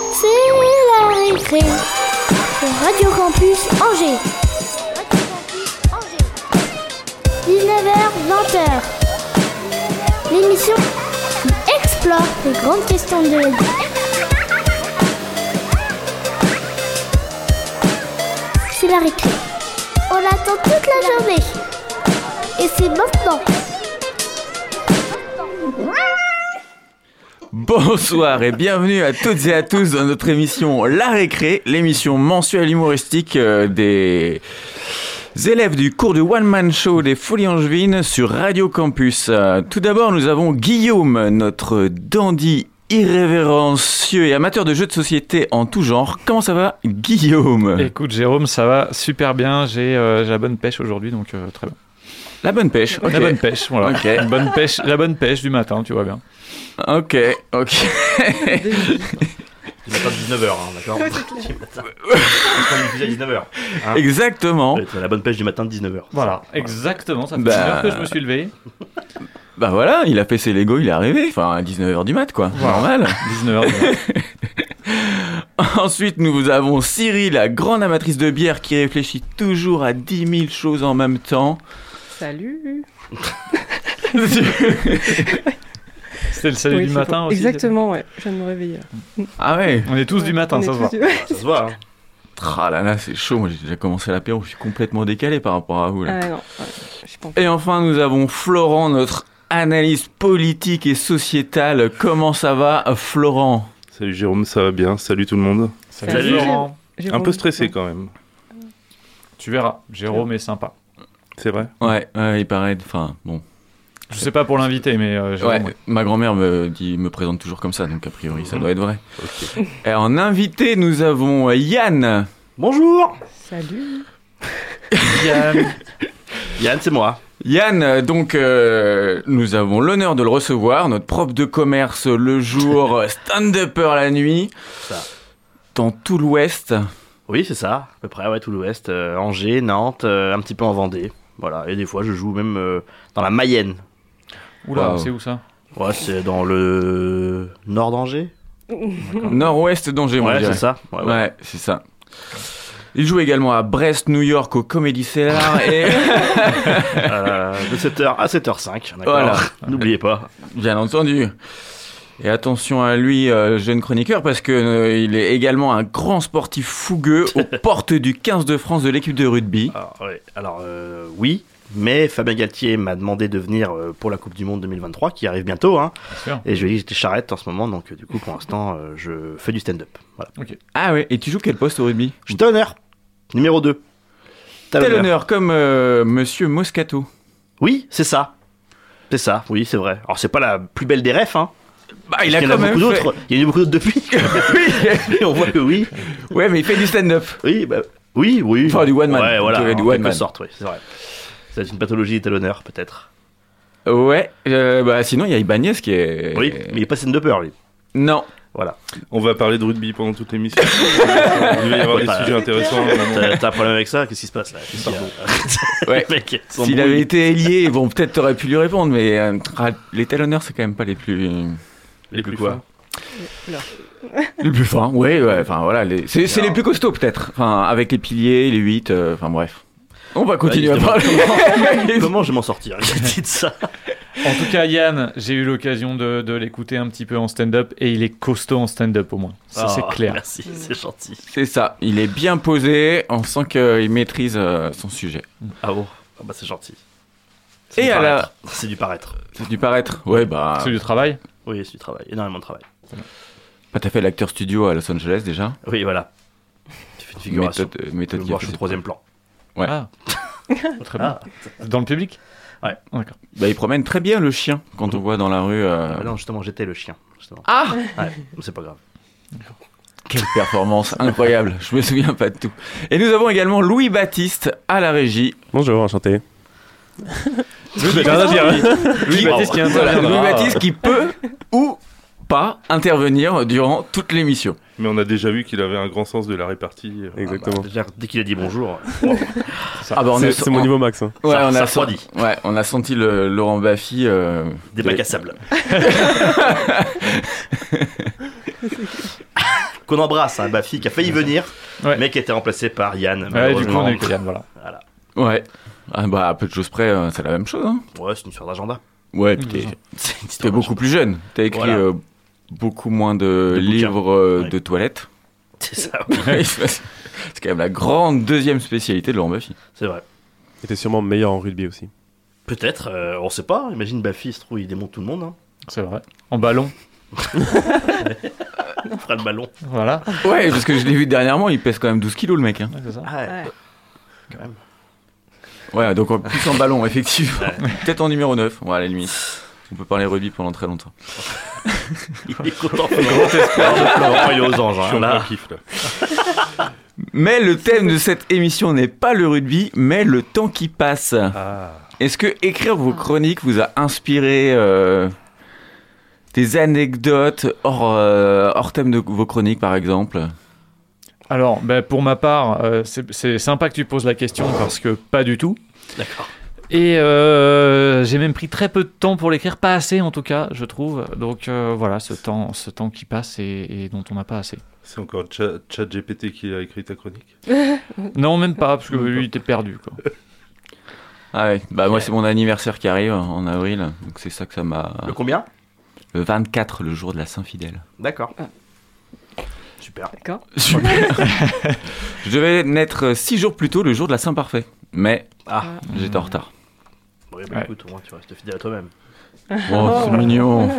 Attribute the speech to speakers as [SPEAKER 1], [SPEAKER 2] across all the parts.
[SPEAKER 1] la récré. Radio Campus Angers. 19h, 20h. L'émission qui explore les grandes questions de la vie. C'est la récré. On l'attend toute la journée. Et c'est maintenant.
[SPEAKER 2] Bonsoir et bienvenue à toutes et à tous dans notre émission La Récré, l'émission mensuelle humoristique euh, des élèves du cours du One Man Show des Folies Angevines sur Radio Campus. Euh, Tout d'abord, nous avons Guillaume, notre dandy irrévérencieux et amateur de jeux de société en tout genre. Comment ça va, Guillaume
[SPEAKER 3] Écoute Jérôme, ça va super bien, j'ai euh, j'ai la bonne pêche aujourd'hui, donc euh, très bien.
[SPEAKER 2] La bonne pêche. ok.
[SPEAKER 3] La bonne pêche, voilà.
[SPEAKER 2] Ok.
[SPEAKER 3] Une bonne pêche, la bonne pêche du matin, tu vois bien.
[SPEAKER 2] Ok, ok.
[SPEAKER 4] Il matin de 19h, hein, d'accord Du matin. Comme il faisait à 19h. Hein
[SPEAKER 2] Exactement.
[SPEAKER 4] Ouais, t'as La bonne pêche du matin de 19h.
[SPEAKER 3] Voilà, exactement, ça fait
[SPEAKER 2] Bah.
[SPEAKER 3] une heure que je me suis levé.
[SPEAKER 2] Bah voilà, il a fait ses Lego, il est arrivé. Enfin, à 19h du mat, quoi.
[SPEAKER 3] Voilà.
[SPEAKER 2] Normal.
[SPEAKER 3] 19h. voilà.
[SPEAKER 2] Ensuite, nous avons Cyril, la grande amatrice de bière qui réfléchit toujours à 10 000 choses en même temps.
[SPEAKER 5] Salut
[SPEAKER 3] C'était le salut
[SPEAKER 5] Oui,
[SPEAKER 3] du
[SPEAKER 5] c'est
[SPEAKER 3] matin
[SPEAKER 5] pour-
[SPEAKER 3] aussi
[SPEAKER 5] Exactement, ouais. Je viens de me réveiller.
[SPEAKER 2] ah ouais
[SPEAKER 3] On est tous du matin,
[SPEAKER 5] On est
[SPEAKER 3] ça se voit.
[SPEAKER 5] tous du-
[SPEAKER 4] Ça se voit, hein.
[SPEAKER 2] Ah là là, c'est chaud. Moi, j'ai déjà commencé l'apéro, je suis complètement décalé par rapport à vous. là.
[SPEAKER 5] Ah non, ouais, je suis pas en-
[SPEAKER 2] Et enfin, nous avons Florent, notre analyste politique et sociétale. Comment ça va, Florent
[SPEAKER 6] Salut Jérôme, ça va bien Salut tout le monde.
[SPEAKER 5] Salut.
[SPEAKER 4] Salut.
[SPEAKER 3] Jérôme.
[SPEAKER 5] Jérôme,
[SPEAKER 6] Un peu stressé
[SPEAKER 5] ouais.
[SPEAKER 6] quand même,
[SPEAKER 3] Tu verras, Jérôme est sympa.
[SPEAKER 6] c'est vrai
[SPEAKER 2] Ouais, ouais, il paraît. Enfin, bon.
[SPEAKER 3] Je sais pas pour l'invité, mais euh,
[SPEAKER 2] Ouais,
[SPEAKER 3] Jérôme, ouais.
[SPEAKER 2] ma grand-mère me, dit, me présente toujours comme ça, donc a priori, ça doit être vrai. Et en invité, nous avons Yann.
[SPEAKER 4] Bonjour
[SPEAKER 5] Salut
[SPEAKER 3] Yann,
[SPEAKER 4] Yann, c'est moi.
[SPEAKER 2] Yann, euh, donc euh, nous avons l'honneur de le recevoir, notre prof de commerce le jour, euh, stand-upper la nuit,
[SPEAKER 4] Ça.
[SPEAKER 2] dans tout l'Ouest.
[SPEAKER 4] Oui, c'est ça, à peu près, ouais, tout l'ouest. euh, Angers, Nantes, euh, un petit peu en Vendée. Voilà, et des fois je joue même euh, dans la Mayenne.
[SPEAKER 3] oula,
[SPEAKER 2] Wow.
[SPEAKER 3] c'est où ça
[SPEAKER 4] Ouais, c'est dans le nord d'Angers
[SPEAKER 2] Nord-Ouest d'Angers, on
[SPEAKER 4] Ouais,
[SPEAKER 2] dirait.
[SPEAKER 4] c'est ça. Ouais, ouais.
[SPEAKER 2] Ouais, c'est ça. Il joue également à Brest, New York, au Comedy Cellar et
[SPEAKER 4] Euh, de 7h à 7h05. d'accord.
[SPEAKER 2] Voilà.
[SPEAKER 4] N'oubliez pas.
[SPEAKER 2] bien entendu. Et attention à lui, euh, jeune chroniqueur, parce que euh, il est également un grand sportif fougueux aux portes du 15 de France de l'équipe de rugby.
[SPEAKER 4] Alors, Ah, ouais, alors, euh, oui, mais Fabien Galtier m'a demandé de venir euh, pour la Coupe du Monde 2023 qui arrive bientôt. Hein,
[SPEAKER 3] sûr.
[SPEAKER 4] et je lui ai dit que j'étais charrette en ce moment, donc euh, du coup pour l'instant euh, je fais du stand-up. Voilà.
[SPEAKER 2] Ah ouais, et tu joues quel poste au rugby
[SPEAKER 4] Je te l'honneur. Numéro 2. T'as
[SPEAKER 2] Tel
[SPEAKER 4] l'honneur.
[SPEAKER 2] honneur, comme euh, Monsieur Moscato.
[SPEAKER 4] Oui, c'est ça. C'est ça, oui, c'est vrai. Alors c'est pas la plus belle des refs, hein.
[SPEAKER 2] Bah, il
[SPEAKER 4] parce
[SPEAKER 2] a
[SPEAKER 4] qu'il y
[SPEAKER 2] quand
[SPEAKER 4] en a
[SPEAKER 2] même
[SPEAKER 4] beaucoup
[SPEAKER 2] fait-
[SPEAKER 4] d'autres. Il y en a eu beaucoup d'autres depuis. Et on voit que oui.
[SPEAKER 2] Ouais, mais il fait du stand-up.
[SPEAKER 4] Oui, bah, oui, oui.
[SPEAKER 2] Enfin, du one man.
[SPEAKER 4] Ouais, voilà.
[SPEAKER 2] Du-
[SPEAKER 4] en
[SPEAKER 2] du
[SPEAKER 4] quelque
[SPEAKER 2] one man.
[SPEAKER 4] sorte, oui, c'est vrai. C'est une pathologie talonneur, peut-être.
[SPEAKER 2] Ouais, euh, bah sinon il y a Ibanez qui est.
[SPEAKER 4] Oui, mais il est pas scène de peur, lui.
[SPEAKER 2] Non.
[SPEAKER 4] Voilà.
[SPEAKER 6] On va parler de rugby pendant toute l'émission. Il va y avoir des
[SPEAKER 4] Bah,
[SPEAKER 6] sujets intéressants. vraiment.
[SPEAKER 4] T'as t'as un problème avec ça Qu'est-ce qui se passe là Qu'est-ce qu'il y a
[SPEAKER 2] Ouais.
[SPEAKER 4] Mec,
[SPEAKER 2] S'il avait été ailier, bon, peut-être t'aurais pu lui répondre, mais euh, ah, les talonneurs, c'est quand même pas les plus.
[SPEAKER 4] Les plus quoi
[SPEAKER 2] Les plus fins, ouais, ouais, enfin voilà. les- C'est c'est les plus costauds, peut-être. Enfin, avec les piliers, les 8, enfin bref. Bah, On va continuer à
[SPEAKER 4] justement.
[SPEAKER 2] parler.
[SPEAKER 4] Comment je vais m'en sortir Il a dit de ça.
[SPEAKER 3] En tout cas, Yann, j'ai eu l'occasion de, de l'écouter un petit peu en stand-up et il est costaud en stand-up au moins. Ça, c'est
[SPEAKER 4] Oh,
[SPEAKER 3] clair.
[SPEAKER 4] Merci, c'est gentil.
[SPEAKER 2] C'est ça, il est bien posé, on sent qu'il maîtrise euh, son sujet.
[SPEAKER 4] Ah bon Ah bah c'est gentil.
[SPEAKER 2] Et
[SPEAKER 4] C'est du
[SPEAKER 2] à la-
[SPEAKER 4] paraître. C'est du paraître.
[SPEAKER 2] C'est du paraître Ouais, bah.
[SPEAKER 3] C'est du travail
[SPEAKER 4] Oui, c'est du travail, énormément de travail.
[SPEAKER 2] bah, T'as fait l'acteur studio à Los Angeles déjà
[SPEAKER 4] Oui, voilà. Tu fais une figuration.
[SPEAKER 2] Méthode, euh, méthode
[SPEAKER 4] Le
[SPEAKER 2] qui a
[SPEAKER 4] voir,
[SPEAKER 2] fait
[SPEAKER 4] je suis au
[SPEAKER 2] ses
[SPEAKER 4] troisième plan. Ah.
[SPEAKER 2] Ouais.
[SPEAKER 3] Ah. Très bien. Dans le public
[SPEAKER 4] Ouais.
[SPEAKER 3] D'accord.
[SPEAKER 2] Bah, il promène très bien le chien quand on voit dans la rue. euh,
[SPEAKER 4] Ah non, justement, j'étais le chien. justement.
[SPEAKER 2] Ah
[SPEAKER 4] Ouais, mais c'est pas grave.
[SPEAKER 2] Quelle performance incroyable, je me souviens pas de tout. Et nous avons également Louis Baptiste à la régie.
[SPEAKER 7] Bonjour, enchanté.
[SPEAKER 6] bah,
[SPEAKER 3] Louis-Baptiste qui
[SPEAKER 2] Ah, Voilà,
[SPEAKER 3] intervient.
[SPEAKER 2] Louis Baptiste qui peut ou pas intervenir durant toute l'émission.
[SPEAKER 6] Mais on a déjà vu qu'il avait un grand sens de la répartie. euh,
[SPEAKER 7] Exactement.
[SPEAKER 4] Déjà, dès qu'il a dit bonjour,
[SPEAKER 2] Ah bah, on
[SPEAKER 7] C'est
[SPEAKER 2] a-
[SPEAKER 7] c'est mon niveau max. hein.
[SPEAKER 2] Ouais,
[SPEAKER 4] Ça-
[SPEAKER 2] on
[SPEAKER 4] ça
[SPEAKER 2] a senti- Ouais, on a senti le Laurent Baffy. euh,
[SPEAKER 4] des
[SPEAKER 2] de-
[SPEAKER 4] bacs à sable. qu'on embrasse, hein, Bafi, qui a failli venir,
[SPEAKER 3] Ouais.
[SPEAKER 4] mais qui était remplacé par Yann.
[SPEAKER 3] Ouais, du coup,
[SPEAKER 4] malheureusement.
[SPEAKER 3] on est Kylian, voilà.
[SPEAKER 2] Ouais. Ah, bah, à peu de choses près, euh, c'est la même chose. Hein.
[SPEAKER 4] Ouais, c'est une histoire d'agenda.
[SPEAKER 2] Ouais, puis t'es-
[SPEAKER 4] C'est une
[SPEAKER 2] t'es
[SPEAKER 4] histoire
[SPEAKER 2] beaucoup plus jeune. T'as écrit
[SPEAKER 4] Voilà.
[SPEAKER 2] euh, beaucoup moins de,
[SPEAKER 4] De bouquins.
[SPEAKER 2] livres euh,
[SPEAKER 4] Ouais.
[SPEAKER 2] de toilettes.
[SPEAKER 4] d'agenda. C'est ça, oui,
[SPEAKER 2] c'est quand même la grande deuxième spécialité de Laurent Baffy.
[SPEAKER 4] c'est vrai.
[SPEAKER 7] Il était sûrement meilleur en rugby aussi.
[SPEAKER 4] Peut-être, euh, on sait pas. Imagine Bafi, il se trouve, il démonte tout le monde. Hein.
[SPEAKER 3] C'est vrai. En ballon,
[SPEAKER 4] Il fera le ballon.
[SPEAKER 3] voilà.
[SPEAKER 2] Ouais, parce que je l'ai vu dernièrement, il pèse quand même 12 kilos le mec. Hein.
[SPEAKER 3] Ouais, c'est ça.
[SPEAKER 4] Ah,
[SPEAKER 5] Ouais.
[SPEAKER 2] Ouais, donc en plus en ballon, effectivement. Peut-être en numéro 9, ouais, à la limite. On peut parler rugby pendant très longtemps.
[SPEAKER 4] il est content. Grand espoir de Florent, il est aux anges.
[SPEAKER 6] Je
[SPEAKER 4] hein,
[SPEAKER 6] suis en
[SPEAKER 4] là.
[SPEAKER 6] plein kiff là.
[SPEAKER 2] Mais le thème de cette émission n'est pas le rugby, mais le temps qui passe. Est-ce que écrire vos chroniques vous a inspiré euh, des anecdotes hors, euh, hors thème de vos chroniques, par exemple
[SPEAKER 3] Alors, ben, pour ma part, euh, c'est- c'est sympa que tu poses la question parce que pas du tout.
[SPEAKER 4] D'accord.
[SPEAKER 3] Et euh, j'ai même pris très peu de temps pour l'écrire, pas assez en tout cas, je trouve. Donc euh, voilà, ce temps, ce temps qui passe et, et dont on n'a pas assez.
[SPEAKER 6] C'est encore Cha- ChatGPT qui a écrit ta chronique
[SPEAKER 3] Non, même pas, parce que lui, il était perdu. Quoi.
[SPEAKER 2] Ah ouais, bah moi c'est mon anniversaire qui arrive en avril, donc c'est ça que ça m'a...
[SPEAKER 4] Le combien
[SPEAKER 2] Le 24, le jour de la Saint-Fidèle.
[SPEAKER 4] D'accord.
[SPEAKER 5] Ah.
[SPEAKER 4] Super.
[SPEAKER 5] D'accord.
[SPEAKER 2] Super Je devais naître 6 jours plus tôt, le jour de la Saint-Parfait. Mais
[SPEAKER 4] Ah,
[SPEAKER 2] j'étais en retard.
[SPEAKER 4] bon, bah,
[SPEAKER 3] Ouais.
[SPEAKER 4] écoute, au moins tu restes fidèle à toi-même.
[SPEAKER 2] Oh, c'est mignon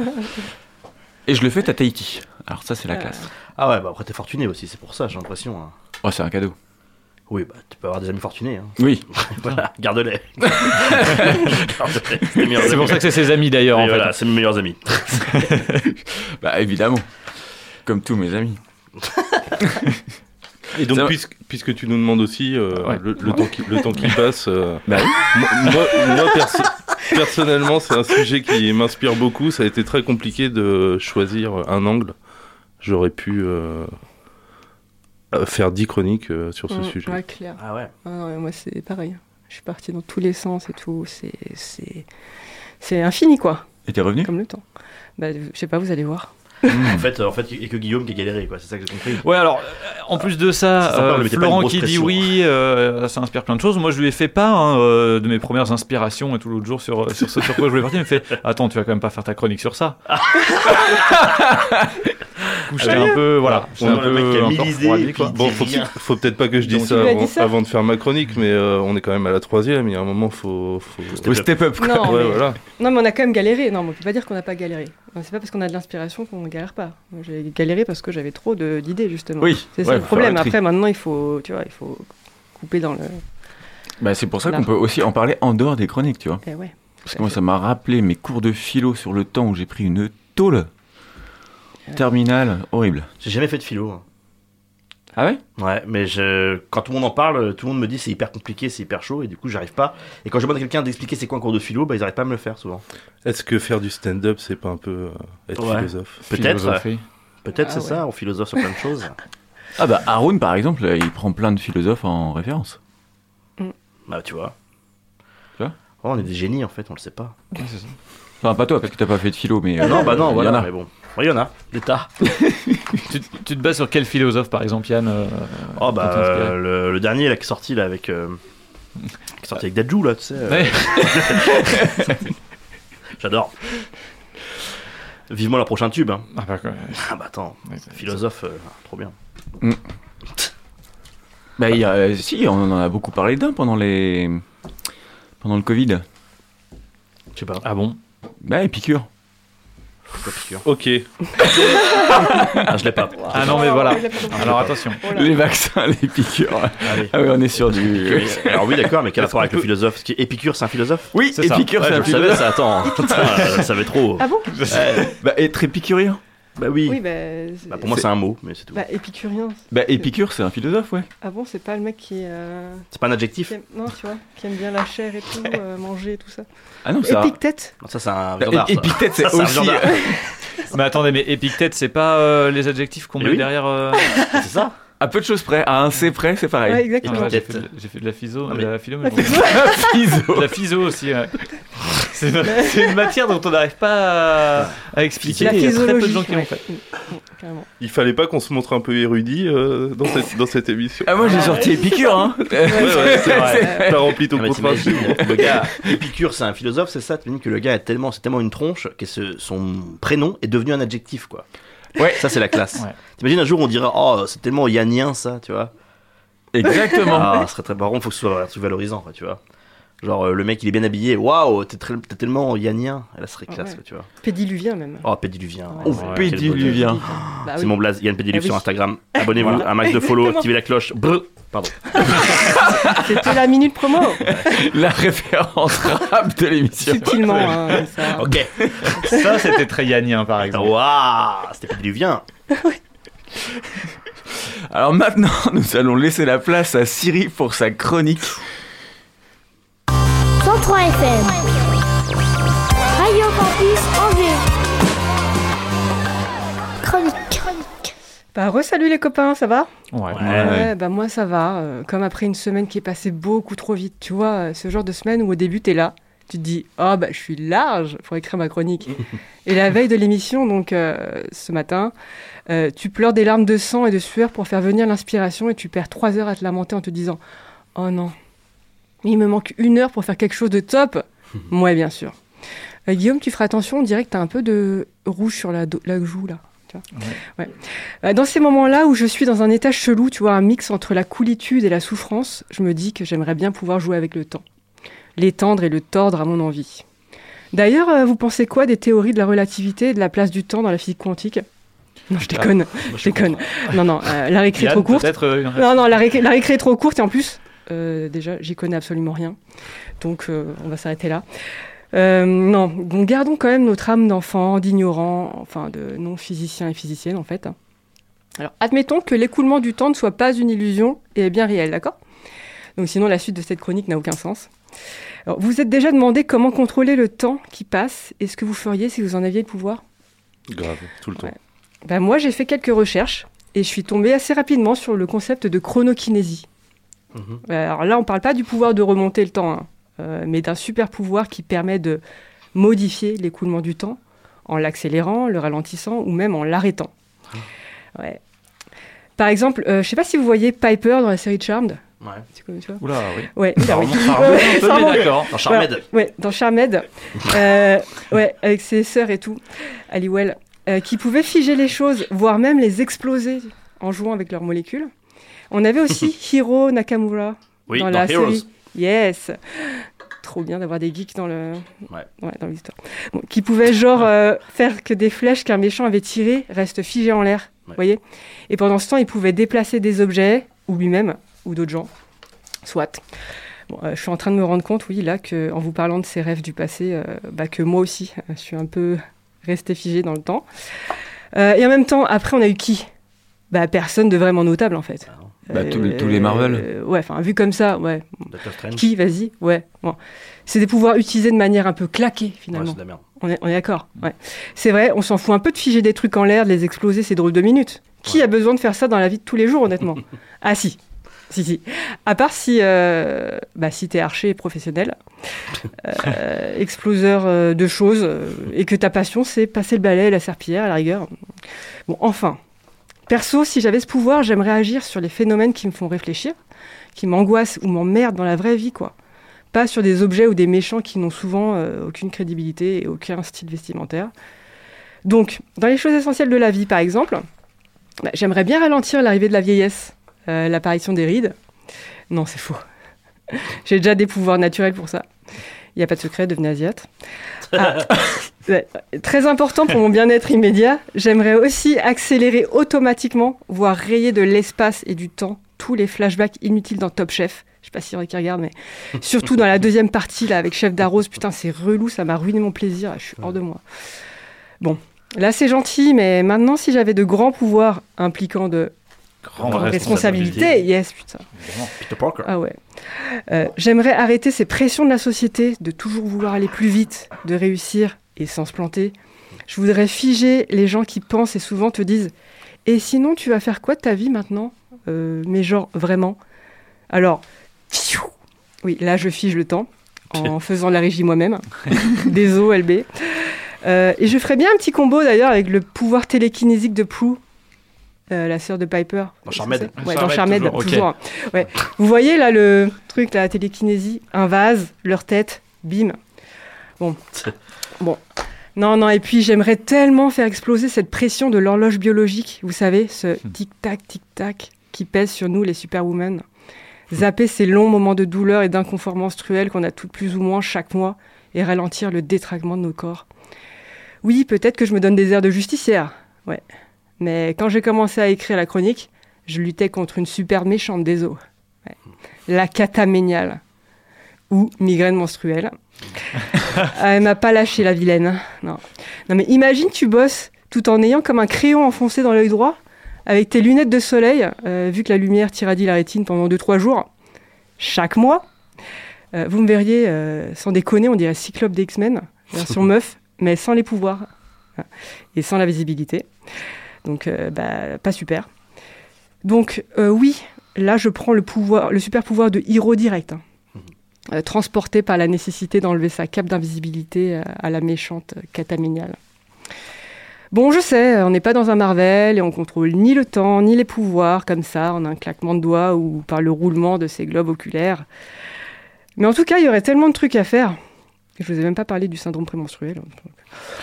[SPEAKER 2] Et je le fête à Tahiti. Alors ça c'est la
[SPEAKER 5] Ah.
[SPEAKER 2] classe.
[SPEAKER 4] Ah ouais, bah après t'es fortuné aussi, c'est pour ça, j'ai l'impression. hein.
[SPEAKER 2] Oh c'est un cadeau.
[SPEAKER 4] Oui, bah tu peux avoir des amis fortunés. Hein.
[SPEAKER 2] Oui.
[SPEAKER 4] voilà, garde-les. Garde-les, c'est mes meilleurs
[SPEAKER 3] C'est pour
[SPEAKER 4] amis.
[SPEAKER 3] ça que c'est ses amis d'ailleurs,
[SPEAKER 4] Et
[SPEAKER 3] en fait.
[SPEAKER 4] voilà, c'est mes meilleurs amis.
[SPEAKER 2] Bah évidemment. Comme tous mes amis.
[SPEAKER 6] Et
[SPEAKER 2] Ça
[SPEAKER 6] donc,
[SPEAKER 2] va.
[SPEAKER 6] puisque, puisque tu nous demandes aussi euh,
[SPEAKER 3] Ouais.
[SPEAKER 6] le, le temps qui, le temps qui passe, euh,
[SPEAKER 2] Bah oui.
[SPEAKER 6] moi, moi- moi, perso- personnellement, c'est un sujet qui m'inspire beaucoup. Ça a été très compliqué de choisir un angle. J'aurais pu euh, euh, faire 10 chroniques euh, sur ce
[SPEAKER 5] Mm,
[SPEAKER 6] sujet.
[SPEAKER 5] Ouais, clair.
[SPEAKER 4] Ah ouais.
[SPEAKER 5] Ah non, mais moi, c'est pareil. Je suis partie dans tous les sens et tout. C'est- C'est c'est infini, quoi,
[SPEAKER 2] Et t'es revenu
[SPEAKER 5] comme le temps. Bah, je sais pas, vous allez voir.
[SPEAKER 4] En fait, euh, en fait, il y a que Guillaume qui a galéré, quoi. C'est ça que j'ai compris.
[SPEAKER 3] Ouais, alors, euh, en plus de ça,
[SPEAKER 4] C'est sympa,
[SPEAKER 3] euh,
[SPEAKER 4] mais mettez pas une
[SPEAKER 3] Florent
[SPEAKER 4] grosse
[SPEAKER 3] qui dit
[SPEAKER 4] pression.
[SPEAKER 3] oui, euh, ça inspire plein de choses. Moi, je lui ai fait part hein, euh, de mes premières inspirations et tout l'autre jour sur, euh, sur ce sur quoi je voulais partir. Il me fait Attends, tu vas quand même pas faire ta chronique sur ça. Du coup, J'étais un peu. Voilà. j'étais
[SPEAKER 4] Ah. On
[SPEAKER 3] un
[SPEAKER 4] a le mec qui a
[SPEAKER 3] peu
[SPEAKER 4] mille
[SPEAKER 3] encore
[SPEAKER 4] idées,
[SPEAKER 3] refroidi,
[SPEAKER 4] puis-
[SPEAKER 3] quoi.
[SPEAKER 6] Bon,
[SPEAKER 4] dit
[SPEAKER 6] faut,
[SPEAKER 4] rien.
[SPEAKER 6] faut peut-être pas que je dise
[SPEAKER 5] Donc,
[SPEAKER 6] ça
[SPEAKER 5] il lui a dit
[SPEAKER 6] avant,
[SPEAKER 5] ça.
[SPEAKER 6] avant de faire ma chronique, mais euh, on est quand même à la troisième. Il y a un moment, faut. faut...
[SPEAKER 2] Au step up. quoi.
[SPEAKER 5] Non,
[SPEAKER 6] Ouais,
[SPEAKER 5] mais...
[SPEAKER 6] voilà.
[SPEAKER 5] non, mais on a quand même galéré. Non, mais on peut pas dire qu'on n'a pas galéré. Enfin, C'est pas parce qu'on a de l'inspiration qu'on ne galère pas. Moi, J'ai galéré parce que j'avais trop de- d'idées, justement.
[SPEAKER 2] Oui.
[SPEAKER 5] C'est ça
[SPEAKER 2] ouais,
[SPEAKER 5] le
[SPEAKER 2] faut
[SPEAKER 5] problème.
[SPEAKER 2] faire le tri.
[SPEAKER 5] Après, maintenant, il faut, tu vois, il faut couper dans le.
[SPEAKER 2] Bah, c'est pour ça qu'on peut aussi en parler en dehors des chroniques, tu vois.
[SPEAKER 5] Eh ouais.
[SPEAKER 2] Parce que moi ça m'a rappelé mes cours de philo sur le temps où j'ai pris une tôle. Terminale, horrible.
[SPEAKER 4] J'ai jamais fait de philo. hein.
[SPEAKER 2] Ah ouais
[SPEAKER 4] Ouais, mais je... quand tout le monde en parle, tout le monde me dit c'est hyper compliqué, c'est hyper chaud, et du coup j'arrive pas. Et quand je demande à quelqu'un d'expliquer c'est quoi un cours de philo, bah ils arrivent pas à me le faire souvent.
[SPEAKER 6] Est-ce que faire du stand-up, c'est pas un peu euh, être
[SPEAKER 4] Ouais.
[SPEAKER 6] philosophe
[SPEAKER 4] Peut-être, euh,
[SPEAKER 3] Philosophie.
[SPEAKER 4] peut-être
[SPEAKER 5] Ah
[SPEAKER 4] c'est
[SPEAKER 5] ouais.
[SPEAKER 4] ça, on philosophe sur plein de choses.
[SPEAKER 2] Ah bah Haroun par exemple, euh, il prend plein de philosophes en référence.
[SPEAKER 4] Bah tu vois.
[SPEAKER 2] Tu vois
[SPEAKER 4] Ouais, on est des génies en fait, on le sait pas.
[SPEAKER 2] Enfin pas toi parce que t'as pas fait de philo mais... euh,
[SPEAKER 4] non, bah
[SPEAKER 2] il
[SPEAKER 4] non,
[SPEAKER 2] y
[SPEAKER 4] voilà,
[SPEAKER 2] en a.
[SPEAKER 4] mais bon. Il y en a, des tas.
[SPEAKER 3] Tu, tu te bases sur quel philosophe, par exemple, Yann euh,
[SPEAKER 4] Oh bah
[SPEAKER 3] t'es inspiré
[SPEAKER 4] euh, le, le dernier là qui est sorti là avec. euh, qui est sorti avec Dajou là, tu sais. euh,
[SPEAKER 3] Ouais.
[SPEAKER 4] J'adore. Vivement leur prochain tube. Hein.
[SPEAKER 3] Ah, bah, quoi, ouais,
[SPEAKER 4] Ah bah attends,
[SPEAKER 3] ouais, c'est-
[SPEAKER 4] philosophe, euh, trop bien.
[SPEAKER 2] Bah il y a- euh, si, on en a beaucoup parlé d'un pendant les... Pendant le Covid.
[SPEAKER 4] Je sais pas,
[SPEAKER 3] Ah bon
[SPEAKER 2] Bah Épicure.
[SPEAKER 4] pourquoi piqûre
[SPEAKER 6] Ok.
[SPEAKER 4] Ah, je l'ai pas.
[SPEAKER 3] Ah non, mais voilà. Alors attention.
[SPEAKER 5] Oh
[SPEAKER 2] Les vaccins, les piqûres.
[SPEAKER 4] Allez.
[SPEAKER 2] Ah oui on est sur du...
[SPEAKER 4] Alors oui, d'accord, mais quel rapport avec le philosophe Parce que Épicure, c'est un philosophe
[SPEAKER 2] Oui,
[SPEAKER 3] C'est ça.
[SPEAKER 2] Épicure
[SPEAKER 4] Ouais,
[SPEAKER 2] c'est
[SPEAKER 4] je
[SPEAKER 2] un
[SPEAKER 4] le savais,
[SPEAKER 2] philosophe.
[SPEAKER 4] ça, attends. Putain, je le savais trop.
[SPEAKER 5] Ah bon
[SPEAKER 2] Bah être épicurien.
[SPEAKER 4] Bah oui.
[SPEAKER 5] Oui, bah, c'est-
[SPEAKER 4] Bah, pour moi, c'est un mot, mais c'est tout.
[SPEAKER 5] bah, épicurien.
[SPEAKER 2] Bah Épicure c'est un philosophe ouais.
[SPEAKER 5] Ah bon, c'est pas le mec qui, euh,
[SPEAKER 4] C'est pas un
[SPEAKER 5] qui
[SPEAKER 4] adjectif
[SPEAKER 5] aime... non, tu vois, qui aime bien la chair et tout, euh, manger et tout ça.
[SPEAKER 2] Ah non c'est un...
[SPEAKER 5] Épictète.
[SPEAKER 4] Non, ça, c'est un.
[SPEAKER 2] Bah,
[SPEAKER 4] viandard, ça.
[SPEAKER 2] Épictète c'est
[SPEAKER 4] Ça, c'est un
[SPEAKER 2] aussi... euh,
[SPEAKER 4] viandard.
[SPEAKER 3] Mais attendez, mais épictète, c'est pas euh, les adjectifs qu'on
[SPEAKER 4] Eh
[SPEAKER 3] met
[SPEAKER 4] oui.
[SPEAKER 3] derrière. euh,
[SPEAKER 4] C'est ça
[SPEAKER 2] À peu de choses près, à un C près c'est pareil.
[SPEAKER 5] Ouais,
[SPEAKER 3] Ah,
[SPEAKER 5] exactement.
[SPEAKER 3] ouais, j'ai,
[SPEAKER 4] Épictète.
[SPEAKER 3] fait de, j'ai fait de la physio,
[SPEAKER 4] Ah,
[SPEAKER 3] de
[SPEAKER 4] mais-
[SPEAKER 3] la philo, mais bon. De la physio aussi. ouais. C'est, une, c'est une matière dont on n'arrive pas à, à expliquer.
[SPEAKER 5] La
[SPEAKER 3] Il y a très peu de
[SPEAKER 5] physiologie.
[SPEAKER 3] gens qui l'ont
[SPEAKER 5] ouais.
[SPEAKER 3] fait.
[SPEAKER 5] Mm, mm, carrément.
[SPEAKER 6] Il fallait pas qu'on se montre un peu érudit euh, dans, cette, dans cette émission.
[SPEAKER 2] Ah, moi j'ai sorti Épicure, hein
[SPEAKER 6] ouais, ouais, c'est vrai.
[SPEAKER 5] Ouais.
[SPEAKER 6] T'as rempli ton
[SPEAKER 4] Ah, mais
[SPEAKER 6] contrat. c'est
[SPEAKER 4] t'imagines,
[SPEAKER 6] bon.
[SPEAKER 4] le gars, Épicure, c'est un philosophe, c'est ça T'imagines que le gars a tellement, c'est tellement une tronche que ce- son prénom est devenu un adjectif, quoi.
[SPEAKER 2] Ouais.
[SPEAKER 4] Ça, c'est la classe.
[SPEAKER 3] Ouais.
[SPEAKER 4] T'imagines un jour, on dira, oh, c'est tellement yannien, ça, tu vois.
[SPEAKER 2] Exactement.
[SPEAKER 4] Ah, ce serait très marrant, faut que ce soit un truc valorisant, quoi, tu vois. Genre, euh, le mec, il est bien habillé, waouh, t'es très- t'es tellement yannien. Là, ce serait
[SPEAKER 5] Ah,
[SPEAKER 4] classe,
[SPEAKER 5] ouais.
[SPEAKER 4] quoi, tu vois.
[SPEAKER 5] Pédiluvien même.
[SPEAKER 4] Oh, pédiluvien.
[SPEAKER 5] Ouais.
[SPEAKER 2] Oh,
[SPEAKER 4] quel bonheur.
[SPEAKER 2] pédiluvien.
[SPEAKER 5] Bah
[SPEAKER 4] C'est
[SPEAKER 5] oui.
[SPEAKER 4] mon blaze, Yann Pédiluve
[SPEAKER 5] Ah oui.
[SPEAKER 4] sur Instagram. Abonnez-vous,
[SPEAKER 5] Voilà.
[SPEAKER 4] un max de follow,
[SPEAKER 5] Exactement.
[SPEAKER 4] activez la cloche. Brr. Pardon.
[SPEAKER 5] Bah C'était la minute promo,
[SPEAKER 2] La référence rap de l'émission.
[SPEAKER 5] subtilement. hein, comme ça.
[SPEAKER 4] Ok.
[SPEAKER 3] Ça, c'était très yagnien, par exemple.
[SPEAKER 4] Waouh, c'était pédiluvien.
[SPEAKER 2] Alors maintenant, nous allons laisser la place à Siri pour sa chronique.
[SPEAKER 1] 103 FM. Radio Campus Angers. Chronique.
[SPEAKER 5] Bah re-salut les copains, ça va
[SPEAKER 3] Ouais.
[SPEAKER 4] Ouais.
[SPEAKER 5] Ouais, bah moi ça va. euh, comme après une semaine qui est passée beaucoup trop vite, tu vois, euh, ce genre de semaine où au début t'es là, tu te dis oh bah je suis large pour écrire ma chronique. et la veille de l'émission, donc euh, ce matin, euh, tu pleures des larmes de sang et de sueur pour faire venir l'inspiration et tu perds trois heures à te lamenter en te disant oh non, il me manque une heure pour faire quelque chose de top. Moi bien sûr. Euh, Guillaume, tu feras attention, on dirait que t'as un peu de rouge sur la, do- la joue là. tu vois. Ouais. Euh, Dans ces moments-là où je suis dans un état chelou, tu vois, un mix entre la coolitude et la souffrance, je me dis que j'aimerais bien pouvoir jouer avec le temps. L'étendre et le tordre à mon envie. D'ailleurs, euh, vous pensez quoi des théories de la relativité et de la place du temps dans la physique quantique Non, je déconne, je déconne. Non, non, euh, la récré est
[SPEAKER 3] Ah, Yann,
[SPEAKER 5] trop courte.
[SPEAKER 3] peut-être euh, une référence.
[SPEAKER 5] Non, non, la, récré, la récré est trop courte et en plus, euh, déjà, j'y connais absolument rien. Donc, euh, on va s'arrêter là. Euh, non, donc gardons quand même notre âme d'enfant, d'ignorant, enfin de non-physicien et physicienne en fait. Alors, admettons que l'écoulement du temps ne soit pas une illusion et est bien réel, d'accord Donc sinon, la suite de cette chronique n'a aucun sens. Alors, vous vous êtes déjà demandé comment contrôler le temps qui passe et ce que vous feriez si vous en aviez le pouvoir
[SPEAKER 6] Grave, tout le temps.
[SPEAKER 5] Ouais. ben moi, j'ai fait quelques recherches et je suis tombée assez rapidement sur le concept de chronokinésie. Ben,
[SPEAKER 4] Mhm.
[SPEAKER 5] Alors là, on ne parle pas du pouvoir de remonter le temps, hein, euh, mais d'un super pouvoir qui permet de modifier l'écoulement du temps en l'accélérant, le ralentissant ou même en l'arrêtant.
[SPEAKER 4] Ah.
[SPEAKER 5] Ouais. Par exemple, euh, je ne sais pas si vous voyez Piper dans la série Charmed.
[SPEAKER 4] Ouais.
[SPEAKER 5] Tu connais tu vois
[SPEAKER 3] Oula, oui.
[SPEAKER 5] Ouais, il a-
[SPEAKER 3] Ça
[SPEAKER 5] oui.
[SPEAKER 3] remonte, ça remonte un peu,
[SPEAKER 5] Ça
[SPEAKER 3] mais
[SPEAKER 5] remonte.
[SPEAKER 3] d'accord.
[SPEAKER 4] Oh, Dans Charmed.
[SPEAKER 5] Ouais, dans Charmed. Euh, ouais, avec ses sœurs et tout, Halliwell, euh, qui pouvaient figer les choses, voire même les exploser en jouant avec leurs molécules. On avait aussi Hiro Nakamura
[SPEAKER 4] Oui,
[SPEAKER 5] dans,
[SPEAKER 4] dans,
[SPEAKER 5] la
[SPEAKER 4] Heroes.
[SPEAKER 5] série. Yes Trop bien d'avoir des geeks dans le
[SPEAKER 4] Ouais.
[SPEAKER 5] dans l'histoire. Bon, qui pouvaient genre euh, faire que des flèches qu'un méchant avait tirées restent figées en l'air,
[SPEAKER 4] Ouais.
[SPEAKER 5] vous voyez Et pendant ce temps, il pouvait déplacer des objets, ou lui-même, ou d'autres gens, soit. Bon, euh, je suis en train de me rendre compte, oui, là, que, en vous parlant de ces rêves du passé, euh, bah, que moi aussi, euh, je suis un peu restée figée dans le temps. Euh, et en même temps, après, on a eu qui bah, Personne de vraiment notable, en fait.
[SPEAKER 2] Bah, tous les- tous les Marvel. Mm.
[SPEAKER 5] euh, ouais, enfin, vu comme ça, ouais.
[SPEAKER 4] Doctor Strange.
[SPEAKER 5] Qui, vas-y, ouais. Bon. C'est des pouvoirs utilisés de manière un peu claquée,
[SPEAKER 4] Ouais,
[SPEAKER 5] finalement.
[SPEAKER 4] c'est de la merde.
[SPEAKER 5] on est, on est d'accord. Ouais. C'est vrai, on s'en fout un peu de figer des trucs en l'air, de les exploser, c'est drôle de minutes. Qui
[SPEAKER 4] Ouais.
[SPEAKER 5] a besoin de faire ça dans la vie de tous les jours, honnêtement Ah, si. Si, si. À part si, euh, bah, si t'es archer et professionnel, euh, exploseur euh, de choses, euh, et que ta passion, c'est passer le balai, la serpillière, à la rigueur. Bon, enfin. Perso, si j'avais ce pouvoir, j'aimerais agir sur les phénomènes qui me font réfléchir, qui m'angoissent ou m'emmerdent dans la vraie vie, quoi. Pas sur des objets ou des méchants qui n'ont souvent euh, aucune crédibilité et aucun style vestimentaire. Donc, dans les choses essentielles de la vie, par exemple, bah, j'aimerais bien ralentir l'arrivée de la vieillesse, euh, l'apparition des rides. Non, c'est faux. J'ai déjà des pouvoirs naturels pour ça. Il n'y a pas de secret, devenez asiate. Ah, ouais, très important pour mon bien-être immédiat, j'aimerais aussi accélérer automatiquement, voire rayer de l'espace et du temps tous les flashbacks inutiles dans Top Chef. Je sais pas s'il y en a qui regardent, mais surtout dans la deuxième partie là avec Chef d'Arrose, putain c'est relou, ça m'a ruiné mon plaisir, je suis hors de moi. Bon, là c'est gentil, mais maintenant si j'avais de grands pouvoirs impliquant de
[SPEAKER 3] Grande
[SPEAKER 4] Grande
[SPEAKER 3] responsabilité.
[SPEAKER 5] responsabilités, yes putain.
[SPEAKER 3] Évidemment.
[SPEAKER 4] Peter Parker.
[SPEAKER 5] Ah ouais. Euh, J'aimerais arrêter ces pressions de la société, de toujours vouloir aller plus vite, de réussir et sans se planter. Je voudrais figer les gens qui pensent et souvent te disent Et sinon, tu vas faire quoi de ta vie maintenant Euh, Mais genre, vraiment Alors, pfiou oui, là, je fige le temps en faisant la régie moi-même. Des OLB. Euh, et je ferais bien un petit combo d'ailleurs avec le pouvoir télékinésique de Prue euh, la sœur de Piper.
[SPEAKER 4] Dans Charmed.
[SPEAKER 5] Ouais,
[SPEAKER 3] Charmed,
[SPEAKER 5] dans Charmed, toujours.
[SPEAKER 3] toujours, ok.
[SPEAKER 5] hein. Ouais. Vous voyez là le truc, la télékinésie, un vase, leur tête, bim. Bon. Bon. Non, non, et puis j'aimerais tellement faire exploser cette pression de l'horloge biologique, vous savez, ce tic-tac, tic-tac qui pèse sur nous, les superwomen. Zapper ces longs moments de douleur et d'inconfort menstruel qu'on a toutes plus ou moins chaque mois et ralentir le détraquement de nos corps. Oui, peut-être que je me donne des airs de justicière, ouais. Mais quand j'ai commencé à écrire la chronique, je luttais contre une super méchante des eaux. Ouais. La cataméniale. Ou migraine menstruelle. Ah, Elle m'a pas lâché la vilaine. Non. non mais imagine tu bosses tout en ayant comme un crayon enfoncé dans l'œil droit, avec tes lunettes de soleil, euh, vu que la lumière tiradit la rétine pendant 2-3 jours, chaque mois. Euh, vous me verriez, euh, sans déconner, on dirait Cyclope des X-Men, version meuf, mais sans les pouvoirs hein, et sans la visibilité. Donc, euh, bah, pas super. Donc, euh, oui, là, je prends le, pouvoir, le super pouvoir de Hiro direct. hein. Euh, transporté par la nécessité d'enlever sa cape d'invisibilité euh, à la méchante euh, cataméniale. Bon, je sais, on n'est pas dans un Marvel et on contrôle ni le temps, ni les pouvoirs comme ça, en un claquement de doigts ou par le roulement de ses globes oculaires. Mais en tout cas, il y aurait tellement de trucs à faire. Je vous ai même pas parlé du syndrome prémenstruel. hein,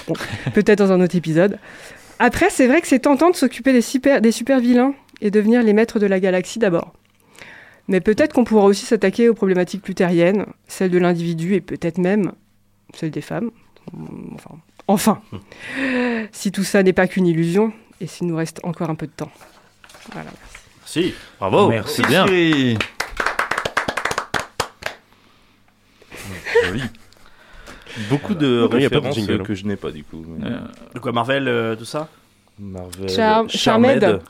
[SPEAKER 5] Bon, peut-être dans un autre épisode. Après, c'est vrai que c'est tentant de s'occuper des super, des super vilains et devenir les maîtres de la galaxie d'abord. Mais peut-être qu'on pourra aussi s'attaquer aux problématiques plutériennes, celles de l'individu et peut-être même celles des femmes. Enfin, enfin. si tout ça n'est pas qu'une illusion et s'il nous reste encore un peu de temps. Voilà, merci.
[SPEAKER 4] Si,
[SPEAKER 3] Bravo, merci bien.
[SPEAKER 2] Thierry.
[SPEAKER 6] Beaucoup de
[SPEAKER 7] Non, il y a pas de
[SPEAKER 6] références euh,
[SPEAKER 7] jingle, hein.
[SPEAKER 6] que je n'ai pas du coup. mais-
[SPEAKER 3] Euh,
[SPEAKER 4] de quoi Marvel, euh, tout ça
[SPEAKER 6] Marvel.
[SPEAKER 5] Char- Charmed.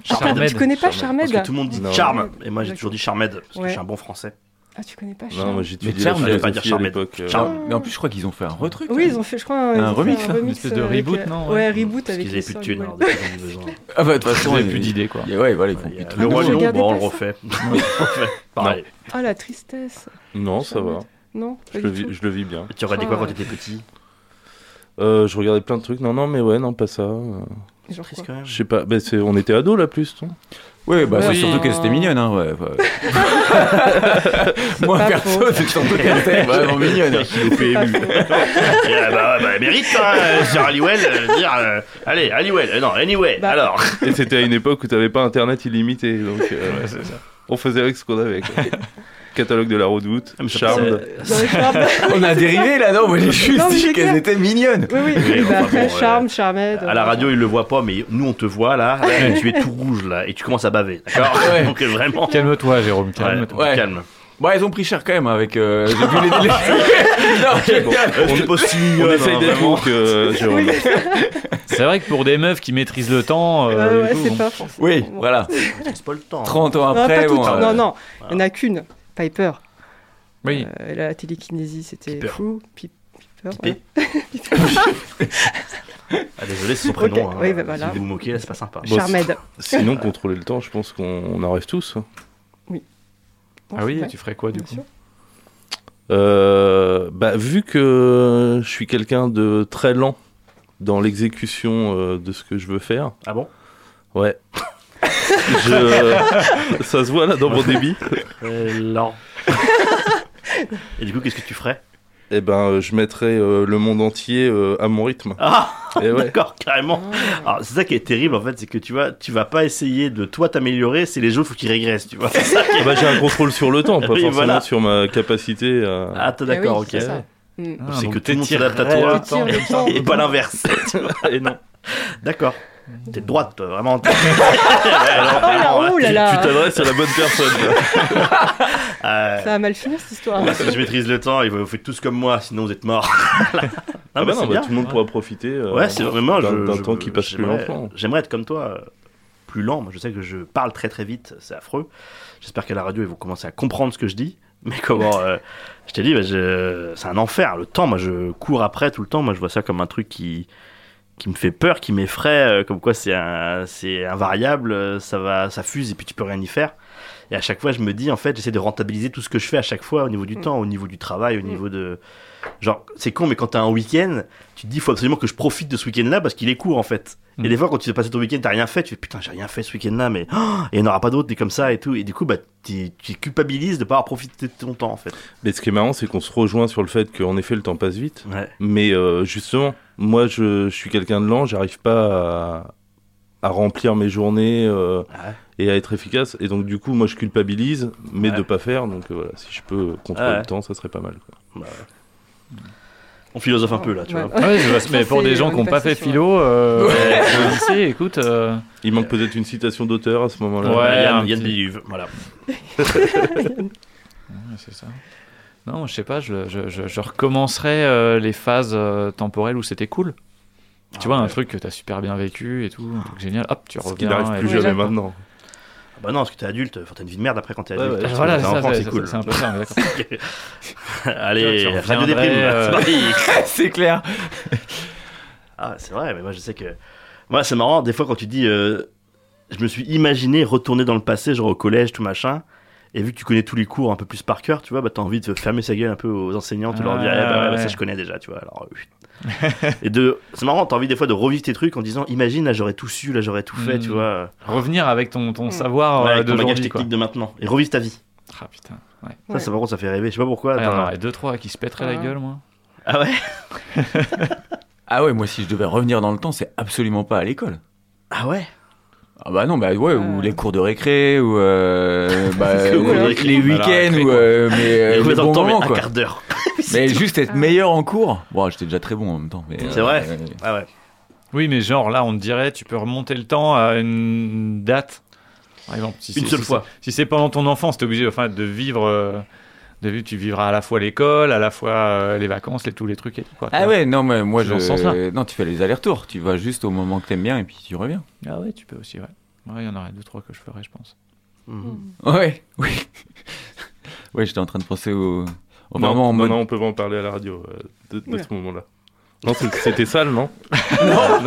[SPEAKER 3] Charmed.
[SPEAKER 5] Ah, tu connais pas
[SPEAKER 4] Parce
[SPEAKER 5] Charmed
[SPEAKER 4] que tout le monde dit
[SPEAKER 6] Non.
[SPEAKER 4] charme, et moi j'ai toujours dit charmed, parce que
[SPEAKER 5] Ouais.
[SPEAKER 4] je suis un bon français.
[SPEAKER 5] Ah, tu connais pas
[SPEAKER 6] Non,
[SPEAKER 5] Charmed
[SPEAKER 6] moi j'ai
[SPEAKER 2] Mais Charmed,
[SPEAKER 4] j'allais pas dire
[SPEAKER 6] à
[SPEAKER 4] Charmed.
[SPEAKER 6] l'époque. euh,
[SPEAKER 4] Charmed.
[SPEAKER 2] Mais en plus, je crois qu'ils ont fait un retruc.
[SPEAKER 5] Oui, ils ont fait, je crois,
[SPEAKER 2] Un
[SPEAKER 5] ils ont fait
[SPEAKER 2] remix, hein,
[SPEAKER 3] une espèce de
[SPEAKER 5] avec,
[SPEAKER 3] reboot,
[SPEAKER 5] euh,
[SPEAKER 3] non, ouais.
[SPEAKER 5] Ouais, reboot
[SPEAKER 4] Parce
[SPEAKER 5] avec.
[SPEAKER 4] qu'ils
[SPEAKER 5] les
[SPEAKER 4] avaient plus de
[SPEAKER 5] sœurs
[SPEAKER 4] thunes,
[SPEAKER 5] Gold.
[SPEAKER 4] alors des fois, ils en ont besoin.
[SPEAKER 2] Ah bah, de toute façon,
[SPEAKER 3] Ils avaient
[SPEAKER 2] ils-
[SPEAKER 3] plus d'idées, quoi.
[SPEAKER 2] Ouais, voilà, ils font
[SPEAKER 4] Il y a
[SPEAKER 2] plus
[SPEAKER 4] Le
[SPEAKER 5] Ah,
[SPEAKER 4] roi
[SPEAKER 5] non,
[SPEAKER 4] lion,
[SPEAKER 5] regardez
[SPEAKER 4] bon, on le
[SPEAKER 5] pas ça.
[SPEAKER 4] refait. On le refait. Pareil.
[SPEAKER 5] Ah, la tristesse.
[SPEAKER 6] Non, ça va.
[SPEAKER 5] Non, pas
[SPEAKER 6] Je le,
[SPEAKER 5] du tout.
[SPEAKER 6] vis, je le vis bien.
[SPEAKER 4] Et Tu aurais dit
[SPEAKER 5] Ah,
[SPEAKER 4] quoi quand
[SPEAKER 5] ouais.
[SPEAKER 4] t'étais petit
[SPEAKER 6] Euh, je regardais plein de trucs. Non, non, mais ouais, non, pas ça. euh,
[SPEAKER 5] Genre
[SPEAKER 4] Triste
[SPEAKER 5] quoi
[SPEAKER 4] quand même.
[SPEAKER 6] Je sais pas. Bah, c'est- on était ados là plus, toi
[SPEAKER 2] Ouais, bah, c'est
[SPEAKER 3] Oui.
[SPEAKER 2] surtout qu'elle était mignonne, hein, ouais. ouais. Moi,
[SPEAKER 5] pas
[SPEAKER 2] perso,
[SPEAKER 5] faux.
[SPEAKER 2] c'est surtout qu'elle était vraiment mignonne.
[SPEAKER 5] Ah,
[SPEAKER 4] Et, euh, bah, ouais, bah, elle mérite, hein, euh, sur Halliwell, euh, dire, euh, allez, Halliwell, euh, non, anyway,
[SPEAKER 5] Bah.
[SPEAKER 4] alors.
[SPEAKER 6] Et c'était à une époque où t'avais pas internet illimité. Donc, euh, on faisait avec ce qu'on avait. quoi. Catalogue de la redoute,
[SPEAKER 4] Mais ça,
[SPEAKER 6] Charmed.
[SPEAKER 4] c'est-
[SPEAKER 5] Dans les Charmed.
[SPEAKER 2] On a dérivé là, non Moi, j'ai juste
[SPEAKER 5] Non, mais
[SPEAKER 2] dit
[SPEAKER 5] c'est
[SPEAKER 2] qu'elle
[SPEAKER 5] clair.
[SPEAKER 2] était mignonne.
[SPEAKER 5] Oui, oui.
[SPEAKER 4] Oui,
[SPEAKER 5] Bah,
[SPEAKER 4] enfin,
[SPEAKER 5] après,
[SPEAKER 4] bon, ouais.
[SPEAKER 5] Charme, Charmed.
[SPEAKER 4] À la radio, ils le voient pas, mais nous, on te voit là, et tu es tout rouge là, et tu commences à baver, d'accord
[SPEAKER 2] Ouais.
[SPEAKER 4] Donc euh, vraiment.
[SPEAKER 3] Calme-toi, Jérôme,
[SPEAKER 4] Ouais,
[SPEAKER 3] calme-toi.
[SPEAKER 2] Ouais.
[SPEAKER 4] calme.
[SPEAKER 2] Bon, Bah, elles ont pris cher quand même avec. euh, j'ai vu les. les- non, je rigole.
[SPEAKER 4] Euh, je te pose si
[SPEAKER 6] On
[SPEAKER 4] mignonne,
[SPEAKER 6] essaye
[SPEAKER 4] hein,
[SPEAKER 6] d'être
[SPEAKER 4] vraiment.
[SPEAKER 6] woke, euh, Jérôme.
[SPEAKER 3] C'est vrai que pour des meufs qui maîtrisent le temps,
[SPEAKER 5] Ouais,
[SPEAKER 3] euh,
[SPEAKER 5] ouais,
[SPEAKER 3] et tout,
[SPEAKER 4] hein.
[SPEAKER 5] c'est
[SPEAKER 3] bon.
[SPEAKER 5] pas forcément.
[SPEAKER 2] Oui, voilà.
[SPEAKER 4] C'est pas le temps.
[SPEAKER 2] 30 ans
[SPEAKER 5] Non,
[SPEAKER 2] après,
[SPEAKER 5] pas
[SPEAKER 2] bon.
[SPEAKER 5] toutes.
[SPEAKER 2] euh,
[SPEAKER 5] non, non, il n'y en a qu'une. Piper.
[SPEAKER 3] Oui.
[SPEAKER 5] Euh, la télékinésie, c'était
[SPEAKER 4] Piper.
[SPEAKER 5] fou. Pi- Piper.
[SPEAKER 4] Pipé.
[SPEAKER 5] ouais.
[SPEAKER 4] Ah, désolé, c'est son prénom.
[SPEAKER 5] Ok,
[SPEAKER 4] hein.
[SPEAKER 5] oui, bah, voilà.
[SPEAKER 4] Si vous vous moquez, là, c'est pas sympa.
[SPEAKER 6] Bon,
[SPEAKER 5] Charmed.
[SPEAKER 6] Sinon, contrôler le temps, je pense qu'on on en rêve tous. hein.
[SPEAKER 3] Ah oui,
[SPEAKER 5] Ouais,
[SPEAKER 3] tu ferais quoi du
[SPEAKER 5] bien
[SPEAKER 3] coup
[SPEAKER 5] sûr.
[SPEAKER 6] Euh, bah, vu que je suis quelqu'un de très lent dans l'exécution euh, de ce que je veux faire,
[SPEAKER 4] Ah bon
[SPEAKER 6] ouais. Je- Ça se voit là dans mon débit.
[SPEAKER 4] Euh, Non. Et du coup, qu'est-ce que tu ferais
[SPEAKER 6] Eh ben, euh, je mettrais euh, le monde entier euh, à mon rythme.
[SPEAKER 4] Ah
[SPEAKER 6] Et ouais.
[SPEAKER 4] D'accord, carrément.
[SPEAKER 5] Ah,
[SPEAKER 4] Alors, c'est ça qui est terrible en fait, c'est que tu vois, tu vas pas essayer de toi t'améliorer, c'est les jeux, faut qu'ils régressent, tu vois. C'est ça qui
[SPEAKER 6] Ah
[SPEAKER 4] est-
[SPEAKER 6] bah, j'ai un contrôle sur le temps, pas
[SPEAKER 4] Oui,
[SPEAKER 6] forcément
[SPEAKER 4] voilà.
[SPEAKER 6] sur ma capacité à.
[SPEAKER 4] Ah, t'es d'accord,
[SPEAKER 5] bah Eh oui,
[SPEAKER 4] ok.
[SPEAKER 5] c'est ça. Mm.
[SPEAKER 3] Ah,
[SPEAKER 4] c'est
[SPEAKER 3] donc
[SPEAKER 4] que tout le monde s'adapte à
[SPEAKER 3] t'étirerais
[SPEAKER 4] toi.
[SPEAKER 3] le temps.
[SPEAKER 5] T'étires le temps.
[SPEAKER 4] Et pas l'inverse. tu vois.
[SPEAKER 6] Et non.
[SPEAKER 4] D'accord. T'es de droite, toi, vraiment. hein. T'es-
[SPEAKER 5] Oh là, oh là
[SPEAKER 6] Tu
[SPEAKER 5] là.
[SPEAKER 6] t'adresses à la bonne personne. là.
[SPEAKER 4] Ah,
[SPEAKER 5] Ça a mal fini cette histoire.
[SPEAKER 4] Parce que je maîtrise le temps, et vous faites tous comme moi, sinon vous êtes morts. Voilà.
[SPEAKER 6] Ah, bah,
[SPEAKER 4] mais
[SPEAKER 6] non,
[SPEAKER 4] c'est
[SPEAKER 6] bah,
[SPEAKER 4] bien.
[SPEAKER 6] tout le monde pourra profiter. euh,
[SPEAKER 4] Ouais, c'est vraiment
[SPEAKER 6] d'un-
[SPEAKER 4] je-
[SPEAKER 6] d'un
[SPEAKER 4] je-
[SPEAKER 6] temps qui passe plus
[SPEAKER 4] j'aimerais-
[SPEAKER 6] lentement.
[SPEAKER 4] J'aimerais être comme toi, euh, plus lent. Moi, je sais que je parle très très vite, c'est affreux. J'espère qu'à la radio, ils vont commencer à comprendre ce que je dis. Mais comment euh, Je t'ai dit, bah, je- c'est un enfer. Le temps, moi, je cours après tout le temps. Moi, je vois ça comme un truc qui qui me fait peur, qui m'effraie, euh, comme quoi c'est un- c'est invariable, euh, ça va, ça fuse et puis tu peux rien y faire. Et à chaque fois, je me dis, en fait, j'essaie de rentabiliser tout ce que je fais à chaque fois au niveau du
[SPEAKER 5] Mm.
[SPEAKER 4] temps, au niveau du travail, au
[SPEAKER 5] Mm.
[SPEAKER 4] niveau de. Genre, c'est con, mais quand t'as un week-end, tu te dis, faut absolument que je profite de ce week-end-là parce qu'il est court, en fait.
[SPEAKER 3] Mm.
[SPEAKER 4] Et des fois, quand tu as passé ton week-end, t'as rien fait, tu fais, putain, j'ai rien fait ce week-end-là, mais oh, et il n'y en aura pas d'autres, des comme ça et tout. Et du coup, bah, tu tu culpabilises de pas avoir profité de ton temps, en fait.
[SPEAKER 6] Mais ce qui est marrant, c'est qu'on se rejoint sur le fait qu'en effet, le temps passe vite.
[SPEAKER 4] Ouais.
[SPEAKER 6] Mais euh, justement, moi, je, je suis quelqu'un de lent, j'arrive pas à, à remplir mes journées euh,
[SPEAKER 4] Ah ouais.
[SPEAKER 6] et à être efficace. Et donc, du coup, moi, je culpabilise, mais
[SPEAKER 4] Ouais.
[SPEAKER 6] de pas faire. Donc, euh, voilà, si je peux contrôler
[SPEAKER 4] Ah ouais.
[SPEAKER 6] le temps, ça serait pas mal. quoi.
[SPEAKER 4] On philosophe un peu, là, tu
[SPEAKER 5] Ouais.
[SPEAKER 4] vois.
[SPEAKER 3] Ah, Ouais, mais,
[SPEAKER 5] Ça,
[SPEAKER 3] pour
[SPEAKER 5] c'est hein.
[SPEAKER 3] des gens qui n'ont
[SPEAKER 5] une
[SPEAKER 3] pas fait
[SPEAKER 5] passation.
[SPEAKER 3] philo, euh,
[SPEAKER 4] Ouais.
[SPEAKER 3] au lycée, écoute, euh,
[SPEAKER 6] Il manque peut-être une citation d'auteur à ce moment-là.
[SPEAKER 3] Ouais,
[SPEAKER 4] Euh, Yann,
[SPEAKER 3] un
[SPEAKER 4] Yann
[SPEAKER 3] petit-
[SPEAKER 4] Bilive, voilà.
[SPEAKER 3] ouais, c'est ça. Non, je sais pas, je, je, je, je recommencerai euh, les phases euh, temporelles où c'était cool. Tu
[SPEAKER 4] Ah
[SPEAKER 3] vois, un truc que t'as super bien vécu et tout, un truc génial, hop, tu
[SPEAKER 6] Ce
[SPEAKER 3] reviens.
[SPEAKER 6] qui n'arrive
[SPEAKER 3] et
[SPEAKER 6] plus
[SPEAKER 3] puis-
[SPEAKER 5] Ouais,
[SPEAKER 6] jamais
[SPEAKER 5] j'attends.
[SPEAKER 6] maintenant.
[SPEAKER 4] Ah Bah non, parce que t'es adulte, enfin, t'as une vie de merde après quand t'es
[SPEAKER 6] Ouais,
[SPEAKER 4] adulte.
[SPEAKER 6] ouais,
[SPEAKER 4] Parce que
[SPEAKER 3] Voilà,
[SPEAKER 4] t'es
[SPEAKER 3] c'est
[SPEAKER 4] enfant,
[SPEAKER 3] ça, c'est-
[SPEAKER 4] c'est cool.
[SPEAKER 3] c'est un peu ça. mais d'accord. Tu
[SPEAKER 4] Allez,
[SPEAKER 3] vois, tu
[SPEAKER 4] radio déprime,
[SPEAKER 3] reviendrais, euh,
[SPEAKER 4] c'est parti.
[SPEAKER 2] c'est clair.
[SPEAKER 4] Ah, c'est vrai, mais moi je sais que. Moi, c'est marrant, des fois quand tu dis. euh, je me suis imaginé retourner dans le passé, genre au collège, tout machin. Et vu que tu connais tous les cours un peu plus par cœur, tu vois, bah t'as envie de fermer sa gueule un peu aux enseignants, tu leur dire,
[SPEAKER 3] Ah,
[SPEAKER 4] eh, bah, ouais, bah,
[SPEAKER 3] ouais.
[SPEAKER 4] ça je connais déjà, tu vois. Alors, euh, et de, c'est marrant, t'as envie des fois de revivre tes trucs en disant, imagine là j'aurais tout su, là j'aurais tout fait,
[SPEAKER 3] Mm.
[SPEAKER 4] tu vois,
[SPEAKER 3] Revenir avec ton, ton savoir
[SPEAKER 4] Ouais,
[SPEAKER 3] euh,
[SPEAKER 4] avec ton bagage
[SPEAKER 3] d'aujourd'hui.
[SPEAKER 4] technique
[SPEAKER 3] quoi.
[SPEAKER 4] de maintenant et revivre ta vie.
[SPEAKER 3] Ah putain, ouais.
[SPEAKER 4] Ça,
[SPEAKER 5] Ouais.
[SPEAKER 4] ça par contre, ça fait rêver. Je sais pas pourquoi.
[SPEAKER 3] Ah, il y en
[SPEAKER 4] t'as-
[SPEAKER 3] aurait deux, trois qui se pèteraient la
[SPEAKER 5] Ah.
[SPEAKER 3] gueule, moi.
[SPEAKER 4] Ah ouais.
[SPEAKER 2] Ah ouais, moi si je devais revenir dans le temps, c'est absolument pas à l'école.
[SPEAKER 4] Ah ouais.
[SPEAKER 2] Ah bah non, bah ouais, ou
[SPEAKER 5] Euh.
[SPEAKER 2] les cours de récré, ou euh, bah,
[SPEAKER 4] C'est cool,
[SPEAKER 2] les,
[SPEAKER 4] hein.
[SPEAKER 2] les
[SPEAKER 4] Bah, la récré,
[SPEAKER 2] week-ends, ou
[SPEAKER 4] quoi.
[SPEAKER 2] euh, mais euh,
[SPEAKER 4] Et
[SPEAKER 2] les
[SPEAKER 4] revivre dans
[SPEAKER 2] bons
[SPEAKER 4] le temps, mais
[SPEAKER 2] moments,
[SPEAKER 4] un
[SPEAKER 2] quoi.
[SPEAKER 4] quart d'heure.
[SPEAKER 2] Mais juste être
[SPEAKER 5] Ah.
[SPEAKER 2] meilleur en cours. Bon, j'étais déjà très bon en même temps. mais,
[SPEAKER 4] C'est
[SPEAKER 2] euh,
[SPEAKER 4] vrai.
[SPEAKER 2] euh,
[SPEAKER 4] Ah ouais.
[SPEAKER 3] Oui, mais genre là, on te dirait, tu peux remonter le temps à une date. Par exemple, si
[SPEAKER 4] Une
[SPEAKER 3] c'est-
[SPEAKER 4] seule
[SPEAKER 3] si
[SPEAKER 4] fois.
[SPEAKER 3] c'est- Si c'est pendant ton enfance, t'es obligé enfin, de vivre. euh, de vivre, tu vivras à la fois l'école, à la fois euh, les vacances, les, tous les trucs et tout. Quoi,
[SPEAKER 2] Ah ouais, non, mais moi
[SPEAKER 3] C'est
[SPEAKER 2] je.
[SPEAKER 3] dans ce sens-là.
[SPEAKER 2] non, tu fais les allers-retours. Tu vas juste au moment que t'aimes bien et puis tu reviens.
[SPEAKER 3] Ah ouais, tu peux aussi, ouais. Ouais, il y en aurait deux, trois que je ferais, je pense.
[SPEAKER 4] Mhm.
[SPEAKER 2] Ouais, oui. ouais, j'étais en train de penser au. au
[SPEAKER 6] Non,
[SPEAKER 2] vraiment en
[SPEAKER 6] non,
[SPEAKER 2] mode.
[SPEAKER 6] non, on peut pas en parler à la radio euh, de, de
[SPEAKER 5] Oula.
[SPEAKER 6] ce moment-là. Non, c'est- c'était sale, non
[SPEAKER 2] Non,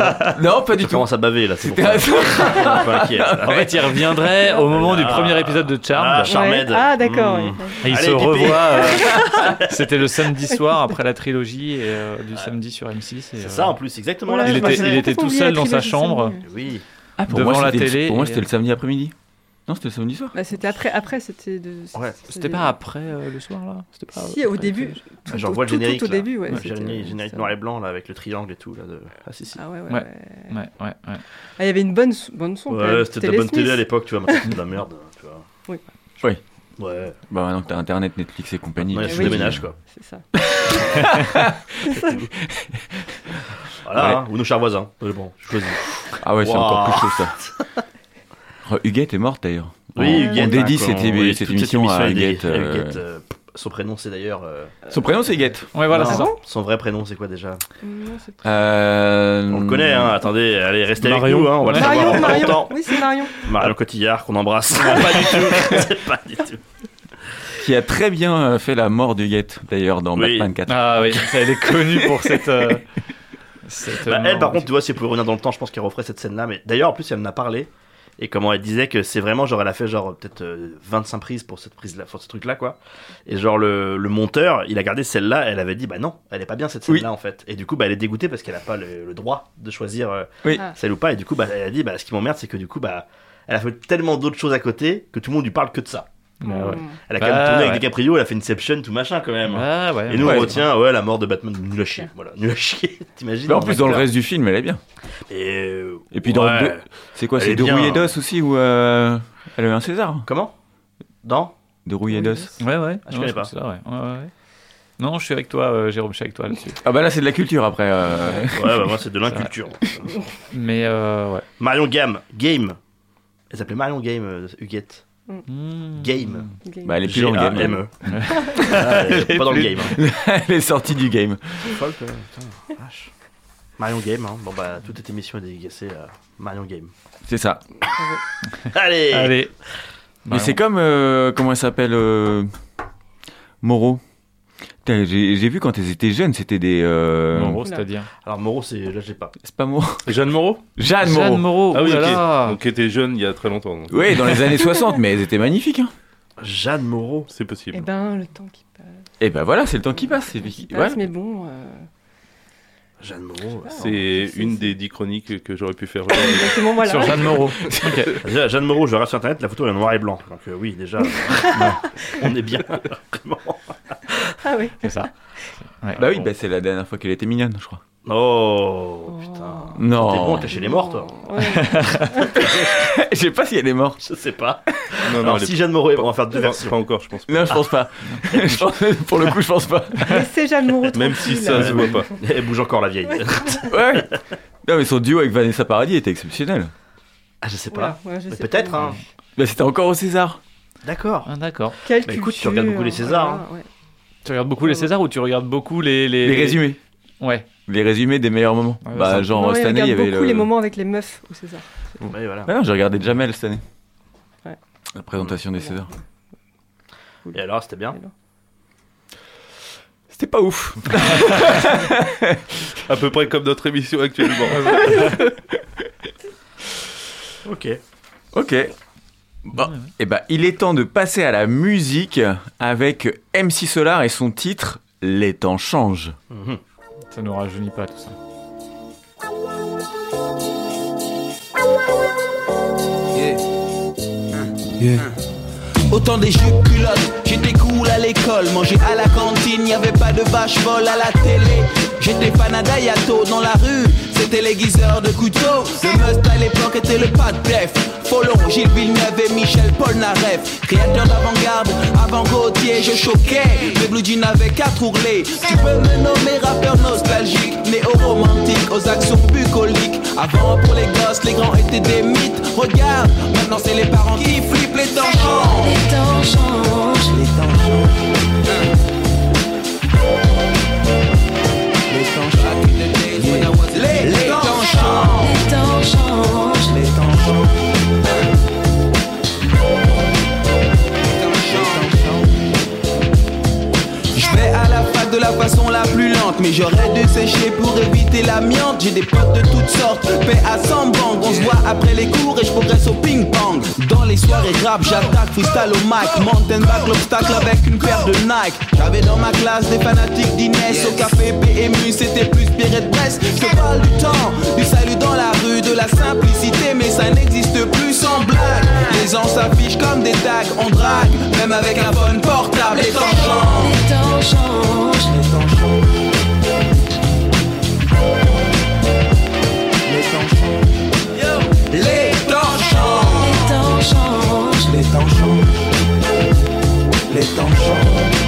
[SPEAKER 2] pas
[SPEAKER 4] Tu
[SPEAKER 2] du tout.
[SPEAKER 4] commences à baver là, c'est pour
[SPEAKER 2] C'était
[SPEAKER 4] ça.
[SPEAKER 2] un-
[SPEAKER 4] Un peu inquiet.
[SPEAKER 3] En fait, il reviendrait au moment du premier épisode de
[SPEAKER 4] Ah,
[SPEAKER 3] Charmed.
[SPEAKER 4] Charmed.
[SPEAKER 5] Ouais. Ah, d'accord.
[SPEAKER 4] Mhm.
[SPEAKER 5] ouais.
[SPEAKER 3] et il
[SPEAKER 4] Allez,
[SPEAKER 3] se
[SPEAKER 4] pipé.
[SPEAKER 3] revoit. euh, C'était le samedi soir après la trilogie et, euh, du samedi sur M6. et,
[SPEAKER 4] C'est
[SPEAKER 3] euh,
[SPEAKER 4] ça en plus, exactement
[SPEAKER 5] Voilà,
[SPEAKER 4] là.
[SPEAKER 3] Il
[SPEAKER 4] je
[SPEAKER 5] je
[SPEAKER 3] était-
[SPEAKER 5] pensais-
[SPEAKER 4] pensais.
[SPEAKER 3] il était
[SPEAKER 5] Faut
[SPEAKER 3] tout
[SPEAKER 5] oublier
[SPEAKER 3] seul
[SPEAKER 5] la
[SPEAKER 3] dans sa
[SPEAKER 5] trilogie
[SPEAKER 3] chambre.
[SPEAKER 5] samedi.
[SPEAKER 4] Oui.
[SPEAKER 2] Ah, pour
[SPEAKER 3] Devant
[SPEAKER 2] moi,
[SPEAKER 3] la
[SPEAKER 2] c'était le-
[SPEAKER 3] télé
[SPEAKER 2] Pour moi,
[SPEAKER 3] et-
[SPEAKER 2] c'était le samedi après-midi. Non, c'était le samedi soir.
[SPEAKER 5] Bah, c'était après, après c'était de. Ah,
[SPEAKER 4] Ouais.
[SPEAKER 3] C'était pas après euh, le soir, là C'était pas
[SPEAKER 5] Si, au
[SPEAKER 3] après-
[SPEAKER 5] début. tout-
[SPEAKER 4] J'en vois le
[SPEAKER 5] tout- tout-
[SPEAKER 4] générique.
[SPEAKER 5] Tout au
[SPEAKER 4] là.
[SPEAKER 5] début, ouais.
[SPEAKER 4] Le
[SPEAKER 5] c'était-
[SPEAKER 4] générique, générique
[SPEAKER 5] ça-
[SPEAKER 4] noir et blanc là avec le triangle et tout là. de- euh, Ah si si.
[SPEAKER 5] Ah ouais,
[SPEAKER 3] Ouais.
[SPEAKER 5] ouais. ouais.
[SPEAKER 3] Ouais, ouais, ouais.
[SPEAKER 5] Ah, il y avait une bonne, sou- bonne son. quand même.
[SPEAKER 4] Ouais, c'était de la bonne
[SPEAKER 5] Ah, les
[SPEAKER 4] télé à
[SPEAKER 5] Smiths.
[SPEAKER 4] l'époque, tu vois, maintenant c'est de la merde, hein, tu vois.
[SPEAKER 5] Oui.
[SPEAKER 2] Oui.
[SPEAKER 4] Ouais.
[SPEAKER 2] Bah maintenant que t'as internet, Netflix et compagnie.
[SPEAKER 4] Ouais,
[SPEAKER 2] tu-
[SPEAKER 4] je
[SPEAKER 5] oui.
[SPEAKER 4] déménage quoi.
[SPEAKER 5] C'est ça.
[SPEAKER 2] Ouais.
[SPEAKER 4] Voilà, hein, ou nos chers voisins. Mais bon, je choisis.
[SPEAKER 2] Ah ouais, c'est
[SPEAKER 4] Wow.
[SPEAKER 2] encore plus chaud ça. Oh, Huguette est morte d'ailleurs.
[SPEAKER 4] Oui,
[SPEAKER 2] on,
[SPEAKER 4] Huguette.
[SPEAKER 2] on dédie
[SPEAKER 4] hein,
[SPEAKER 2] cette,
[SPEAKER 4] quand- oui,
[SPEAKER 2] cette
[SPEAKER 4] toute
[SPEAKER 2] émission, à
[SPEAKER 4] est dédiée
[SPEAKER 2] Huguette. euh,
[SPEAKER 4] euh, Son prénom c'est d'ailleurs. euh,
[SPEAKER 2] Son prénom c'est Huguette.
[SPEAKER 3] Ouais, voilà,
[SPEAKER 4] non,
[SPEAKER 3] c'est ça.
[SPEAKER 5] Ah
[SPEAKER 4] Son vrai prénom c'est quoi déjà
[SPEAKER 5] Non, c'est-
[SPEAKER 2] Ah, Euh,
[SPEAKER 4] On le connaît, hein, attendez, allez, restez avec
[SPEAKER 6] Marion.
[SPEAKER 4] nous, hein, on va le savoir
[SPEAKER 5] Marion,
[SPEAKER 4] en
[SPEAKER 5] Marion.
[SPEAKER 4] longtemps.
[SPEAKER 5] Oui, c'est Marion.
[SPEAKER 4] Marion Cotillard, qu'on embrasse. pas du tout, c'est pas du tout.
[SPEAKER 2] Qui a très bien euh, fait la mort d'Huguette d'ailleurs dans
[SPEAKER 4] Oui.
[SPEAKER 2] Batman 4.
[SPEAKER 3] Ah oui, elle est connue pour cette. euh, cette,
[SPEAKER 4] Bah,
[SPEAKER 3] euh,
[SPEAKER 4] elle, par contre, tu vois, si elle pouvait revenir dans le temps, je pense qu'elle referait cette scène-là. Mais d'ailleurs, en plus, elle en a parlé. Et comment elle disait que c'est vraiment, genre, elle a fait genre peut-être euh, 25 prises pour cette prise-là, pour ce truc-là, quoi. Et genre, le, le monteur, il a gardé celle-là, elle avait dit, bah non, elle est pas bien cette
[SPEAKER 2] Oui.
[SPEAKER 4] scène-là, en fait. Et du coup, bah, elle est dégoûtée parce qu'elle a pas le, le droit de choisir euh,
[SPEAKER 2] Oui.
[SPEAKER 5] Ah.
[SPEAKER 4] celle ou pas. Et du coup, bah, elle a dit, bah, ce qui m'emmerde, c'est que du coup, bah, elle a fait tellement d'autres choses à côté que tout le monde lui parle que de ça.
[SPEAKER 2] Ah,
[SPEAKER 3] Bah ouais.
[SPEAKER 4] Elle a quand
[SPEAKER 3] Bah,
[SPEAKER 4] même tourné
[SPEAKER 3] ouais.
[SPEAKER 4] avec DiCaprio, elle a fait Inception, tout machin, quand même.
[SPEAKER 3] Ah ouais.
[SPEAKER 4] Et nous,
[SPEAKER 2] Ouais.
[SPEAKER 4] on retient, ouais, la mort de Batman, nul à chier. Voilà, nul à chier. T'imagines euh,
[SPEAKER 2] Mais en
[SPEAKER 4] un
[SPEAKER 2] plus dans le
[SPEAKER 4] acteur.
[SPEAKER 2] reste du film elle est bien.
[SPEAKER 4] Et, euh,
[SPEAKER 2] Et puis dans
[SPEAKER 4] ouais.
[SPEAKER 2] deux- C'est quoi
[SPEAKER 4] Elle
[SPEAKER 2] C'est
[SPEAKER 4] est
[SPEAKER 2] De
[SPEAKER 4] bien,
[SPEAKER 2] Rouillé
[SPEAKER 4] hein.
[SPEAKER 2] d'Os aussi où euh, elle a eu un César
[SPEAKER 4] Comment Dans
[SPEAKER 2] De Rouillé d'Os.
[SPEAKER 3] Ouais, ouais.
[SPEAKER 4] Ah, je connais
[SPEAKER 3] pense que c'est ça, ouais. Ouais, ouais. Non, je suis avec toi, euh, Jérôme, je suis avec toi là-dessus.
[SPEAKER 2] Ah bah là c'est de la culture après. euh.
[SPEAKER 4] Ouais, bah moi c'est de l'inculture.
[SPEAKER 3] Mais euh, ouais.
[SPEAKER 4] Marion Game. Game. Elle s'appelait Marion Game, euh, Huguette.
[SPEAKER 3] Hmm.
[SPEAKER 4] Game.
[SPEAKER 2] Bah elle est plus dans le game.
[SPEAKER 4] G-A-M-E. Ah, elle est
[SPEAKER 3] Elle
[SPEAKER 4] E. Pas
[SPEAKER 3] est
[SPEAKER 4] dans le
[SPEAKER 3] plus-
[SPEAKER 4] game. hein.
[SPEAKER 2] elle est sortie du game.
[SPEAKER 4] Marion Game, hein. bon bah toute cette émission est dédicacée à Marion Game.
[SPEAKER 2] C'est ça.
[SPEAKER 4] Allez,
[SPEAKER 3] Allez.
[SPEAKER 2] Bah,
[SPEAKER 3] Bah,
[SPEAKER 2] Mais c'est comme euh, comment elle s'appelle euh, Moreau. Putain, J'ai j'ai vu quand ils étaient jeunes, c'était des. euh,
[SPEAKER 3] En gros,
[SPEAKER 5] Oula.
[SPEAKER 3] c'est-à-dire.
[SPEAKER 4] Alors Moreau, c'est là j'ai pas.
[SPEAKER 2] C'est pas moi.
[SPEAKER 6] Jeanne Moreau
[SPEAKER 2] Jeanne Moreau.
[SPEAKER 3] Jeanne Moreau. oh
[SPEAKER 6] Ah oui, ok.
[SPEAKER 3] oulala.
[SPEAKER 6] Donc, qui était jeune il y a très longtemps. donc.
[SPEAKER 2] Oui, dans les années 60, mais elles étaient magnifiques. hein.
[SPEAKER 4] Jeanne Moreau.
[SPEAKER 6] C'est possible.
[SPEAKER 5] Eh ben, le temps qui passe.
[SPEAKER 2] Et ben voilà, c'est le temps qui passe. c'est-
[SPEAKER 5] qui
[SPEAKER 2] ouais.
[SPEAKER 5] passe, mais bon. euh,
[SPEAKER 4] Jeanne Moreau. euh,
[SPEAKER 5] Ah,
[SPEAKER 6] C'est
[SPEAKER 5] c'est-
[SPEAKER 6] une
[SPEAKER 5] c'est-
[SPEAKER 6] des dix chroniques que j'aurais pu faire.
[SPEAKER 5] Exactement, voilà.
[SPEAKER 3] Sur Jeanne Moreau. Ok.
[SPEAKER 4] Déjà, Jeanne Moreau, je regarde sur internet, la photo elle est en noir et blanc. Donc euh, oui, déjà, euh, on est bien. Vraiment.
[SPEAKER 5] Ah oui.
[SPEAKER 3] C'est ça. Ouais.
[SPEAKER 2] Bah oui,
[SPEAKER 3] Bon.
[SPEAKER 2] bah c'est la dernière fois qu'elle était mignonne, je crois.
[SPEAKER 4] Oh putain.
[SPEAKER 2] Non.
[SPEAKER 4] T'es bon, t'es chez les morts, toi.
[SPEAKER 5] Ouais.
[SPEAKER 2] Je sais pas si elle est morte.
[SPEAKER 4] Je sais pas.
[SPEAKER 6] Non, non,
[SPEAKER 4] Alors
[SPEAKER 6] elle est
[SPEAKER 4] si Jeanne Moreau, on va faire deux
[SPEAKER 6] pas, pas
[SPEAKER 4] versions.
[SPEAKER 6] encore, je pense.
[SPEAKER 2] Non, je pense pas. Je pense- pour le coup, je pense pas.
[SPEAKER 5] Laissez Jeanne Moreau
[SPEAKER 6] Même si
[SPEAKER 5] tranquille.
[SPEAKER 6] ça se voit pas.
[SPEAKER 4] Elle bouge encore la vieille.
[SPEAKER 2] Ouais. Non, mais son duo avec Vanessa Paradis était exceptionnel.
[SPEAKER 4] Ah, je sais pas.
[SPEAKER 5] Oula, ouais, je
[SPEAKER 4] Mais
[SPEAKER 5] sais
[SPEAKER 4] peut-être,
[SPEAKER 5] pas.
[SPEAKER 4] hein.
[SPEAKER 2] Bah, c'était encore au César.
[SPEAKER 4] D'accord.
[SPEAKER 3] Ah, D'accord.
[SPEAKER 5] Quelle
[SPEAKER 4] Bah, écoute, tu
[SPEAKER 5] culture, euh,
[SPEAKER 4] regardes beaucoup les Césars, hein.
[SPEAKER 5] voilà, ouais.
[SPEAKER 3] Tu regardes
[SPEAKER 5] Ah,
[SPEAKER 3] beaucoup les Césars ou tu regardes beaucoup les.
[SPEAKER 2] Les résumés.
[SPEAKER 3] Ouais.
[SPEAKER 2] Les résumés des meilleurs moments.
[SPEAKER 3] Ouais,
[SPEAKER 2] bah,
[SPEAKER 3] ça-
[SPEAKER 2] genre,
[SPEAKER 5] Non,
[SPEAKER 2] cette
[SPEAKER 5] il
[SPEAKER 2] année, il y
[SPEAKER 5] regarde
[SPEAKER 2] avait
[SPEAKER 5] beaucoup
[SPEAKER 2] le.
[SPEAKER 5] les moments avec les meufs au César.
[SPEAKER 4] Ouais, voilà.
[SPEAKER 2] Ah non, j'ai regardé Jamel cette année.
[SPEAKER 5] Ouais.
[SPEAKER 2] La présentation des Césars.
[SPEAKER 4] Et alors, c'était bien
[SPEAKER 2] C'était pas ouf.
[SPEAKER 6] À peu près comme notre émission actuellement.
[SPEAKER 4] Ok.
[SPEAKER 2] Ok. Bon,
[SPEAKER 3] Ouais, ouais.
[SPEAKER 2] et ben il est temps de passer à la musique avec MC Solar et son titre Les temps changent.
[SPEAKER 4] Mhm.
[SPEAKER 3] Ça nous rajeunit pas tout ça.
[SPEAKER 8] Autant des jupes culottes, j'étais cool à l'école, manger à la cantine, y avait pas de vache folle à la télé. J'étais fan à Dayato dans la rue, c'était les guiseurs de couteau. Le must à l'époque était le pas de bluff. Follon, Gilles Villeneuve et Michel Polnareff. Créateur d'avant-garde, avant Gauthier, je choquais. Les blue jeans avaient quatre ourlets. Tu peux me nommer rappeur nostalgique, néo-romantique, aux actions bucoliques. Avant, pour les gosses, les grands étaient des mythes. Regarde, maintenant c'est les parents qui flippent les temps changent.
[SPEAKER 9] Les temps changent,
[SPEAKER 8] Les temps changent. Les temps changent.
[SPEAKER 9] les temps changent,
[SPEAKER 8] Les temps changent. Je vais à la fac de la façon la plus lente Mais j'aurais dû sécher pour éviter l'amiante J'ai des potes de toutes sortes, paix à 100 bangs On se voit après les cours et je progresse au ping-pong Dans les soirées rap, j'attaque freestyle au mic Mountain back l'obstacle avec une paire de Nike J'avais dans ma classe des fanatiques d'Inès Au café PMU, c'était plus Pierrette Brest Je te parle du temps, du salut dans la rue De la simplicité, mais ça n'existe plus sans blague Les gens s'affichent comme des tags, on drague Même avec un bon portable, les temps changent
[SPEAKER 9] les temps changent,
[SPEAKER 8] les temps changent. Les temps changent. Les temps changent.
[SPEAKER 9] les temps changent,
[SPEAKER 8] Les temps changent. Les temps changent. Les temps changent.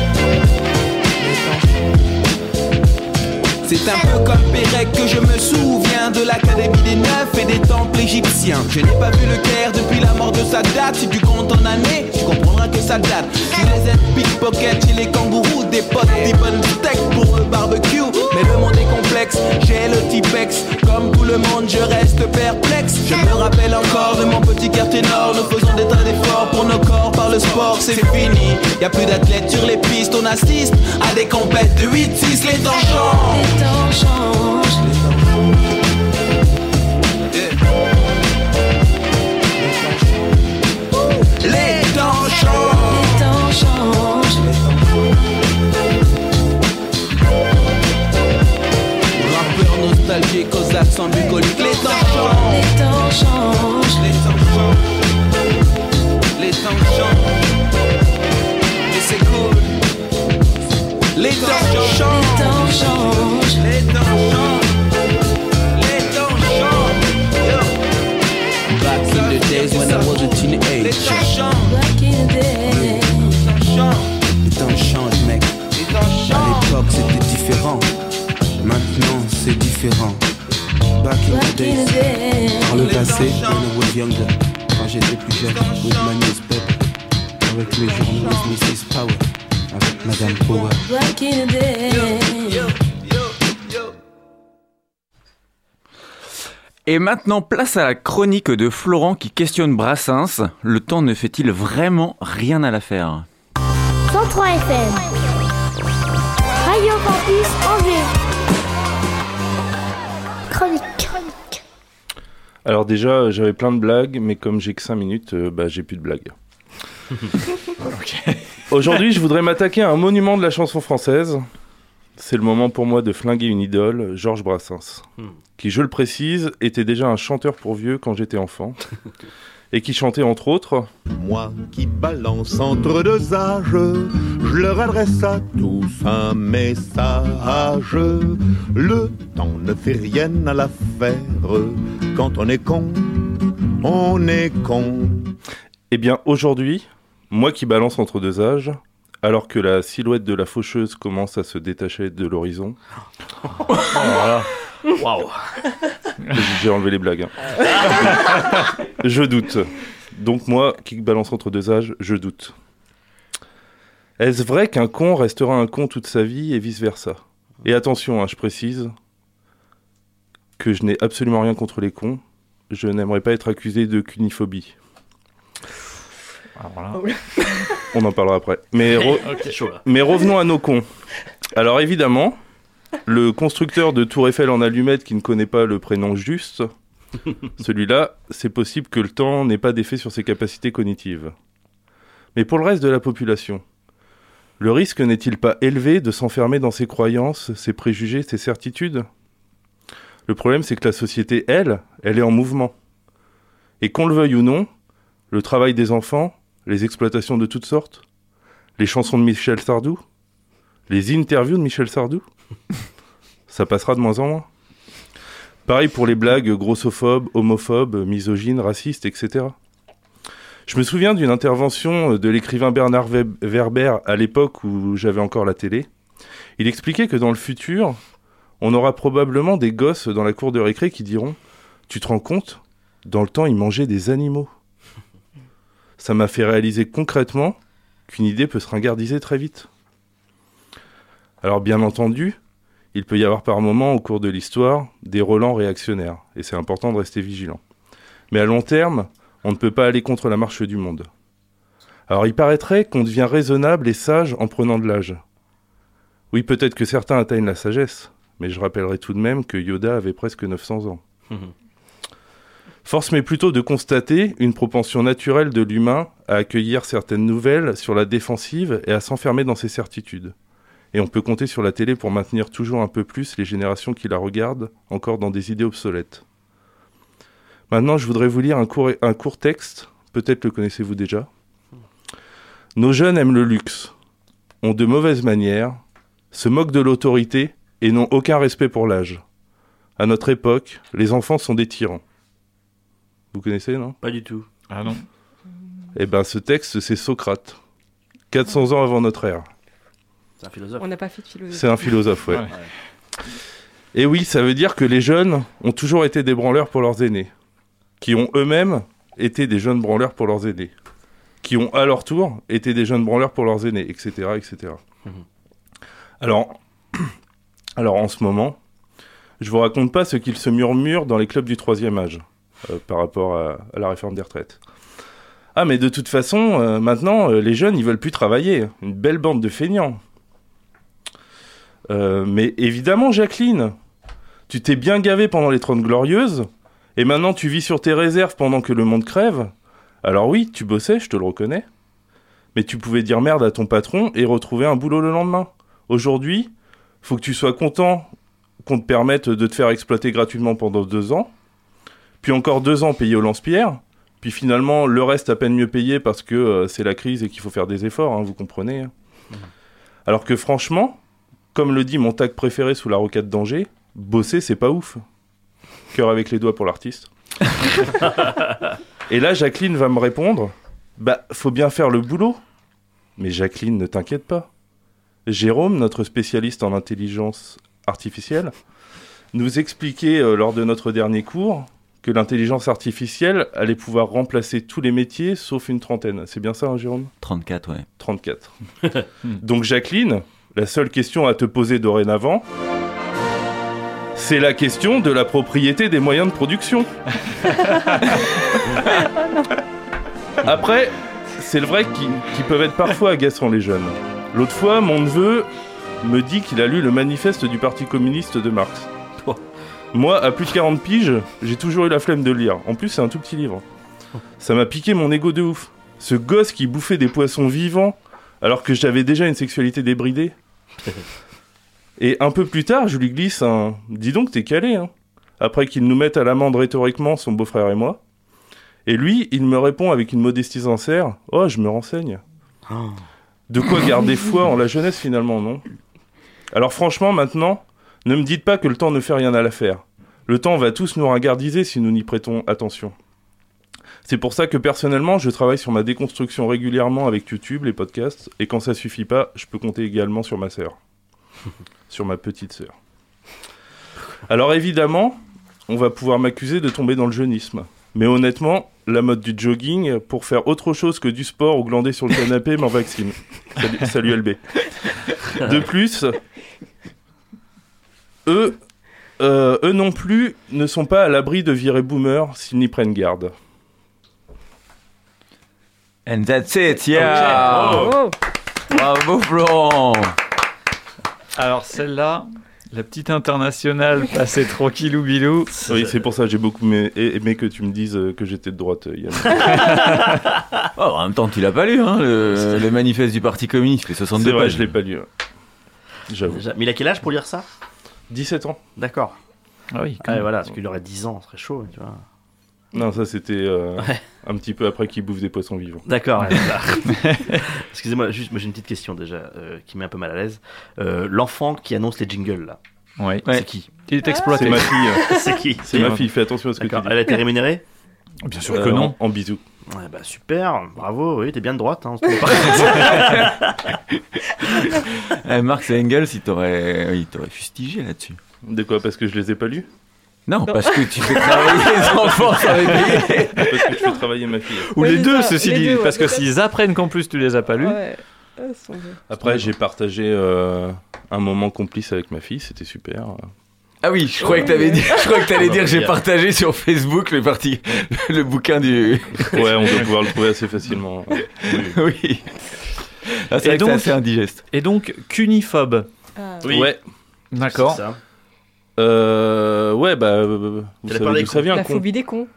[SPEAKER 8] C'est un peu comme Pérec que je me souviens de l'Académie des Neufs et des temples égyptiens. Je n'ai pas vu le Caire depuis la mort de sa date. Si tu comptes en années, tu comprendras que ça date. Sous les aides pickpocket chez les kangourous, des potes, des bonnes steaks pour le barbecue. Mais le monde est complexe, j'ai le Tipex. Comme tout le monde, je reste perplexe. Je me rappelle encore de mon petit quartier nord. Nous faisons des tas d'efforts pour nos corps par le sport, c'est fini. Y a plus d'athlètes sur les pistes, on assiste à des compètes de 8-6, les temps changent.
[SPEAKER 9] les temps changent,
[SPEAKER 8] Les temps changent.
[SPEAKER 9] les temps changent,
[SPEAKER 8] Rappeur nostalgique aux accents bucoliques. Les temps changent.
[SPEAKER 9] les temps changent,
[SPEAKER 8] Les temps changent. Les temps changent. Mais c'est cool. Les temps
[SPEAKER 9] les
[SPEAKER 8] changent.
[SPEAKER 9] temps changent,
[SPEAKER 8] Les temps changent. Les temps changent. Yo. Back in the days when I was a teenager. Les temps changent.
[SPEAKER 9] back in the day,
[SPEAKER 8] Les temps changent.
[SPEAKER 10] Les temps changent, mec.
[SPEAKER 8] Les temps
[SPEAKER 10] À
[SPEAKER 8] changent.
[SPEAKER 10] l'époque, c'était différent. Maintenant, c'est différent. Back in the
[SPEAKER 9] back in
[SPEAKER 10] days.
[SPEAKER 9] the day,
[SPEAKER 10] Par le
[SPEAKER 8] Les
[SPEAKER 10] passé,
[SPEAKER 8] temps changent.
[SPEAKER 10] when I was younger. Quand j'étais plus jeune, with my newspaper. Avec les journaux de Mrs. Power. Avec Madame Power.
[SPEAKER 9] back in the day,
[SPEAKER 2] Et maintenant, place à la chronique de Florent qui questionne Brassens. Le temps ne fait-il vraiment rien à l'affaire
[SPEAKER 1] 103 FM. Radio Campus Angers. Chronique.
[SPEAKER 6] Alors déjà, euh, j'avais plein de blagues, mais comme j'ai que 5 minutes, euh, bah, j'ai plus de blagues. Aujourd'hui, je voudrais m'attaquer à un monument de la chanson française. C'est le moment pour moi de flinguer une idole, Georges Brassens,
[SPEAKER 4] Hmm.
[SPEAKER 6] qui, je le précise, était déjà un chanteur pour vieux quand j'étais enfant, et qui chantait entre autres
[SPEAKER 11] Moi qui balance entre deux âges, je leur adresse à tous un message. Le temps ne fait rien à l'affaire. Quand on est con, on est con.
[SPEAKER 6] Eh bien, aujourd'hui, moi qui balance entre deux âges, alors que la silhouette de la faucheuse commence à se détacher de l'horizon.
[SPEAKER 4] Waouh.
[SPEAKER 6] J'ai enlevé les blagues. hein. je doute. Donc, moi qui balance entre deux âges, je doute. Est-ce vrai qu'un con restera un con toute sa vie et vice-versa Et attention, hein, je précise que je n'ai absolument rien contre les cons. Je n'aimerais pas être accusé de cuniphobie.
[SPEAKER 3] Alors là,
[SPEAKER 6] On en parlera après. Mais re-
[SPEAKER 4] C'est chaud là.
[SPEAKER 6] Mais revenons à nos cons. Alors évidemment, le constructeur de Tour Eiffel en allumettes qui ne connaît pas le prénom juste, celui-là, c'est possible que le temps n'ait pas d'effet sur ses capacités cognitives. Mais pour le reste de la population, le risque n'est-il pas élevé de s'enfermer dans ses croyances, ses préjugés, ses certitudes Le problème, c'est que la société, elle, elle est en mouvement. Et qu'on le veuille ou non, le travail des enfants, les exploitations de toutes sortes, les chansons de Michel Sardou Les interviews de Michel Sardou Ça passera de moins en moins. Pareil pour les blagues grossophobes, homophobes, misogynes, racistes, etc. Je me souviens d'une intervention de l'écrivain Bernard Web- Werber à l'époque où j'avais encore la télé. Il expliquait que dans le futur, on aura probablement des gosses dans la cour de récré qui diront Tu te rends compte Dans le temps, ils mangeaient des animaux. Ça m'a fait réaliser concrètement qu'une idée peut se ringardiser très vite. Alors bien entendu, il peut y avoir par moments au cours de l'histoire des relents réactionnaires, et c'est important de rester vigilant. Mais à long terme, on ne peut pas aller contre la marche du monde. Alors il paraîtrait qu'on devient raisonnable et sage en prenant de l'âge. Oui, peut-être que certains atteignent la sagesse, mais je rappellerai tout de même que Yoda avait presque 900 ans. Force m'est plutôt de constater une propension naturelle de l'humain à accueillir certaines nouvelles sur la défensive et à s'enfermer dans ses certitudes. Et on peut compter sur la télé pour maintenir toujours un peu plus les générations qui la regardent encore dans des idées obsolètes. Maintenant, je voudrais vous lire un court, un court texte, peut-être le connaissez-vous déjà. Nos jeunes aiment le luxe, ont de mauvaises manières, se moquent de l'autorité et n'ont aucun respect pour l'âge. À notre époque, les enfants sont des tyrans. Vous connaissez, non
[SPEAKER 4] Pas du tout.
[SPEAKER 3] ah non.
[SPEAKER 6] Eh ben, ce texte, c'est Socrate. 400 ans avant notre ère.
[SPEAKER 4] C'est un philosophe.
[SPEAKER 5] On n'a pas fait de philosophie.
[SPEAKER 6] C'est un philosophe, ouais.
[SPEAKER 3] Ouais.
[SPEAKER 6] Et oui, ça veut dire que les jeunes ont toujours été des branleurs pour leurs aînés, qui ont eux-mêmes été des jeunes branleurs pour leurs aînés, qui ont à leur tour été des jeunes branleurs pour leurs aînés, etc. etc. Alors, alors, en ce moment, je vous raconte pas ce qu'il se murmure dans les clubs du troisième âge euh, par rapport à, à la réforme des retraites. Ah, mais de toute façon, euh, maintenant, euh, les jeunes, ils veulent plus travailler. Une belle bande de feignants. Euh, mais évidemment, Jacqueline, tu t'es bien gavé pendant les 30 glorieuses, et maintenant tu vis sur tes réserves pendant que le monde crève. Alors oui, tu bossais, je te le reconnais. Mais tu pouvais dire merde à ton patron et retrouver un boulot le lendemain. Aujourd'hui, faut que tu sois content qu'on te permette de te faire exploiter gratuitement pendant deux ans, puis encore deux ans payé au lance-pierre, puis finalement le reste à peine mieux payé parce que euh, c'est la crise et qu'il faut faire des efforts, hein, vous comprenez. hein. Alors que franchement, comme le dit mon tag préféré sous la rocade d'Angers, bosser c'est pas ouf. Cœur avec les doigts pour l'artiste. Et là, Jacqueline va me répondre Bah, faut bien faire le boulot. Mais Jacqueline, ne t'inquiète pas. Jérôme, notre spécialiste en intelligence artificielle, nous expliquait euh, lors de notre dernier cours que l'intelligence artificielle allait pouvoir remplacer tous les métiers sauf une trentaine. C'est bien ça, hein, Jérôme
[SPEAKER 2] 34, ouais.
[SPEAKER 6] 34. Donc Jacqueline, la seule question à te poser dorénavant, c'est la question de la propriété des moyens de production. Après, c'est le vrai qui, qui peuvent être parfois agaçants les jeunes. L'autre fois, mon neveu, me dit qu'il a lu le manifeste du Parti communiste de Marx. Moi, à plus de 40 piges, j'ai toujours eu la flemme de le lire. En plus, c'est un tout petit livre. Ça m'a piqué mon ego de ouf. Ce gosse qui bouffait des poissons vivants alors que j'avais déjà une sexualité débridée. Et un peu plus tard, je lui glisse un Dis donc, t'es calé, hein Après qu'il nous mette à l'amende rhétoriquement, son beau-frère et moi. Et lui, il me répond avec une modestie sincère Oh, je me renseigne. De quoi garder foi en la jeunesse finalement, non Alors franchement, maintenant, ne me dites pas que le temps ne fait rien à l'affaire. Le temps va tous nous ringardiser si nous n'y prêtons attention. C'est pour ça que personnellement, je travaille sur ma déconstruction régulièrement avec YouTube, les podcasts, et quand ça suffit pas, je peux compter également sur ma sœur. sur ma petite sœur. Alors évidemment, on va pouvoir m'accuser de tomber dans le jeunisme. Mais honnêtement, la mode du jogging pour faire autre chose que du sport ou glander sur le canapé m'en vaccine. Salut, salut LB. De plus, eux, euh, eux non plus ne sont pas à l'abri de virer boomer s'ils n'y prennent garde.
[SPEAKER 2] And that's it, yeah
[SPEAKER 4] Oh.
[SPEAKER 5] Oh.
[SPEAKER 3] Ok,
[SPEAKER 2] Bravo, Florent
[SPEAKER 3] Alors celle-là, la petite internationale passée tranquillou bilou.
[SPEAKER 6] Oui, c'est pour ça j'ai beaucoup aimé, aimé que tu me dises euh, que j'étais de droite, euh, Yann.
[SPEAKER 2] Oh, En même temps, tu l'as pas lu, hein, le, le manifeste du Parti communiste, les
[SPEAKER 6] C'est
[SPEAKER 2] 62
[SPEAKER 6] vrai,
[SPEAKER 2] pages.
[SPEAKER 6] je l'ai pas lu. ouais. J'avoue.
[SPEAKER 4] Déjà. Mais il a quel âge pour lire ça
[SPEAKER 6] 17 ans.
[SPEAKER 4] D'accord.
[SPEAKER 3] Ah oui,
[SPEAKER 4] Ah, ouais, voilà, parce qu'il aurait 10 ans, ce serait chaud, tu vois.
[SPEAKER 6] Non, ça c'était euh, un petit peu après qu'il bouffe des poissons vivants.
[SPEAKER 4] D'accord. ouais, d'accord. Excusez-moi, juste, moi j'ai une petite question déjà euh, qui met un peu mal à l'aise. Euh, L'enfant qui annonce les jingles là,
[SPEAKER 3] Ouais.
[SPEAKER 4] c'est qui
[SPEAKER 3] Il est exploité. Euh,
[SPEAKER 6] C'est ma fille.
[SPEAKER 4] C'est qui
[SPEAKER 6] C'est ma fille, fais attention à ce que tu
[SPEAKER 4] D'accord.
[SPEAKER 6] dis.
[SPEAKER 4] Elle a été rémunérée
[SPEAKER 3] Bien sûr
[SPEAKER 6] Euh,
[SPEAKER 3] que non.
[SPEAKER 6] En, en bisous.
[SPEAKER 4] Ouais, bah super, bravo, oui, t'es bien de droite. Hein, on se trompe pas.
[SPEAKER 2] Eh, Marx et Engels, ils t'auraient ils t'auraient fustigé là-dessus.
[SPEAKER 6] De quoi Parce que je les ai pas lus
[SPEAKER 2] Non, parce que tu fais travailler les enfants sans les payer.
[SPEAKER 6] Parce que je fais travailler ma fille.
[SPEAKER 3] Ou
[SPEAKER 5] Ouais,
[SPEAKER 3] les
[SPEAKER 5] c'est
[SPEAKER 3] deux,
[SPEAKER 5] ça,
[SPEAKER 3] ceci
[SPEAKER 5] les
[SPEAKER 3] dit.
[SPEAKER 5] deux, ouais,
[SPEAKER 3] parce que
[SPEAKER 5] peut-être.
[SPEAKER 3] s'ils apprennent qu'en plus tu les as pas lus.
[SPEAKER 5] Ouais. Elles sont-
[SPEAKER 6] Après, j'ai partagé euh, un moment complice avec ma fille, c'était super.
[SPEAKER 2] Ah oui, je croyais que t'avais dit, je croyais que t'allais
[SPEAKER 4] Non,
[SPEAKER 2] dire
[SPEAKER 4] mais
[SPEAKER 2] j'ai
[SPEAKER 4] y a-
[SPEAKER 2] partagé sur Facebook le parti, le bouquin du.
[SPEAKER 6] Ouais, on doit pouvoir le trouver assez facilement.
[SPEAKER 2] Oui. Ah,
[SPEAKER 3] Et
[SPEAKER 2] c'est vrai que
[SPEAKER 3] donc-
[SPEAKER 2] c'est assez indigeste.
[SPEAKER 3] Et donc cuniphobe.
[SPEAKER 5] Ah,
[SPEAKER 6] Ouais,
[SPEAKER 3] D'accord.
[SPEAKER 4] C'est ça.
[SPEAKER 6] euh, ouais bah, euh, vous
[SPEAKER 4] T'as parlé
[SPEAKER 6] savez d'où
[SPEAKER 4] con.
[SPEAKER 6] ça vient,
[SPEAKER 5] La
[SPEAKER 6] con
[SPEAKER 5] phobie des cons.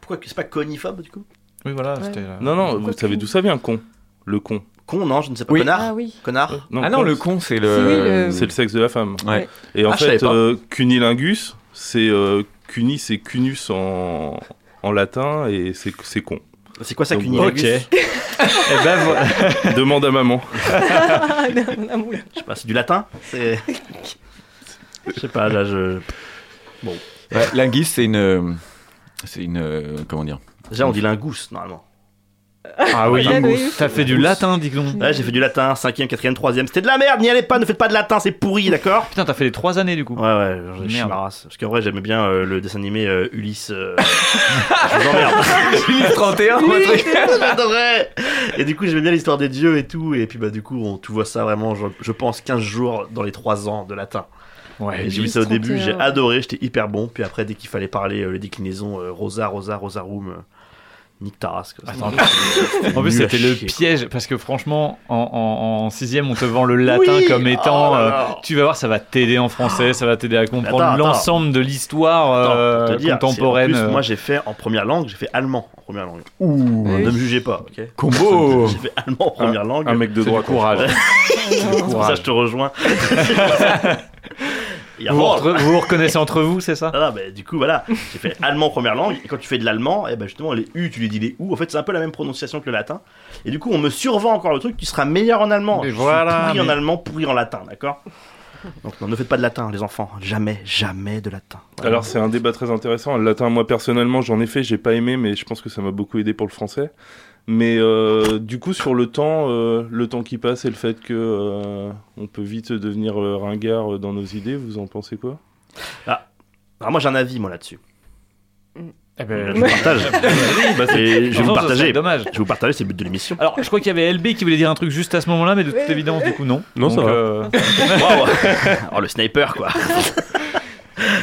[SPEAKER 4] Pourquoi c'est pas coniphobe du coup
[SPEAKER 3] Oui, voilà.
[SPEAKER 5] Ouais.
[SPEAKER 3] c'était, euh,
[SPEAKER 6] Non, non,
[SPEAKER 5] Pourquoi
[SPEAKER 6] vous savez d'où ça vient, con Le con.
[SPEAKER 4] Con, non, je ne sais pas.
[SPEAKER 2] Oui.
[SPEAKER 4] Connard
[SPEAKER 5] Ah oui.
[SPEAKER 4] Connard
[SPEAKER 2] Ah non,
[SPEAKER 6] con,
[SPEAKER 2] le con, c'est
[SPEAKER 5] Si, oui,
[SPEAKER 2] le.
[SPEAKER 5] le-
[SPEAKER 6] C'est le sexe de la femme.
[SPEAKER 2] Ouais.
[SPEAKER 6] Et en
[SPEAKER 4] Ah, je savais
[SPEAKER 6] fait,
[SPEAKER 4] pas.
[SPEAKER 6] euh, cunilingus, c'est euh, cuni, c'est cunus en, en latin et c'est c'est con.
[SPEAKER 4] C'est quoi ça
[SPEAKER 6] Donc,
[SPEAKER 4] cunilingus
[SPEAKER 3] Eh ben, voilà.
[SPEAKER 6] Demande à maman.
[SPEAKER 5] Ah, non, non, oula.
[SPEAKER 4] Je sais pas, c'est du latin C'est. Je sais pas, là je.
[SPEAKER 2] Ouais, linguiste, c'est une. euh, C'est une. euh, Comment dire
[SPEAKER 4] Déjà on dit lingus normalement.
[SPEAKER 3] Ah oui,
[SPEAKER 5] Ouais, oui.
[SPEAKER 3] t'as fait du latin, dis donc.
[SPEAKER 4] Ouais, j'ai fait du latin, 5ème, 4ème, 3ème. C'était de la merde, n'y allez pas, ne faites pas de latin, c'est pourri, d'accord
[SPEAKER 3] Putain, t'as fait les trois années du coup.
[SPEAKER 4] Ouais, ouais, je suis
[SPEAKER 3] Merde.
[SPEAKER 4] ma race. Parce qu'en vrai, j'aimais bien euh, le dessin animé euh, Ulysse. euh, je vous emmerde.
[SPEAKER 2] 31
[SPEAKER 4] J'adorais. Et du coup, j'aimais bien l'histoire des dieux et tout. Et puis, bah, du coup, on, tu vois ça vraiment, je, je pense, 15 jours dans les 3 ans de latin.
[SPEAKER 3] Ouais,
[SPEAKER 4] Et j'ai vu
[SPEAKER 5] Ulysse
[SPEAKER 4] ça au début,
[SPEAKER 5] 31,
[SPEAKER 4] j'ai
[SPEAKER 5] ouais.
[SPEAKER 4] adoré, j'étais hyper bon. Puis après, dès qu'il fallait parler euh, les déclinaisons euh, Rosa, Rosa, Rosarum, euh, Nick Taras. quoi.
[SPEAKER 3] Attends,
[SPEAKER 4] C'était
[SPEAKER 3] En plus,
[SPEAKER 4] nul à
[SPEAKER 3] c'était le
[SPEAKER 4] chier, quoi.
[SPEAKER 3] piège, parce que franchement, en, en, en sixième, on te vend le latin
[SPEAKER 4] Oui
[SPEAKER 3] comme étant.
[SPEAKER 4] Oh là
[SPEAKER 3] euh,
[SPEAKER 4] là.
[SPEAKER 3] tu vas voir, ça va t'aider en français, ça va t'aider à
[SPEAKER 4] attends,
[SPEAKER 3] comprendre
[SPEAKER 4] attends.
[SPEAKER 3] l'ensemble de l'histoire
[SPEAKER 4] Attends,
[SPEAKER 3] euh,
[SPEAKER 4] pour te dire,
[SPEAKER 3] contemporaine.
[SPEAKER 4] c'est- en
[SPEAKER 3] euh.
[SPEAKER 4] plus, moi, j'ai fait en première langue, j'ai fait allemand en première langue.
[SPEAKER 5] Oui.
[SPEAKER 4] Ne me jugez pas, ok
[SPEAKER 2] Combo
[SPEAKER 4] J'ai fait allemand en première langue.
[SPEAKER 6] Un mec de
[SPEAKER 3] C'est du
[SPEAKER 6] droite.
[SPEAKER 3] courage.
[SPEAKER 4] C'est pour ça que je te rejoins. Il y a
[SPEAKER 3] Vous,
[SPEAKER 4] mort.
[SPEAKER 3] entre- vous vous reconnaissez entre vous, c'est ça
[SPEAKER 4] Ah, non, mais du coup, voilà, j'ai fait allemand première langue, et quand tu fais de l'allemand, et ben justement, les U, tu les dis les OU, en fait, c'est un peu la même prononciation que le latin. Et du coup, on me survend encore le truc, tu seras meilleur en allemand.
[SPEAKER 3] Mais
[SPEAKER 4] Je suis
[SPEAKER 3] voilà,
[SPEAKER 4] pourri en
[SPEAKER 3] mais-
[SPEAKER 4] allemand, pourri en latin, d'accord Donc, non, ne faites pas de latin, les enfants. Jamais, jamais de latin. Voilà.
[SPEAKER 6] Alors c'est un débat très intéressant. Le latin, moi personnellement, j'en ai fait, j'ai pas aimé, mais je pense que ça m'a beaucoup aidé pour le français. Mais euh, du coup, sur le temps, euh, le temps qui passe et le fait que euh, on peut vite devenir euh, ringard euh, dans nos idées, vous en pensez quoi
[SPEAKER 4] Alors, Ah, moi, j'ai un avis, moi, là-dessus.
[SPEAKER 3] Eh
[SPEAKER 4] Je
[SPEAKER 3] ben,
[SPEAKER 4] vous partage. Et je vais
[SPEAKER 3] franchement, ça, bah, c'est
[SPEAKER 4] vous partager.
[SPEAKER 3] Dommage.
[SPEAKER 4] Je vais vous partager, c'est le but de l'émission.
[SPEAKER 3] Alors, je crois qu'il y avait LB qui voulait dire un truc juste à ce moment-là, mais de toute évidence, du coup, non.
[SPEAKER 7] Non, ça
[SPEAKER 3] Donc,
[SPEAKER 7] va.
[SPEAKER 3] euh,
[SPEAKER 4] Waouh Oh, le sniper, quoi.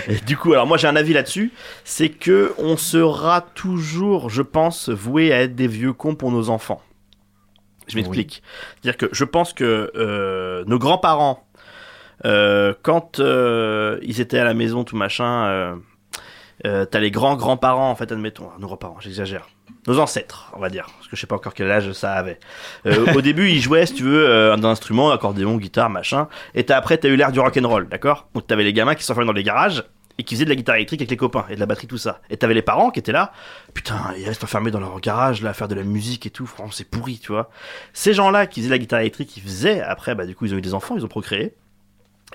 [SPEAKER 4] Et du coup, alors moi j'ai un avis là-dessus, c'est que on sera toujours, je pense, voué à être des vieux cons pour nos enfants. Je m'explique. C'est-à-dire que je pense que euh, nos grands-parents Euh, quand euh, ils étaient à la maison, tout machin, euh, euh, t'as les grands grands-parents en fait, admettons, hein, nos grands-parents, j'exagère, nos ancêtres, on va dire, parce que je sais pas encore quel âge ça avait. Euh, au début, ils jouaient, si tu veux, euh, d'un instrument, accordéon, guitare, machin, et t'as, après, t'as eu l'ère du rock'n'roll, d'accord Donc t'avais les gamins qui s'enfermaient dans les garages et qui faisaient de la guitare électrique avec les copains et de la batterie, tout ça. Et t'avais les parents qui étaient là, putain, ils restent enfermés dans leur garage, là, à faire de la musique et tout, franchement, c'est pourri, tu vois. Ces gens-là qui faisaient de la guitare électrique, ils faisaient, après, bah, du coup, ils ont eu des enfants, ils ont procréé.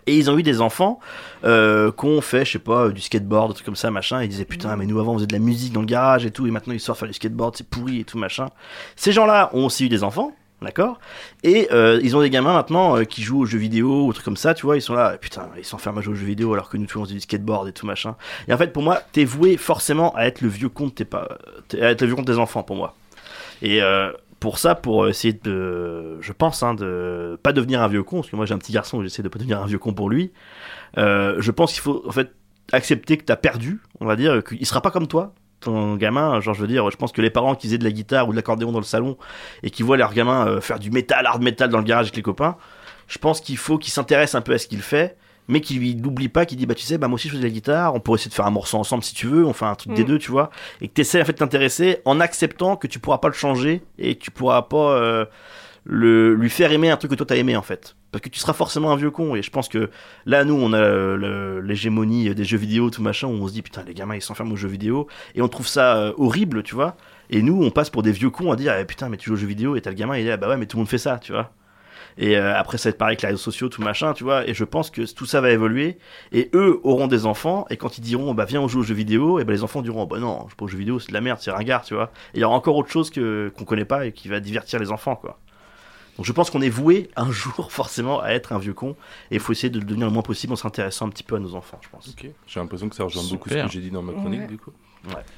[SPEAKER 4] Et ils ont eu des enfants euh, qu'on fait, je sais pas, du skateboard, des trucs comme ça, machin. Et ils disaient putain, mais nous avant on faisait de la musique dans le garage et tout, et maintenant ils sortent faire du skateboard, c'est pourri et tout, machin. Ces gens-là ont aussi eu des enfants, d'accord Et euh, ils ont des gamins maintenant euh, qui jouent aux jeux vidéo, aux trucs comme ça, tu vois. Ils sont là, putain, ils s'enferment à jouer aux jeux vidéo alors que nous tous on faisait du skateboard et tout, machin. Et en fait, pour moi, t'es voué forcément à être le vieux con de tes pas, à être le vieux con de tes enfants, pour moi. Et euh, pour ça, pour essayer de, je pense, hein, de pas devenir un vieux con, parce que moi j'ai un petit garçon, j'essaie de pas devenir un vieux con pour lui. Euh, je pense qu'il faut en fait accepter que t'as perdu, on va dire, qu'il sera pas comme toi, ton gamin. Genre, je veux dire, je pense que les parents qui faisaient de la guitare ou de l'accordéon dans le salon et qui voient leur gamin euh, faire du métal, hard metal dans le garage avec les copains, je pense qu'il faut qu'il s'intéresse un peu à ce qu'il fait. Mais qu'il lui n'oublie pas, qu'il dit bah tu sais bah moi aussi je fais de la guitare, on pourrait essayer de faire un morceau ensemble si tu veux, on fait un truc des
[SPEAKER 5] Mm.
[SPEAKER 4] deux tu vois, et que t'essaies en fait de t'intéresser en acceptant que tu pourras pas le changer et que tu pourras pas euh, le, lui faire aimer un truc que toi t'as aimé en fait. Parce que tu seras forcément un vieux con et je pense que là nous on a euh, le- l'hégémonie des jeux vidéo tout machin où on se dit putain les gamins ils s'enferment aux jeux vidéo et on trouve ça euh, horrible tu vois et nous on passe pour des vieux cons à dire eh, putain mais tu joues aux jeux vidéo et t'as le gamin il est là bah ouais mais tout le monde fait ça tu vois et euh, après ça va être pareil avec les réseaux sociaux tout machin tu vois et je pense que tout ça va évoluer et eux auront des enfants et quand ils diront bah viens on joue aux jeux vidéo et ben les enfants diront bah non je joue pas aux jeux vidéo c'est de la merde c'est ringard tu vois et il y aura encore autre chose que qu'on connaît pas et qui va divertir les enfants quoi donc je pense qu'on est voué un jour forcément à être un vieux con et il faut essayer de le devenir le moins possible en s'intéressant un petit peu à nos enfants je pense
[SPEAKER 6] J'ai l'impression que ça rejoint beaucoup ce
[SPEAKER 4] Super.
[SPEAKER 6] que j'ai dit dans ma chronique,
[SPEAKER 4] Ouais.
[SPEAKER 6] du coup.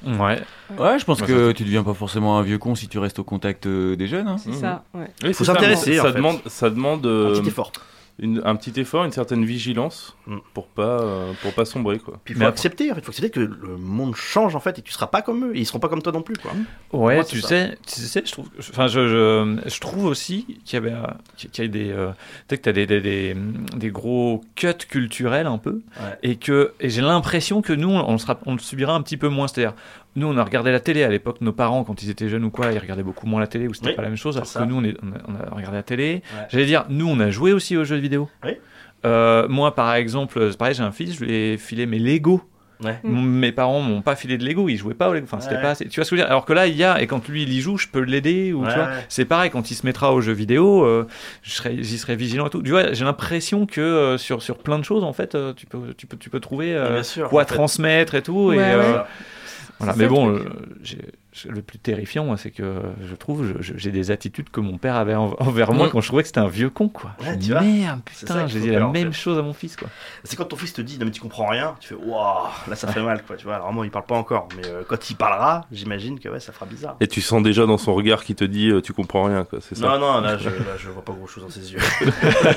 [SPEAKER 4] Ouais.
[SPEAKER 2] Ouais, je pense
[SPEAKER 6] Bah,
[SPEAKER 2] que tu deviens pas forcément un vieux con si tu restes au contact euh, des jeunes. Hein.
[SPEAKER 5] C'est ça, ouais.
[SPEAKER 6] Oui,
[SPEAKER 2] Faut
[SPEAKER 6] c'est ça.
[SPEAKER 2] s'intéresser,
[SPEAKER 6] Ça,
[SPEAKER 2] en fait.
[SPEAKER 6] demande, ça demande euh,
[SPEAKER 2] Un petit
[SPEAKER 4] effort.
[SPEAKER 6] Une, un petit effort, une certaine vigilance
[SPEAKER 4] Mm.
[SPEAKER 6] pour pas euh, pour pas sombrer quoi.
[SPEAKER 4] Puis il faut accepter, en fait, faut accepter que le monde change en fait et que tu seras pas comme eux, et ils seront pas comme toi non plus quoi.
[SPEAKER 3] Ouais,
[SPEAKER 4] Moi, c'est
[SPEAKER 3] tu
[SPEAKER 4] ça.
[SPEAKER 3] sais, tu sais, je trouve, enfin, je, je, je trouve aussi qu'il y avait, euh, qu'il y a des, euh, tu sais que t'as des, des, des, des gros cuts culturels un peu, et que, et j'ai l'impression que nous, on le sera, on le subira un petit peu moins. C'est-à-dire, nous, on a regardé la télé à l'époque, nos parents quand ils étaient jeunes ou quoi, ils regardaient beaucoup moins la télé ou c'était
[SPEAKER 4] Oui,
[SPEAKER 3] pas la même chose.
[SPEAKER 4] c'est
[SPEAKER 3] Alors
[SPEAKER 4] ça.
[SPEAKER 3] que nous, on, est, on, a, on a regardé la télé.
[SPEAKER 4] Ouais.
[SPEAKER 3] J'allais dire, nous, on a joué aussi aux jeux vidéo.
[SPEAKER 4] Oui.
[SPEAKER 3] Euh, moi, par exemple, c'est pareil, j'ai un fils, je lui ai filé mes Lego.
[SPEAKER 4] Ouais.
[SPEAKER 3] Mon- Mes parents m'ont pas filé de Lego, ils jouaient pas au Lego. Enfin, c'était
[SPEAKER 4] Mm. Ouais.
[SPEAKER 3] pas assez. Tu vois ce que je veux dire Alors que là, il y a, et quand lui, il y joue, je peux l'aider. Ou, tu
[SPEAKER 4] Ouais,
[SPEAKER 3] vois,
[SPEAKER 4] ouais.
[SPEAKER 3] C'est pareil, quand il se mettra aux jeux vidéo, euh, je serai- j'y serai vigilant et tout. Tu vois, j'ai l'impression que euh, sur, sur plein de choses, en fait, euh, tu, peux, tu, peux, tu peux trouver euh,
[SPEAKER 4] Bien sûr,
[SPEAKER 3] quoi
[SPEAKER 4] en fait.
[SPEAKER 3] transmettre et tout. et,
[SPEAKER 4] Ouais, ouais.
[SPEAKER 3] euh,
[SPEAKER 4] C'est
[SPEAKER 3] voilà.
[SPEAKER 4] ça,
[SPEAKER 3] Mais
[SPEAKER 4] le
[SPEAKER 3] bon,
[SPEAKER 4] truc.
[SPEAKER 3] euh, j'ai- j'ai- le plus terrifiant, moi, c'est que euh, je trouve, je- je- j'ai des attitudes que mon père avait en- envers moi
[SPEAKER 4] Mm.
[SPEAKER 3] quand je trouvais que c'était un vieux con, quoi.
[SPEAKER 4] Ouais,
[SPEAKER 3] Je me
[SPEAKER 4] tu
[SPEAKER 3] dis,
[SPEAKER 4] vois.
[SPEAKER 3] Merde,
[SPEAKER 4] C'est
[SPEAKER 3] putain,
[SPEAKER 4] ça qu'il
[SPEAKER 3] j'ai
[SPEAKER 4] faut
[SPEAKER 3] dit la
[SPEAKER 4] faire, en
[SPEAKER 3] même
[SPEAKER 4] fait.
[SPEAKER 3] chose à mon fils, quoi.
[SPEAKER 4] C'est quand ton fils te dit non mais tu comprends rien, tu fais waouh, là ça fait mal quoi, tu vois. Alors moi il parle pas encore, mais euh, quand il parlera, j'imagine que ouais ça fera bizarre.
[SPEAKER 6] Et tu sens déjà dans son regard qui te dit euh, tu comprends rien quoi, c'est ça.
[SPEAKER 4] Non non là je, là, je vois pas grand chose dans ses yeux.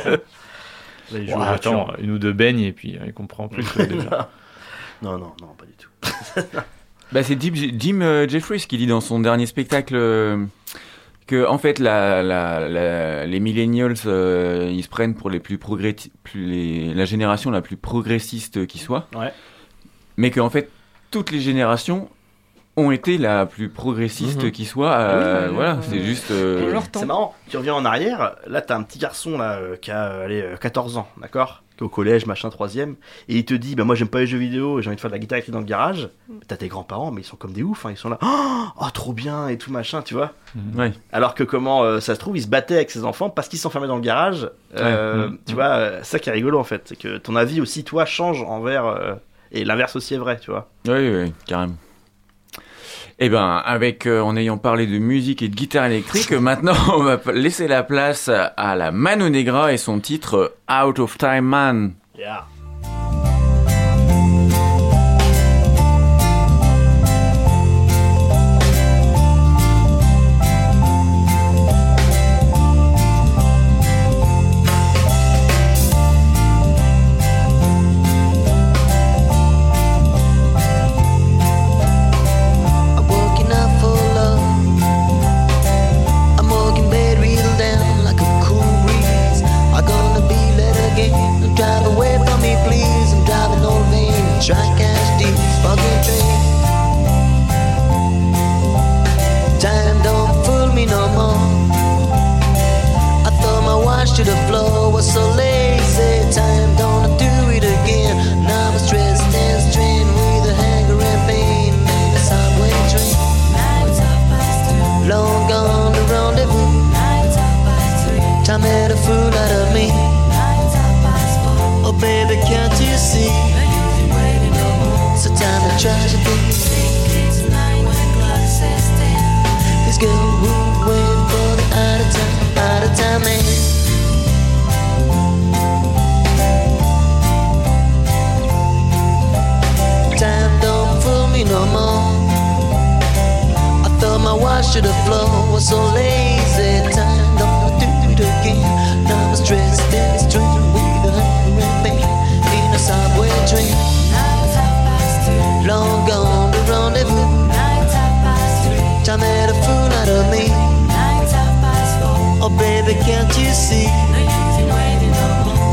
[SPEAKER 4] Là, il joue
[SPEAKER 3] Bon,
[SPEAKER 4] aux voitures.
[SPEAKER 3] attends, une ou deux beignes et puis euh, il comprend plus quoi, déjà.
[SPEAKER 4] Non non non pas du tout.
[SPEAKER 2] Bah, c'est Jim, Jim, euh, Jeffries qui dit dans son dernier spectacle euh, que, en fait, la, la- la- les millennials, euh, ils se prennent pour les plus progressi- plus les- la génération la plus progressiste qui soit.
[SPEAKER 4] Ouais.
[SPEAKER 2] Mais qu'en fait, toutes les générations ont été la plus progressiste
[SPEAKER 4] Mhm.
[SPEAKER 2] qui soit. euh,
[SPEAKER 4] Oui, oui,
[SPEAKER 2] voilà,
[SPEAKER 4] oui.
[SPEAKER 2] c'est juste. euh,
[SPEAKER 4] C'est marrant, tu reviens en arrière, là t'as un petit garçon là euh, qui a euh, allez, euh, 14 ans, d'accord Qui est au collège, machin, troisième, et il te dit bah moi j'aime pas les jeux vidéo, j'ai envie de faire de la guitare électrique dans le garage. T'as tes grands-parents, mais ils sont comme des oufs, hein, ils sont là, oh, oh, trop bien et tout machin, tu vois
[SPEAKER 3] Mm.
[SPEAKER 2] ouais.
[SPEAKER 4] Alors que comment euh, ça se trouve, ils se battaient avec ses enfants parce qu'ils s'enfermaient dans le garage. Euh,
[SPEAKER 2] Ouais. Mm.
[SPEAKER 4] Tu vois, euh, ça qui est rigolo en fait, c'est que ton avis aussi toi change envers euh, et l'inverse aussi est vrai, tu vois.
[SPEAKER 2] Oui, oui, oui, carrément. Eh ben, avec euh, en ayant parlé de musique et de guitare électrique, euh, maintenant on va pa- laisser la place à- à la Mano Negra et son titre euh, Out of Time Man.
[SPEAKER 4] Yeah.
[SPEAKER 12] I'm working out for love. I'm working bed real down like a cool breeze. I'm gonna be late again. I'm driving
[SPEAKER 8] washed to the floor. Was so lazy. Time gonna do it again. Now I'm stressed and strained with a hanger and pain. in the subway train. Long gone the rendezvous. Time made a fool out of me. Oh baby, can't you see? So time to tragedy. This girl who went for the out of time, out of time man. Time don't fool me no more. I thought my watch to the floor was so lazy. Time don't do it again. Now I'm stressed and strained with a hungry pain in a subway train. Long gone the rendezvous. Time made a fool out of me. Oh baby, can't you see?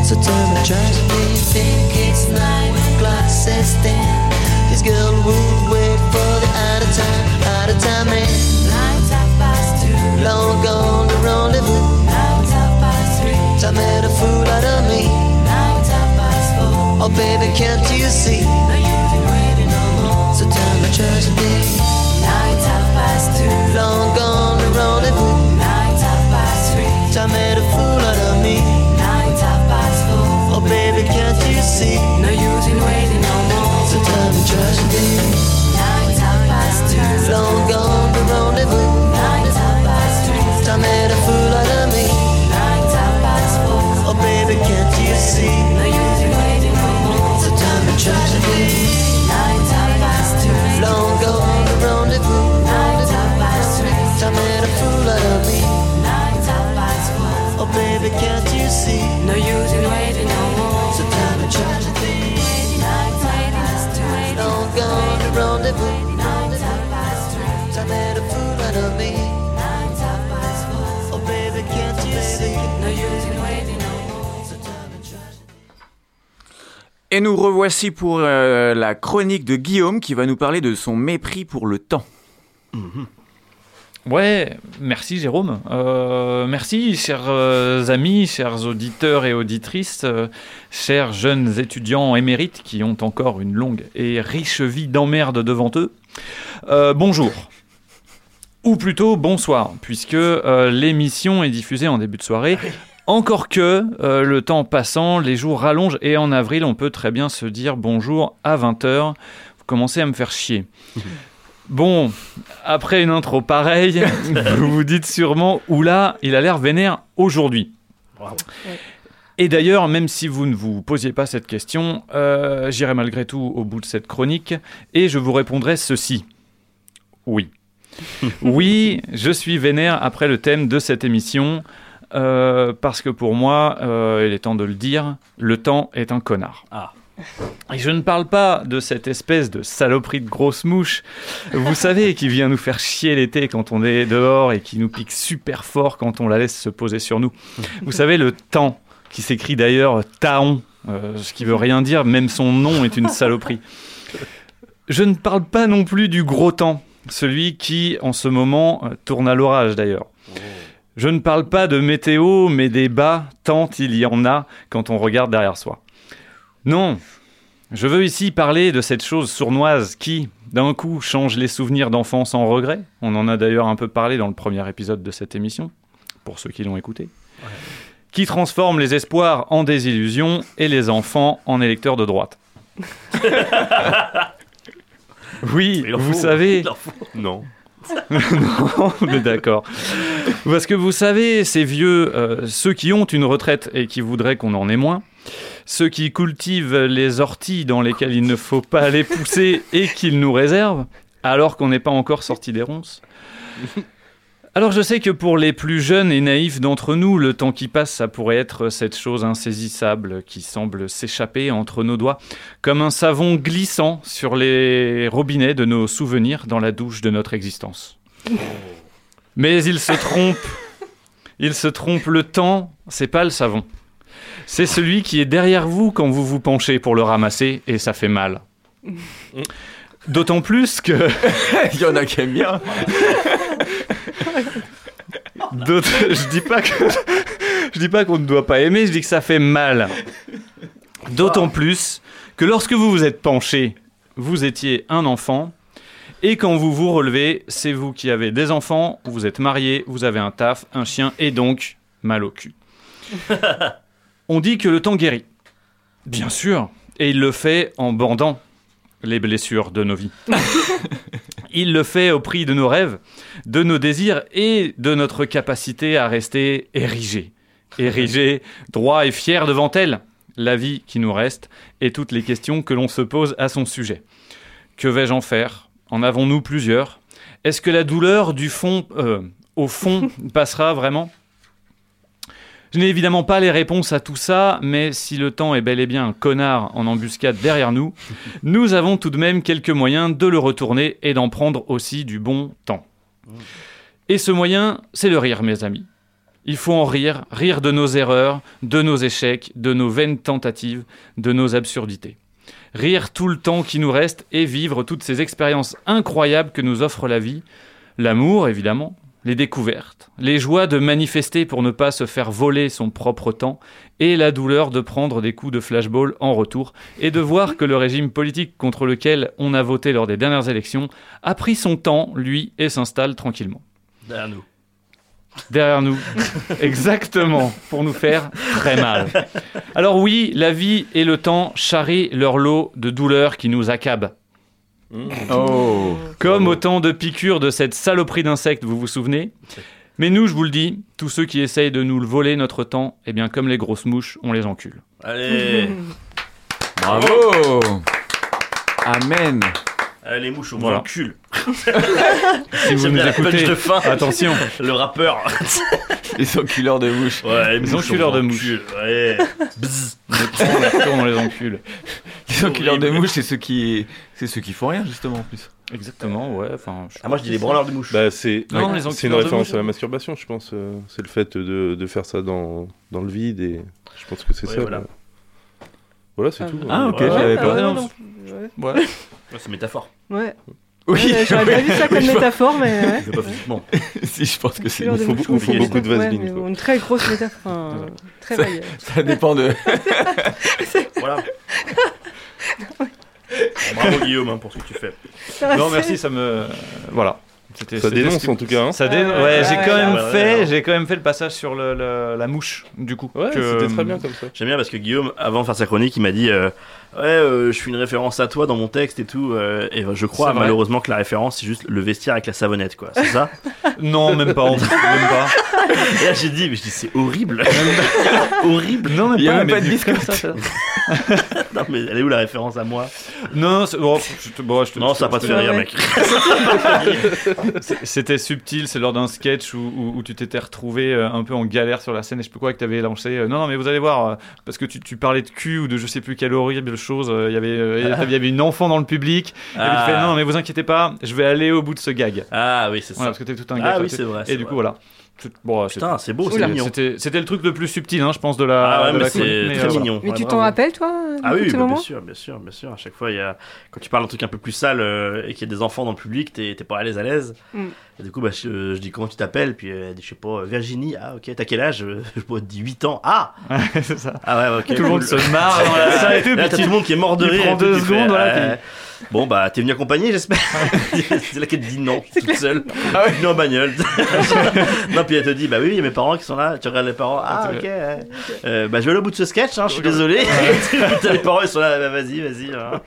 [SPEAKER 8] So tell me, try to be think it's nine o'clock, says ten. This girl would wait for the out of time, out of time man. Long gone the rendezvous. Time made a fool out of me. Oh baby, can't you see? So tell me, try to be. Long gone the rendezvous. Time made a fool out of me. Oh baby, can't you see? No use in waiting no more. So time and tragedy. Long gone the rendezvous. Time made a fool out of me. Oh baby, can't you see? No use in waiting no more. So time and tragedy. Long gone the rendezvous. Time made a fool out of me. Oh baby, can't you see? No use in waiting no more. So time and tragedy. Long gone the rendezvous. Time made a fool out of me. Oh baby, can't you see? No use in waiting no more. So time and tragedy.
[SPEAKER 2] Et nous revoici pour euh, la chronique de Guillaume qui va nous parler de son mépris pour le temps.
[SPEAKER 3] Ouais, merci Jérôme. Euh, merci, chers euh, amis, chers auditeurs et auditrices, euh, chers jeunes étudiants émérites qui ont encore une longue et riche vie d'emmerde devant eux. Euh, bonjour. Ou plutôt bonsoir, puisque euh, l'émission est diffusée en début de soirée. Encore que, euh, le temps passant, les jours rallongent et en avril, on peut très bien se dire bonjour à 20h. Vous commencez à me faire chier. Bon, après une intro pareille, vous vous dites sûrement, oula, il a l'air vénère aujourd'hui. Et d'ailleurs, même si vous ne vous posiez pas cette question, euh, j'irai malgré tout au bout de cette chronique et je vous répondrai ceci. Oui. oui, je suis vénère après le thème de cette émission euh, parce que pour moi, euh, il est temps de le dire, le temps est un connard. Et je ne parle pas de cette espèce de saloperie de grosse mouche, vous savez, qui vient nous faire chier l'été quand on est dehors et qui nous pique super fort quand on la laisse se poser sur nous. Vous savez, le temps, qui s'écrit d'ailleurs Taon, euh, ce qui veut rien dire, même son nom est une saloperie. Je ne parle pas non plus du gros temps, celui qui, en ce moment, euh, tourne à l'orage d'ailleurs. Je ne parle pas de météo, mais des bas, tant il y en a quand on regarde derrière soi. Non, je veux ici parler de cette chose sournoise qui, d'un coup, change les souvenirs d'enfance en regret. On en a d'ailleurs un peu parlé dans le premier épisode de cette émission, pour ceux qui l'ont écouté. Qui transforme les espoirs en désillusions et les enfants en électeurs de droite. Oui,
[SPEAKER 6] en
[SPEAKER 3] vous
[SPEAKER 6] faut.
[SPEAKER 3] savez.
[SPEAKER 6] Il en faut.
[SPEAKER 3] Non. non, mais d'accord. Parce que vous savez, ces vieux, euh, ceux qui ont une retraite et qui voudraient qu'on en ait moins, ceux qui cultivent les orties dans lesquelles il ne faut pas les pousser et qu'ils nous réservent, alors qu'on n'est pas encore sorti des ronces. Alors je sais que pour les plus jeunes et naïfs d'entre nous, le temps qui passe, ça pourrait être cette chose insaisissable qui semble s'échapper entre nos doigts, comme un savon glissant sur les robinets de nos souvenirs dans la douche de notre existence. Mais il se trompe. Il se trompe. Le temps, c'est pas le savon. C'est celui qui est derrière vous quand vous vous penchez pour le ramasser et ça fait mal. D'autant plus que. Il y en a qui aiment bien. D'autant- Je dis pas que. Je dis pas qu'on ne doit pas aimer, je dis que ça fait mal. D'autant plus que lorsque vous vous êtes penché, vous étiez un enfant. Et quand vous vous relevez, c'est vous qui avez des enfants, vous êtes marié, vous avez un taf, un chien et donc mal au cul. On dit que le temps guérit. Bien sûr. Et il le fait en bandant les blessures de nos vies. il le fait au prix de nos rêves, de nos désirs et de notre capacité à rester érigés. Érigés, droits et fiers devant elle, la vie qui nous reste et toutes les questions que l'on se pose à son sujet. Que vais-je en faire En avons-nous plusieurs Est-ce que la douleur du fond, euh, au fond, passera vraiment je n'ai évidemment pas les réponses à tout ça, mais si le temps est bel et bien un connard en embuscade derrière nous, nous avons tout de même quelques moyens de le retourner et d'en prendre aussi du bon temps. Et ce moyen, c'est le rire, mes amis. Il faut en rire, rire de nos erreurs, de nos échecs, de nos vaines tentatives, de nos absurdités. Rire tout le temps qui nous reste et vivre toutes ces expériences incroyables que nous offre la vie, l'amour évidemment, les découvertes, les joies de manifester pour ne pas se faire voler son propre temps, et la douleur de prendre des coups de flashball en retour, et de voir que le régime politique contre lequel on a voté lors des dernières élections a pris son temps, lui, et s'installe tranquillement.
[SPEAKER 4] Derrière nous.
[SPEAKER 3] Derrière nous, exactement, pour nous faire très mal. Alors oui, la vie et le temps charrient leur lot de douleurs qui nous accablent.
[SPEAKER 2] Oh.
[SPEAKER 3] Comme autant de piqûres de cette saloperie d'insectes, vous vous souvenez Mais nous, je vous le dis, tous ceux qui essayent de nous le voler notre temps, eh bien comme les grosses mouches, on les encule.
[SPEAKER 4] Euh, Allez.
[SPEAKER 2] Bravo Amen
[SPEAKER 4] Allez, Euh, les mouches, on
[SPEAKER 3] Voilà.
[SPEAKER 4] voilà. cul.
[SPEAKER 3] Si vous
[SPEAKER 4] J'aime
[SPEAKER 3] nous
[SPEAKER 4] bien la punch
[SPEAKER 3] écoutez,
[SPEAKER 4] de fin.
[SPEAKER 3] attention.
[SPEAKER 4] Le rappeur.
[SPEAKER 2] Les enculeurs de mouches.
[SPEAKER 4] Ouais, les
[SPEAKER 3] Les
[SPEAKER 4] mouches, on
[SPEAKER 3] enculeurs de
[SPEAKER 4] vous
[SPEAKER 3] mouches.
[SPEAKER 4] encule. Ouais.
[SPEAKER 3] On les retourne, on les encule.
[SPEAKER 2] Les enculeurs de mouches, c'est ceux qui, c'est ceux qui font rien justement en plus.
[SPEAKER 3] Exactement, ouais. Enfin, je-
[SPEAKER 4] Ah, moi, je dis les branleurs de mouches.
[SPEAKER 6] Bah, c'est
[SPEAKER 3] Non,
[SPEAKER 6] ouais,
[SPEAKER 3] les
[SPEAKER 6] c'est une
[SPEAKER 3] enculeurs de
[SPEAKER 6] référence
[SPEAKER 3] mouches.
[SPEAKER 6] à la masturbation, je pense. euh, C'est le fait de, de faire ça dans, dans le vide et je pense que c'est
[SPEAKER 4] Ouais,
[SPEAKER 6] ça.
[SPEAKER 4] voilà.
[SPEAKER 6] Voilà, voilà c'est
[SPEAKER 5] Ah,
[SPEAKER 6] tout.
[SPEAKER 2] Ah,
[SPEAKER 6] hein.
[SPEAKER 2] ok, j'avais
[SPEAKER 5] ouais,
[SPEAKER 3] euh,
[SPEAKER 2] pas.
[SPEAKER 5] non, non, ouais.
[SPEAKER 3] Ouais.
[SPEAKER 4] Ouais, C'est métaphore.
[SPEAKER 5] Ouais.
[SPEAKER 2] Oui,
[SPEAKER 5] Ouais, J'aurais pas vu ça comme
[SPEAKER 2] Oui, je vois.
[SPEAKER 5] métaphore, mais. ouais.
[SPEAKER 4] C'est pas physiquement.
[SPEAKER 2] si, je pense que c'est.
[SPEAKER 5] Couleur de
[SPEAKER 6] faut-
[SPEAKER 5] mouche,
[SPEAKER 6] il faut
[SPEAKER 5] compliqué.
[SPEAKER 6] beaucoup de
[SPEAKER 5] Ouais,
[SPEAKER 6] vaseline,
[SPEAKER 5] mais
[SPEAKER 6] quoi.
[SPEAKER 5] Une très grosse métaphore. enfin, euh, très vague.
[SPEAKER 2] Ça dépend de.
[SPEAKER 4] Voilà. Bravo, Guillaume, hein, pour ce que tu fais.
[SPEAKER 3] Non, merci, ça me. Voilà. C'était-
[SPEAKER 6] Ça
[SPEAKER 3] c'était ce
[SPEAKER 6] dénonce
[SPEAKER 3] qui-
[SPEAKER 6] en tout cas. hein.
[SPEAKER 3] Ça
[SPEAKER 5] Ah
[SPEAKER 3] dénonce.
[SPEAKER 5] ouais,
[SPEAKER 3] Ouais,
[SPEAKER 5] ouais,
[SPEAKER 3] j'ai
[SPEAKER 5] ouais,
[SPEAKER 3] quand même
[SPEAKER 4] ouais, ouais,
[SPEAKER 3] fait,
[SPEAKER 4] ouais.
[SPEAKER 3] j'ai quand même fait le passage sur le, le- la mouche du coup.
[SPEAKER 6] Ouais,
[SPEAKER 3] Que-
[SPEAKER 6] c'était très bien comme ça.
[SPEAKER 4] J'aime bien parce que Guillaume, avant de faire sa chronique, il m'a dit euh, Ouais, euh, je fais une référence à toi dans mon texte et tout. euh, et je crois
[SPEAKER 3] C'est vrai.
[SPEAKER 4] malheureusement que la référence, c'est juste le vestiaire avec la savonnette, quoi. C'est ça
[SPEAKER 3] Non, même pas. en- Même pas.
[SPEAKER 4] Et là, j'ai dit Mais je dis, c'est horrible. horrible.
[SPEAKER 3] Non,
[SPEAKER 2] Il y a même
[SPEAKER 3] mais
[SPEAKER 2] pas de
[SPEAKER 3] du-
[SPEAKER 2] biscotte.
[SPEAKER 3] comme ça, ça-
[SPEAKER 4] Non, mais elle est où la référence à moi
[SPEAKER 3] Non, c'est- bon, je te- bon, je te-
[SPEAKER 4] Non, ça
[SPEAKER 3] je
[SPEAKER 4] va
[SPEAKER 3] te- je
[SPEAKER 4] pas te
[SPEAKER 3] te-
[SPEAKER 4] faire rire,
[SPEAKER 5] Ouais.
[SPEAKER 4] mec.
[SPEAKER 3] C'était subtil, c'est lors d'un sketch où, où- où tu t'étais retrouvé euh, un peu en galère sur la scène et je sais plus quoi, que t'avais lancé. euh, non, non, mais vous allez voir, euh, parce que tu, tu parlais de cul ou de je sais plus quelle horrible chose. euh, Il y avait, euh, il y avait- il y avait une enfant dans le public. Et puis tu fais, non, mais vous inquiétez pas, je vais aller au bout de ce gag.
[SPEAKER 4] Ah oui, c'est
[SPEAKER 3] Voilà,
[SPEAKER 4] ça.
[SPEAKER 3] parce que t'es tout un gag.
[SPEAKER 4] Ah
[SPEAKER 3] toi,
[SPEAKER 4] oui,
[SPEAKER 3] t'es-
[SPEAKER 4] c'est vrai.
[SPEAKER 3] Et
[SPEAKER 4] c'est
[SPEAKER 3] du
[SPEAKER 4] vrai.
[SPEAKER 3] coup, voilà. C'est- Bon, euh, c'est-
[SPEAKER 4] Putain, c'est beau, c'est
[SPEAKER 3] Oula.
[SPEAKER 4] mignon.
[SPEAKER 3] C'était c'était le truc le plus subtil, hein, je pense, de la.
[SPEAKER 4] Ah ouais,
[SPEAKER 3] de la
[SPEAKER 4] mais
[SPEAKER 3] chronique,
[SPEAKER 4] c'est
[SPEAKER 3] mais,
[SPEAKER 4] très
[SPEAKER 3] euh,
[SPEAKER 4] mignon.
[SPEAKER 5] Mais
[SPEAKER 4] Ouais,
[SPEAKER 5] tu t'en
[SPEAKER 4] bravo.
[SPEAKER 5] rappelles, toi euh,
[SPEAKER 4] Ah
[SPEAKER 5] de
[SPEAKER 4] oui,
[SPEAKER 5] tous tes
[SPEAKER 4] bah, bien
[SPEAKER 5] moments
[SPEAKER 4] sûr, bien sûr, bien sûr. À chaque fois, il y a... quand tu parles d'un truc un peu plus sale euh, et qu'il y a des enfants dans le public, t'es t'es pas à l'aise à l'aise.
[SPEAKER 5] Mm.
[SPEAKER 4] Et du coup, bah, je, euh, je dis comment tu t'appelles, puis euh, elle dit, je sais pas, euh, Virginie, ah ok, t'as quel âge Euh, Je te dis 8 ans. Ah
[SPEAKER 3] voilà. c'est ça.
[SPEAKER 4] Ah ouais, ok.
[SPEAKER 3] Tout le monde
[SPEAKER 4] cool.
[SPEAKER 3] se marre
[SPEAKER 4] hein,
[SPEAKER 3] dans la salle et tout.
[SPEAKER 4] Là,
[SPEAKER 3] puis
[SPEAKER 4] t'as
[SPEAKER 3] tu-
[SPEAKER 4] tout le monde qui est mort de
[SPEAKER 3] tu
[SPEAKER 4] rire.
[SPEAKER 3] prends
[SPEAKER 4] et tout,
[SPEAKER 3] deux
[SPEAKER 4] tu fais,
[SPEAKER 3] secondes, voilà,
[SPEAKER 4] euh, Bon, bah, t'es venu accompagner, j'espère. c'est là qu'elle te dit non, toute seule.
[SPEAKER 2] Ah ouais.
[SPEAKER 4] Venue en bagnole. non, puis elle te dit, bah oui, il y a mes parents qui sont là. Tu regardes les parents. Ah,
[SPEAKER 3] Ouais.
[SPEAKER 4] ok. ouais. Euh, bah, je vais aller au bout de ce sketch, hein, je suis désolé. T'as les parents, ils sont là, bah, vas-y, vas-y. hein.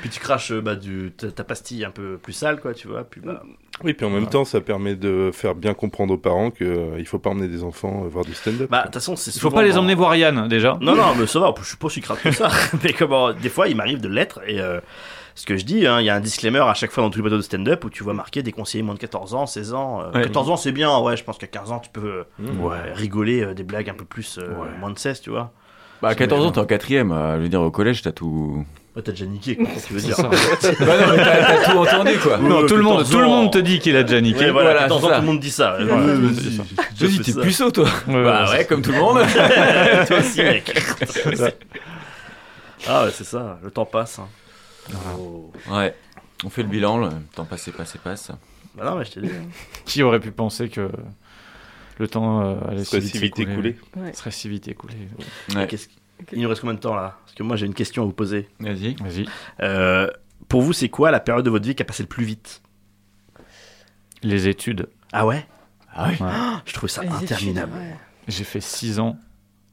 [SPEAKER 4] Puis tu craches euh, bah, du, ta, ta pastille un peu plus sale, quoi, tu vois. Puis, bah,
[SPEAKER 3] Mm.
[SPEAKER 6] Oui, puis en même temps, ça permet de faire bien comprendre aux parents qu'il ne faut pas emmener des enfants euh, voir du stand-up.
[SPEAKER 4] bah, de toute façon, c'est
[SPEAKER 3] Il faut
[SPEAKER 4] souvent
[SPEAKER 3] pas les
[SPEAKER 4] dans-
[SPEAKER 3] emmener voir Yann, déjà.
[SPEAKER 4] Non, non, mais ça va, je suis pas si crade que ça. mais comment, des fois, il m'arrive de l'être et euh, ce que je dis, hein, il y a un disclaimer à chaque fois dans tous les bateaux de stand-up où tu vois marqué des conseillers moins de 14 ans, 16 ans. euh,
[SPEAKER 2] Ouais.
[SPEAKER 4] 14 ans, c'est bien, ouais, je pense qu'à 15 ans, tu peux euh,
[SPEAKER 6] Mmh.
[SPEAKER 4] ouais, rigoler euh, des blagues un peu plus euh, moins de 16, tu vois.
[SPEAKER 2] Bah, à 14 ans, t'es en quatrième. euh, Je veux dire, au collège, t'as tout.
[SPEAKER 4] Ouais, t'as déjà niqué, quoi, qu'est-ce que tu veux dire.
[SPEAKER 2] bah non, mais t'as t'as tout entendu quoi.
[SPEAKER 3] Non,
[SPEAKER 4] Ouais,
[SPEAKER 3] tout le monde,
[SPEAKER 4] 14
[SPEAKER 3] tout le
[SPEAKER 4] ans.
[SPEAKER 3] monde te dit qu'il a déjà niqué.
[SPEAKER 4] Ouais, voilà,
[SPEAKER 2] voilà,
[SPEAKER 4] 14 ans,
[SPEAKER 2] c'est ça.
[SPEAKER 4] tout le monde dit ça.
[SPEAKER 2] Voilà,
[SPEAKER 4] Ouais,
[SPEAKER 2] vas-y,
[SPEAKER 4] vas-y,
[SPEAKER 2] Je dis,
[SPEAKER 4] fais
[SPEAKER 2] t'es
[SPEAKER 4] ça.
[SPEAKER 2] puceau toi.
[SPEAKER 3] Ouais,
[SPEAKER 4] Bah
[SPEAKER 3] ouais.
[SPEAKER 4] ouais,
[SPEAKER 2] Comme tout le monde.
[SPEAKER 4] toi aussi, mec. ah ouais, c'est ça, le temps passe. hein. Oh.
[SPEAKER 2] Ouais. On fait le bilan, le temps passe, passe, passe.
[SPEAKER 4] Bah non, mais je te dis.
[SPEAKER 3] Qui aurait pu penser que le temps euh, allait
[SPEAKER 6] Serait si vite
[SPEAKER 3] s'écouler.
[SPEAKER 6] écoulé. Ouais.
[SPEAKER 3] euh, Serait si vite écoulé.
[SPEAKER 4] Et qu'est-ce- Il nous reste combien de temps là Parce que moi j'ai une question à vous poser. Euh,
[SPEAKER 2] Vas-y.
[SPEAKER 3] Vas-y.
[SPEAKER 4] pour vous, c'est quoi la période de votre vie qui a passé le plus vite
[SPEAKER 3] Les études.
[SPEAKER 4] Ah ouais Ah ouais, Je trouve ça interminable.
[SPEAKER 3] J'ai fait 6 ans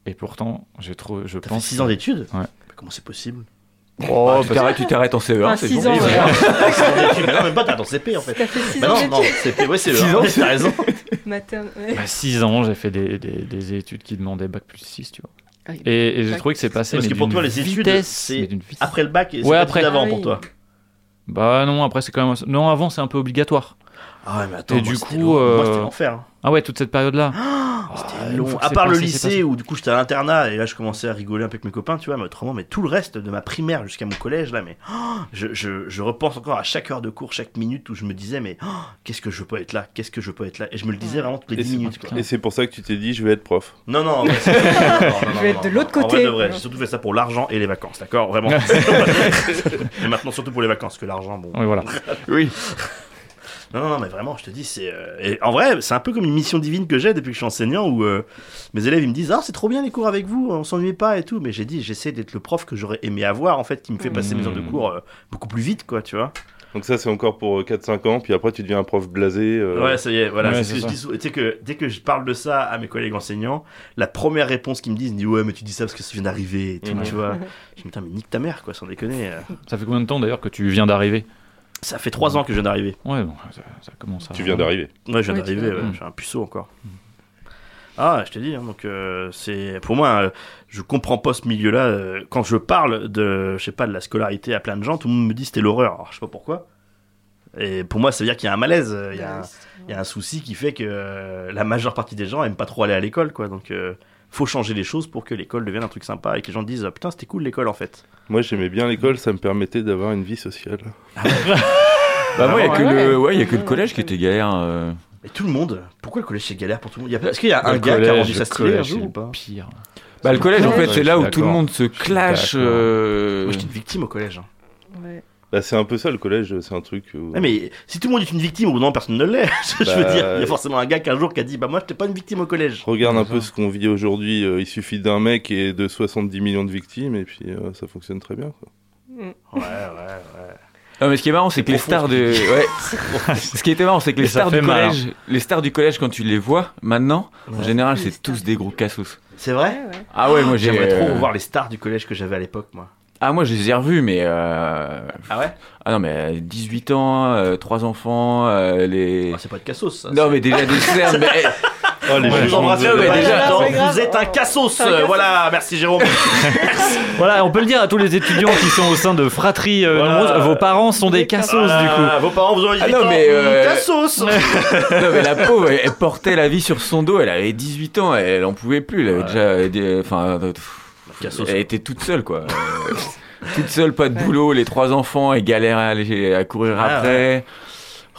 [SPEAKER 3] et pourtant, j'ai trop, je
[SPEAKER 4] T'as
[SPEAKER 3] pense.
[SPEAKER 4] fait 6 ans d'études Bah,
[SPEAKER 3] Ouais.
[SPEAKER 4] Comment c'est possible
[SPEAKER 2] Oh,
[SPEAKER 4] Ah,
[SPEAKER 2] tu t'arrêtes- tu t'arrêtes en CE1, c'est bon.
[SPEAKER 4] Oui, voilà. Six ans d'études. Mais non, même pas, t'as ton CP en fait.
[SPEAKER 5] T'as fait six
[SPEAKER 4] Bah
[SPEAKER 5] ans
[SPEAKER 4] non, non,
[SPEAKER 5] d'études.
[SPEAKER 4] CP, ouais, c'est le
[SPEAKER 3] Six
[SPEAKER 4] 1,
[SPEAKER 3] ans,
[SPEAKER 4] t'as raison.
[SPEAKER 5] Materne- ouais.
[SPEAKER 3] 6 Bah, ans, j'ai fait des, des- des études qui demandaient bac plus 6, tu vois.
[SPEAKER 5] Ah,
[SPEAKER 3] Et, et j'ai
[SPEAKER 5] bac
[SPEAKER 3] trouvé que c'est passé.
[SPEAKER 4] Parce
[SPEAKER 3] mais
[SPEAKER 4] que pour
[SPEAKER 3] d'une
[SPEAKER 4] toi, les études,
[SPEAKER 3] vitesse, mais
[SPEAKER 4] c'est
[SPEAKER 3] d'une vitesse.
[SPEAKER 4] après le bac et c'est
[SPEAKER 3] Ouais,
[SPEAKER 4] pas
[SPEAKER 3] après.
[SPEAKER 4] d'avant
[SPEAKER 3] Ah
[SPEAKER 4] pour
[SPEAKER 3] oui.
[SPEAKER 4] toi.
[SPEAKER 3] Bah non, après c'est quand même non avant c'est un peu obligatoire.
[SPEAKER 4] Ah ouais, mais attends,
[SPEAKER 3] Et
[SPEAKER 4] moi,
[SPEAKER 3] du
[SPEAKER 4] c'était
[SPEAKER 3] coup,
[SPEAKER 4] lourd. Moi,
[SPEAKER 3] euh,
[SPEAKER 4] c'était l'enfer, hein.
[SPEAKER 3] Ah ouais, toute cette période là.
[SPEAKER 4] Ah, C'était long. À part le lycée où du coup j'étais à l'internat et là je commençais à rigoler un peu avec mes copains, tu vois, mais autrement, mais tout le reste de ma primaire jusqu'à mon collège là, mais oh, je, je- je repense encore à chaque heure de cours, chaque minute où je me disais, mais oh, qu'est-ce que je peux être là, qu'est-ce que je peux être là, et je me le disais vraiment toutes les
[SPEAKER 6] Et
[SPEAKER 4] 10
[SPEAKER 6] c'est-
[SPEAKER 4] minutes. quoi.
[SPEAKER 6] Et c'est pour ça que tu t'es dit, je vais être prof.
[SPEAKER 4] Non, non, ouais, c'est- non, non,
[SPEAKER 5] Je vais être de l'autre
[SPEAKER 4] En vrai,
[SPEAKER 5] côté.
[SPEAKER 4] de vrai, j'ai surtout fait ça pour l'argent et les vacances, d'accord Vraiment. et maintenant, surtout pour les vacances, que l'argent, bon.
[SPEAKER 3] Oui, voilà.
[SPEAKER 4] oui. Non, non, non, mais vraiment, je te dis, c'est. euh, et en vrai, c'est un peu comme une mission divine que j'ai depuis que je suis enseignant où euh, mes élèves, ils me disent Ah, c'est trop bien les cours avec vous, on s'ennuie pas et tout. Mais j'ai dit, j'essaie d'être le prof que j'aurais aimé avoir, en fait, qui me fait passer mes heures de cours euh, beaucoup plus vite, quoi, tu vois.
[SPEAKER 6] Donc ça, c'est encore pour euh, 4-5 ans, puis après, tu deviens un prof blasé. euh,
[SPEAKER 4] Ouais, ça y est, voilà. c'est
[SPEAKER 6] Ouais,
[SPEAKER 4] ce que
[SPEAKER 6] c'est
[SPEAKER 4] je
[SPEAKER 6] ça.
[SPEAKER 4] dis sou- Tu sais que dès que je parle de ça à mes collègues enseignants, la première réponse qu'ils me disent, ils me disent, ouais, mais tu dis ça parce que ça vient d'arriver et tout,
[SPEAKER 3] Mhm.
[SPEAKER 4] tu vois. Je me dis, putain, mais nique ta mère, quoi, sans déconner. euh.
[SPEAKER 3] Ça fait combien de temps d'ailleurs que tu viens d'arriver
[SPEAKER 4] Ça fait 3 ans que je viens d'arriver.
[SPEAKER 3] Ouais, bon, ça, ça commence à.
[SPEAKER 6] Tu viens d'arriver.
[SPEAKER 4] Ouais, je viens
[SPEAKER 6] Ouais, tu
[SPEAKER 4] d'arriver,
[SPEAKER 6] viens.
[SPEAKER 4] ouais,
[SPEAKER 2] Mm.
[SPEAKER 6] Mhm.
[SPEAKER 4] je suis un puceau encore. Ah, je te dis, hein, donc euh, c'est pour moi, euh, je comprends pas ce milieu-là. euh, quand je parle de, je sais pas, de la scolarité à plein de gens, tout le monde me dit c'était l'horreur. Alors, je sais pas pourquoi. Et pour moi, ça veut dire qu'il y a un malaise,
[SPEAKER 5] Bah,
[SPEAKER 4] euh, il y, a un- il y a un souci qui fait que euh, la majeure partie des gens aiment pas trop aller à l'école, quoi. Donc, euh, faut changer les choses pour que l'école devienne un truc sympa et que les gens disent Ah, putain, c'était cool l'école en fait.
[SPEAKER 6] Moi, j'aimais bien l'école, ça me permettait d'avoir une vie sociale.
[SPEAKER 2] Bah, moi, il n'y a, que
[SPEAKER 4] Ah ouais.
[SPEAKER 2] le- ouais, il y a que le collège qui était galère. euh.
[SPEAKER 4] Et tout le monde, pourquoi le collège c'est galère pour tout le monde Il y a- Est-ce qu'il y a
[SPEAKER 2] Le
[SPEAKER 4] un gars qui a
[SPEAKER 2] collège,
[SPEAKER 4] rendu
[SPEAKER 2] le
[SPEAKER 4] ça stylé un
[SPEAKER 2] collège,
[SPEAKER 4] jour
[SPEAKER 2] c'est
[SPEAKER 4] ou pas
[SPEAKER 3] Pire.
[SPEAKER 2] Bah, le collège, en fait,
[SPEAKER 4] Ouais,
[SPEAKER 2] c'est
[SPEAKER 4] je
[SPEAKER 2] là
[SPEAKER 4] suis
[SPEAKER 2] où tout le
[SPEAKER 4] d'accord.
[SPEAKER 2] monde se
[SPEAKER 4] Je suis
[SPEAKER 2] clash.
[SPEAKER 4] d'accord.
[SPEAKER 2] euh,
[SPEAKER 4] Moi, j'étais une victime au collège. hein.
[SPEAKER 6] Bah, c'est un peu ça, le collège, c'est un truc où...
[SPEAKER 4] Ouais, Ah, mais si tout le monde est une victime, ou non, personne ne l'est. je veux
[SPEAKER 6] Bah,
[SPEAKER 4] dire, il y a forcément un gars qui un jour qui a dit Bah, moi, j'étais pas une victime au collège.
[SPEAKER 6] Regarde un peu ce qu'on vit aujourd'hui, euh, il suffit d'un mec et de 70 millions de victimes, et puis euh, ça fonctionne très bien, quoi.
[SPEAKER 4] Ouais, ouais, ouais.
[SPEAKER 2] Non, mais ce qui est marrant, c'est que les
[SPEAKER 4] profond,
[SPEAKER 2] stars
[SPEAKER 4] ce
[SPEAKER 2] de.
[SPEAKER 4] que tu dis.
[SPEAKER 2] Ouais. ce qui était marrant, c'est que les
[SPEAKER 3] Et ça
[SPEAKER 2] stars, du
[SPEAKER 3] fait mal, hein.
[SPEAKER 2] collège, les stars du collège, quand tu les vois maintenant, en général, c'est tous des gros cassos.
[SPEAKER 4] C'est vrai
[SPEAKER 2] Ah ouais, moi j'ai.
[SPEAKER 4] J'aimerais trop
[SPEAKER 2] euh,
[SPEAKER 4] revoir les stars du collège que j'avais à l'époque, moi.
[SPEAKER 2] Ah, moi je les ai revus, mais. euh,
[SPEAKER 4] Ah ouais
[SPEAKER 2] Ah non, mais euh, 18 ans, 3 enfants, euh, les.
[SPEAKER 4] Ah, C'est pas de cassos, ça.
[SPEAKER 2] non, mais déjà des cernes, mais. eh,
[SPEAKER 6] Oh, les
[SPEAKER 4] Je vous
[SPEAKER 6] jugements
[SPEAKER 4] embrasse,
[SPEAKER 6] de-
[SPEAKER 4] mais
[SPEAKER 2] Ouais,
[SPEAKER 4] déjà,
[SPEAKER 2] déjà,
[SPEAKER 4] non,
[SPEAKER 2] c'est
[SPEAKER 4] vous êtes un cassos.
[SPEAKER 5] C'est un
[SPEAKER 4] euh,
[SPEAKER 5] cassos.
[SPEAKER 4] Voilà, merci Jérôme.
[SPEAKER 3] Voilà, on peut le dire à tous les étudiants qui sont au sein de fratries euh,
[SPEAKER 4] Voilà.
[SPEAKER 3] nombreuses. Vos parents sont des cassos du
[SPEAKER 4] Ah,
[SPEAKER 3] coup.
[SPEAKER 4] Vos parents vous ont dit
[SPEAKER 2] Ah non,
[SPEAKER 4] putain,
[SPEAKER 2] mais, euh,
[SPEAKER 4] Cassos
[SPEAKER 2] Non, mais la pauvre, elle, elle portait la vie sur son dos, elle avait 18 ans, elle, en pouvait plus, elle avait déjà. euh, des- Enfin. euh, pff,
[SPEAKER 4] Cassos.
[SPEAKER 2] elle était toute seule, quoi. Euh, toute seule, pas de boulot, les trois enfants, elle galère à, aller- à courir
[SPEAKER 4] Ah,
[SPEAKER 2] après.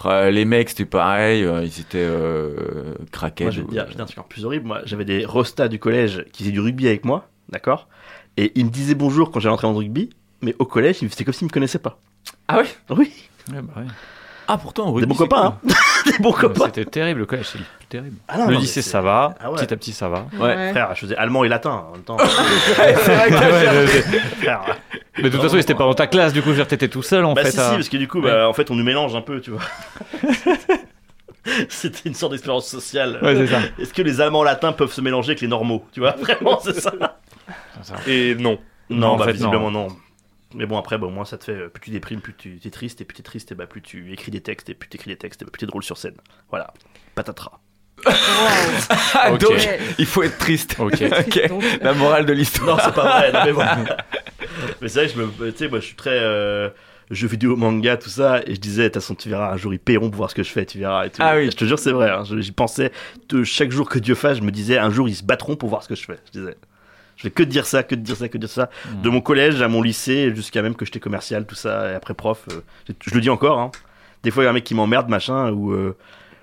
[SPEAKER 2] Euh, les mecs, c'était pareil, euh, ils étaient euh, craqués.
[SPEAKER 4] Moi, je vais te dire, putain, c'est encore plus horrible. Moi, j'avais des rostas du collège qui faisaient du rugby avec moi, d'accord Et ils me disaient bonjour quand j'allais entrer en rugby, mais au collège, ils- c'était comme s'ils me connaissaient pas.
[SPEAKER 2] Ah ouais
[SPEAKER 4] Oui,
[SPEAKER 3] Ouais, bah ouais.
[SPEAKER 2] Ah, pourtant,
[SPEAKER 4] des bons copains, hein Des bons
[SPEAKER 3] Ouais,
[SPEAKER 4] copains
[SPEAKER 3] C'était terrible, le collège, c'est le plus terrible.
[SPEAKER 4] Ah non,
[SPEAKER 3] le
[SPEAKER 4] non, mais
[SPEAKER 3] lycée,
[SPEAKER 4] c'est-
[SPEAKER 3] ça va.
[SPEAKER 4] Ah ouais.
[SPEAKER 3] Petit à petit, ça va.
[SPEAKER 2] Ouais.
[SPEAKER 4] Frère, je faisais allemand et latin en même temps. Ah, Frère.
[SPEAKER 3] Mais de toute façon, c'était pas dans ta classe, du coup, je veux dire, t'étais tout seul en
[SPEAKER 4] Bah
[SPEAKER 3] fait. euh,
[SPEAKER 4] si, si,
[SPEAKER 3] à-
[SPEAKER 4] parce que du coup, bah, en fait, on nous mélange un peu, tu vois. C'était une sorte d'expérience sociale.
[SPEAKER 3] Ouais, c'est ça.
[SPEAKER 4] Est-ce que les Allemands latins peuvent se mélanger avec les normaux Tu vois, vraiment, c'est ça.
[SPEAKER 6] Et non.
[SPEAKER 4] Non,
[SPEAKER 3] Non, en
[SPEAKER 4] bah,
[SPEAKER 3] fait,
[SPEAKER 4] visiblement non. Mais bon, après, bah, au moins, ça te fait. euh, Plus tu déprimes, plus tu es triste, et plus t'es triste, et bah, plus tu écris des textes, et plus t'écris des textes, et bah, plus t'es drôle sur scène. Voilà. Patatras.
[SPEAKER 2] Ah,
[SPEAKER 3] Ok.
[SPEAKER 2] donc, il faut être triste.
[SPEAKER 3] Ok.
[SPEAKER 2] Ok.
[SPEAKER 5] Donc,
[SPEAKER 2] La morale de l'histoire.
[SPEAKER 4] Non, c'est pas vrai, non, mais voilà. mais c'est vrai, que je me. Tu sais, moi, je suis très. euh, Jeux vidéo, manga, tout ça, et je disais, de toute façon, tu verras, un jour ils paieront pour voir ce que je fais, tu verras. Et tout.
[SPEAKER 2] Ah oui.
[SPEAKER 4] Je te jure, c'est vrai, hein, je- j'y pensais, de chaque jour que Dieu fasse, je me disais, un jour ils se battront pour voir ce que je fais, je disais. Je vais que te dire ça, que te dire ça, que te dire ça.
[SPEAKER 2] Hmm.
[SPEAKER 4] De mon collège à mon lycée, jusqu'à même que j'étais commercial, tout ça, et après prof, euh, j'ai- je le dis encore, hein. Des fois, il y a un mec qui m'emmerde, machin, ou, euh,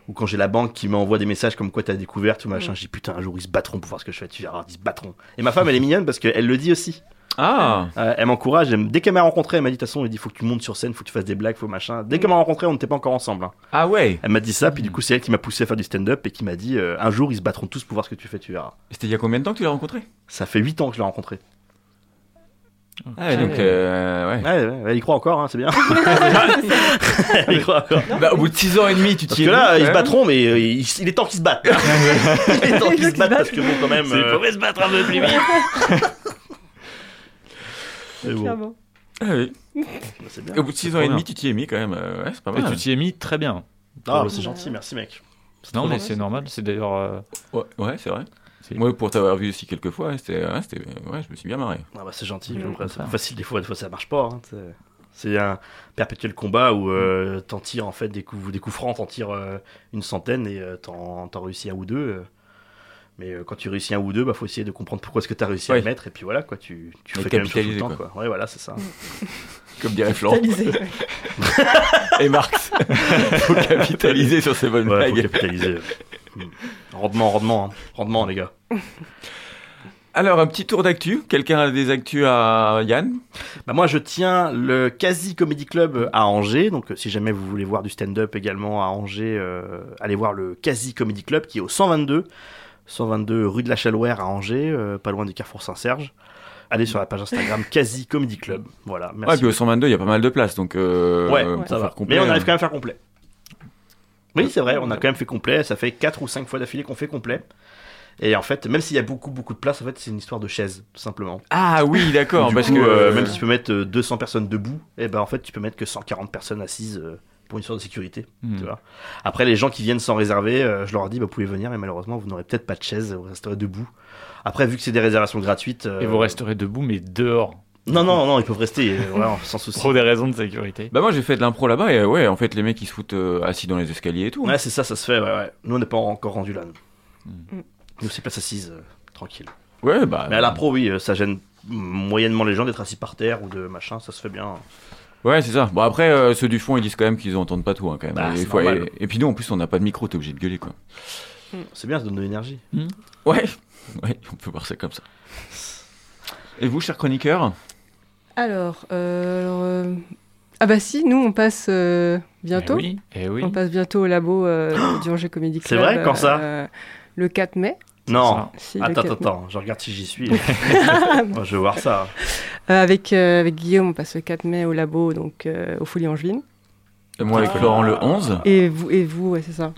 [SPEAKER 4] ou quand j'ai la banque qui m'envoie des messages comme quoi t'as
[SPEAKER 2] Hmm.
[SPEAKER 4] découvert, tout machin, je dis putain, un jour ils se battront pour voir ce que je fais, tu verras, ils se battront. Et ma femme, elle est mignonne parce qu'elle le dit aussi.
[SPEAKER 2] Ah.
[SPEAKER 4] Euh, elle m'encourage. elle me- Dès qu'elle m'a rencontré, elle m'a dit de toute façon, il dit faut que tu montes sur scène, faut que tu fasses des blagues, faut machin. Dès qu'elle m'a rencontré, on n'était pas encore ensemble. hein.
[SPEAKER 2] Ah ouais.
[SPEAKER 4] Elle m'a dit ça, puis du coup, c'est elle qui m'a poussé à faire du stand-up et qui m'a dit euh, un jour, ils se battront tous pour voir ce que tu fais, tu verras.
[SPEAKER 2] C'était il y a combien de temps que tu l'as rencontré
[SPEAKER 4] Ça fait 8 ans que je l'ai rencontré.
[SPEAKER 2] Ah ouais, donc, euh, ouais.
[SPEAKER 4] Elle y croit encore, hein, c'est bien. elle y croit encore.
[SPEAKER 2] Bah, au bout de 6 ans et demi, tu
[SPEAKER 4] Parce
[SPEAKER 2] t'y
[SPEAKER 4] que
[SPEAKER 2] es
[SPEAKER 4] là,
[SPEAKER 2] mis,
[SPEAKER 4] ils se
[SPEAKER 2] ouais.
[SPEAKER 4] battront, mais euh, il, il est temps qu'ils se battent. il est temps qu'ils se battent parce que bon, quand même. euh,
[SPEAKER 2] C'est- il faudrait se
[SPEAKER 4] battre un peu plus vite. Mais bon.
[SPEAKER 5] Clairement.
[SPEAKER 2] Ah oui.
[SPEAKER 4] C'est bien.
[SPEAKER 2] Et Au bout de 6 ans
[SPEAKER 3] trop
[SPEAKER 2] et demi,
[SPEAKER 3] bien.
[SPEAKER 2] tu t'y es mis quand même. euh, ouais, c'est pas
[SPEAKER 3] Et
[SPEAKER 2] mal.
[SPEAKER 3] tu t'y es mis très bien.
[SPEAKER 4] Ah, bah, c'est gentil, merci mec.
[SPEAKER 3] Non,
[SPEAKER 4] trop
[SPEAKER 3] mais
[SPEAKER 4] gentil.
[SPEAKER 3] c'est normal. C'est d'ailleurs. euh,
[SPEAKER 2] Ouais, ouais, c'est vrai. Moi, pour t'avoir vu aussi quelques fois, c'était, ouais, c'était- ouais, je me suis bien marré.
[SPEAKER 4] Ah bah c'est gentil,
[SPEAKER 2] Mmh,
[SPEAKER 3] Mm.
[SPEAKER 4] j'aime pas
[SPEAKER 3] Comme
[SPEAKER 4] ça.
[SPEAKER 3] ça.
[SPEAKER 4] Facile, des fois, des fois ça marche pas. hein, t'sais. c'est un perpétuel combat où
[SPEAKER 2] Mmh.
[SPEAKER 4] euh, t'en tires en fait des coups, des coups francs, t'en tires euh, une centaine et euh, t'en, t'en réussis un ou deux. euh. Mais euh, quand tu réussis un ou deux, bah faut essayer de comprendre pourquoi est-ce que t'as réussi à
[SPEAKER 2] Ouais.
[SPEAKER 4] le mettre et puis voilà quoi, tu, tu
[SPEAKER 2] Et
[SPEAKER 4] fais la même chose tout le
[SPEAKER 2] capitaliser,
[SPEAKER 4] temps
[SPEAKER 2] quoi.
[SPEAKER 4] quoi. Ouais voilà c'est ça.
[SPEAKER 2] Comme dirait Florent.
[SPEAKER 5] Capitaliser,
[SPEAKER 2] et Marx. faut capitaliser sur ces bonnes
[SPEAKER 4] Ouais, faut
[SPEAKER 2] blagues.
[SPEAKER 4] capitaliser. Mm. rendement, rendement, hein. rendement les gars.
[SPEAKER 2] Alors, un petit tour d'actu. Quelqu'un a des actus à Yann
[SPEAKER 4] Bah moi, je tiens le Quasi Comedy Club à Angers. Donc, euh, si jamais vous voulez voir du stand-up également à Angers, euh, allez voir le Quasi Comedy Club qui est au 122, 122 rue de la Chalouère à Angers, euh, pas loin du Carrefour Saint-Serge. Allez sur la page Instagram Quasi Comedy Club. Voilà,
[SPEAKER 2] Ouais,
[SPEAKER 4] merci.
[SPEAKER 2] puis au 122, il y a pas mal de places, donc euh,
[SPEAKER 4] Ouais,
[SPEAKER 2] pour
[SPEAKER 4] ça
[SPEAKER 2] faire
[SPEAKER 4] va.
[SPEAKER 2] complet,
[SPEAKER 4] Mais on
[SPEAKER 2] euh,
[SPEAKER 4] arrive quand même à faire complet. Oui, c'est vrai, on a quand même fait complet. Ça fait 4 ou 5 fois d'affilée qu'on fait complet. Et en fait, même s'il y a beaucoup, beaucoup de places, en fait, c'est une histoire de chaises, tout simplement.
[SPEAKER 2] Ah oui, d'accord,
[SPEAKER 4] Du
[SPEAKER 2] parce
[SPEAKER 4] coup,
[SPEAKER 2] que
[SPEAKER 4] euh, même si tu peux mettre euh, 200 personnes debout, et ben en fait tu peux mettre que 140 personnes assises euh, pour une sorte de sécurité.
[SPEAKER 3] Hmm.
[SPEAKER 4] Tu vois. Après les gens qui viennent sans réserver, euh, je leur dis bah, vous pouvez venir, mais malheureusement vous n'aurez peut-être pas de chaise, vous resterez debout. Après vu que c'est des réservations gratuites, euh,
[SPEAKER 3] Et vous resterez debout, mais dehors.
[SPEAKER 4] non non non ils peuvent rester euh, vraiment, sans souci.
[SPEAKER 3] Pour des raisons de sécurité.
[SPEAKER 2] Bah moi j'ai fait de l'impro là-bas et euh, ouais en fait les mecs ils se foutent euh, assis dans les escaliers et tout.
[SPEAKER 4] Ouais c'est ça, ça se fait. Ouais, ouais. Nous on n'est pas encore rendu là. Nous,
[SPEAKER 5] Hmm.
[SPEAKER 4] nous c'est place assise, euh, tranquille.
[SPEAKER 2] Ouais bah.
[SPEAKER 4] Mais à l'impro oui, euh, ça gêne moyennement les gens d'être assis par terre ou de machin, ça se fait bien.
[SPEAKER 2] Ouais c'est ça. Bon après euh, ceux du fond ils disent quand même qu'ils entendent pas tout hein, quand même.
[SPEAKER 4] Bah,
[SPEAKER 2] et,
[SPEAKER 4] c'est
[SPEAKER 2] il faut-
[SPEAKER 4] normal.
[SPEAKER 2] et- et puis nous en plus on n'a pas de micro t'es obligé de gueuler quoi.
[SPEAKER 4] C'est bien, ça donne de l'énergie.
[SPEAKER 2] Ouais. Ouais on peut voir ça comme ça. Et vous cher chroniqueur
[SPEAKER 5] Alors, euh, alors, euh, ah bah si, nous on passe euh, bientôt.
[SPEAKER 3] Eh oui. Eh oui.
[SPEAKER 5] On passe bientôt au labo euh, du Angers Comedy
[SPEAKER 4] C'est
[SPEAKER 5] Club.
[SPEAKER 4] vrai, quand ça
[SPEAKER 5] euh, Le 4 mai.
[SPEAKER 4] Non,
[SPEAKER 5] Si, le
[SPEAKER 4] attends,
[SPEAKER 5] quatre-
[SPEAKER 4] attends, attends, je regarde si j'y suis. Moi, je veux voir ça.
[SPEAKER 5] Euh, avec, euh, avec Guillaume, on passe le 4 mai au labo, donc euh, au Folie Angevine.
[SPEAKER 2] Et Moi avec
[SPEAKER 4] Ah.
[SPEAKER 2] Florent le 11.
[SPEAKER 5] Et vous, et vous ouais, c'est ça.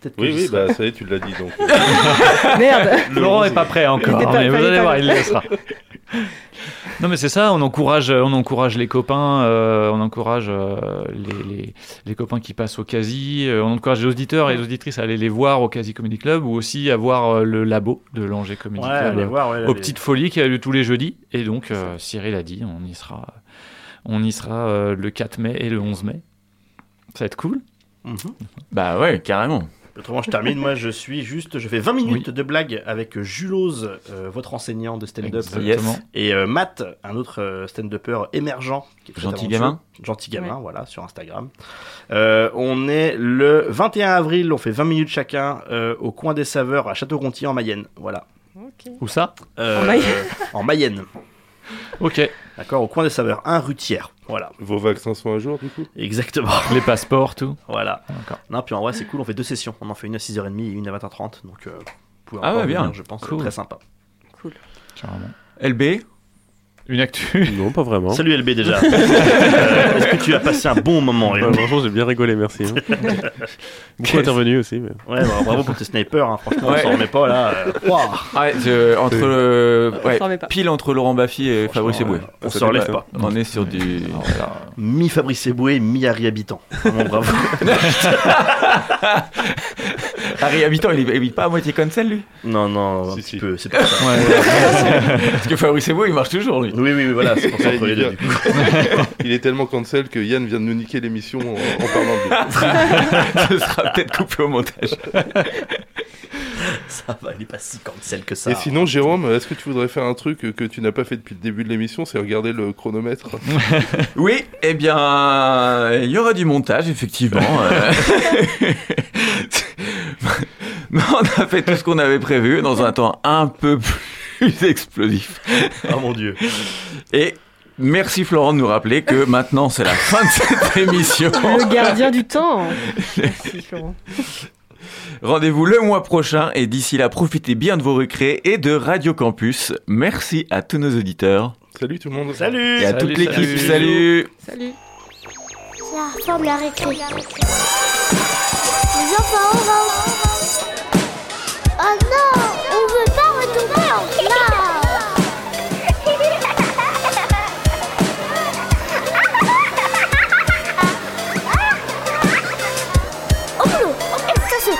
[SPEAKER 4] Peut-être que
[SPEAKER 6] Oui,
[SPEAKER 4] j'y
[SPEAKER 6] oui,
[SPEAKER 4] serai.
[SPEAKER 6] bah ça y est, tu l'as dit donc. euh,
[SPEAKER 5] Merde
[SPEAKER 3] Laurent est pas prêt encore,
[SPEAKER 5] Il était pas-
[SPEAKER 3] mais vous
[SPEAKER 5] fallait
[SPEAKER 3] allez
[SPEAKER 5] pas
[SPEAKER 3] voir,
[SPEAKER 5] le-
[SPEAKER 3] il le laissera. Non mais c'est ça, on encourage, on encourage les copains, euh, on encourage euh, les, les- les copains qui passent au quasi, euh, on encourage les auditeurs et les auditrices à aller les voir au quasi comedy club ou aussi à voir euh, le labo de l'Angers comedy
[SPEAKER 4] Ouais,
[SPEAKER 3] club
[SPEAKER 4] allez
[SPEAKER 3] euh,
[SPEAKER 4] voir. Ouais,
[SPEAKER 3] aux
[SPEAKER 4] allez.
[SPEAKER 3] petites folies qui a lieu tous les jeudis et donc euh, Cyril a dit, on y sera, on y sera euh, le 4 mai et le 11 mai. Ça va être cool.
[SPEAKER 4] Mhm.
[SPEAKER 2] Bah ouais carrément.
[SPEAKER 4] Autrement, je termine. Moi, je suis juste. Je fais 20 minutes de blagues avec Julose, euh, votre enseignant de stand-up,
[SPEAKER 2] Yes.
[SPEAKER 4] et euh, Matt, un autre euh, stand-upper émergent. qui est très
[SPEAKER 2] Gentil
[SPEAKER 4] talentueux.
[SPEAKER 2] gamin.
[SPEAKER 4] Gentil gamin,
[SPEAKER 5] Ouais.
[SPEAKER 4] voilà, sur Instagram. Euh, on est le 21 avril. On fait 20 minutes chacun euh, au coin des saveurs à Château-Gontier en Mayenne. Voilà.
[SPEAKER 5] Ok.
[SPEAKER 3] Où ça
[SPEAKER 4] Euh,
[SPEAKER 5] En Mayenne.
[SPEAKER 4] euh, en Mayenne.
[SPEAKER 3] Ok.
[SPEAKER 4] D'accord, au coin des saveurs, un rutière. Voilà,
[SPEAKER 6] Vos vaccins sont à jour du coup
[SPEAKER 4] exactement.
[SPEAKER 3] Les passeports, tout.
[SPEAKER 4] Voilà.
[SPEAKER 3] D'accord.
[SPEAKER 4] Non, puis en vrai, c'est cool, on fait deux sessions. On en fait une à 6h30 et une à 20h30. Donc, euh, vous pouvez
[SPEAKER 2] Ah
[SPEAKER 4] encore
[SPEAKER 2] ouais, bien.
[SPEAKER 4] venir, je pense, c'est
[SPEAKER 3] Cool.
[SPEAKER 4] très sympa.
[SPEAKER 5] Cool.
[SPEAKER 3] Carrément.
[SPEAKER 2] LB.
[SPEAKER 3] Une actu.
[SPEAKER 7] Non, pas vraiment.
[SPEAKER 4] Salut LB déjà. Euh, Est-ce que tu as passé un bon moment,
[SPEAKER 7] Bah,
[SPEAKER 4] LB
[SPEAKER 7] franchement, j'ai bien rigolé, merci. hein. Beaucoup intervenu aussi. mais-
[SPEAKER 4] Ouais, bah, bravo pour tes snipers, hein. franchement,
[SPEAKER 2] Ouais.
[SPEAKER 4] on s'en remet pas là. euh, ouah.
[SPEAKER 2] Ah ouais, je- entre le- ouais,
[SPEAKER 5] s'en remet pas.
[SPEAKER 2] pile entre Laurent Baffy et Fabrice Eboué.
[SPEAKER 4] on s'en relève pas.
[SPEAKER 2] On est sur du.
[SPEAKER 4] Mi Fabrice Eboué, mi Harry Habitant. Vraiment bravo.
[SPEAKER 2] Harry Habitant, il est, il est pas à moitié cancel lui.
[SPEAKER 4] Non, non, un
[SPEAKER 6] Si,
[SPEAKER 4] petit
[SPEAKER 6] si.
[SPEAKER 4] peu, c'est pas ça.
[SPEAKER 2] Parce que Fabrice Eboué, il marche toujours lui.
[SPEAKER 4] Oui, oui, oui, voilà, c'est pour ça entre les deux. du coup.
[SPEAKER 6] Il est tellement cancel que Yann vient de nous niquer l'émission en, en parlant de lui.
[SPEAKER 2] Ce sera peut-être coupé au montage.
[SPEAKER 4] Ça va, il est pas si cancel que ça.
[SPEAKER 6] Et sinon, Jérôme, est-ce que tu voudrais faire un truc que tu n'as pas fait depuis le début de l'émission C'est regarder le chronomètre.
[SPEAKER 2] Oui, eh bien, il y aura du montage, effectivement. euh. Mais on a fait tout ce qu'on avait prévu dans un temps un peu plus plus explosif.
[SPEAKER 4] Oh mon dieu.
[SPEAKER 2] Et merci Florent de nous rappeler que maintenant c'est la fin de cette émission.
[SPEAKER 5] Le gardien du temps. Merci Florent.
[SPEAKER 2] Rendez-vous le mois prochain et d'ici là, profitez bien de vos récrés et de Radio Campus. Merci à tous nos auditeurs.
[SPEAKER 6] Salut tout le monde.
[SPEAKER 4] Salut
[SPEAKER 2] Et à toute l'équipe. Salut.
[SPEAKER 5] Salut.
[SPEAKER 1] C'est la forme la récré. Les enfants, on va. Oh non, on veut pas retourner en classe. Au boulot, ça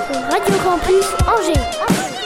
[SPEAKER 1] se. Radio Campus Angers.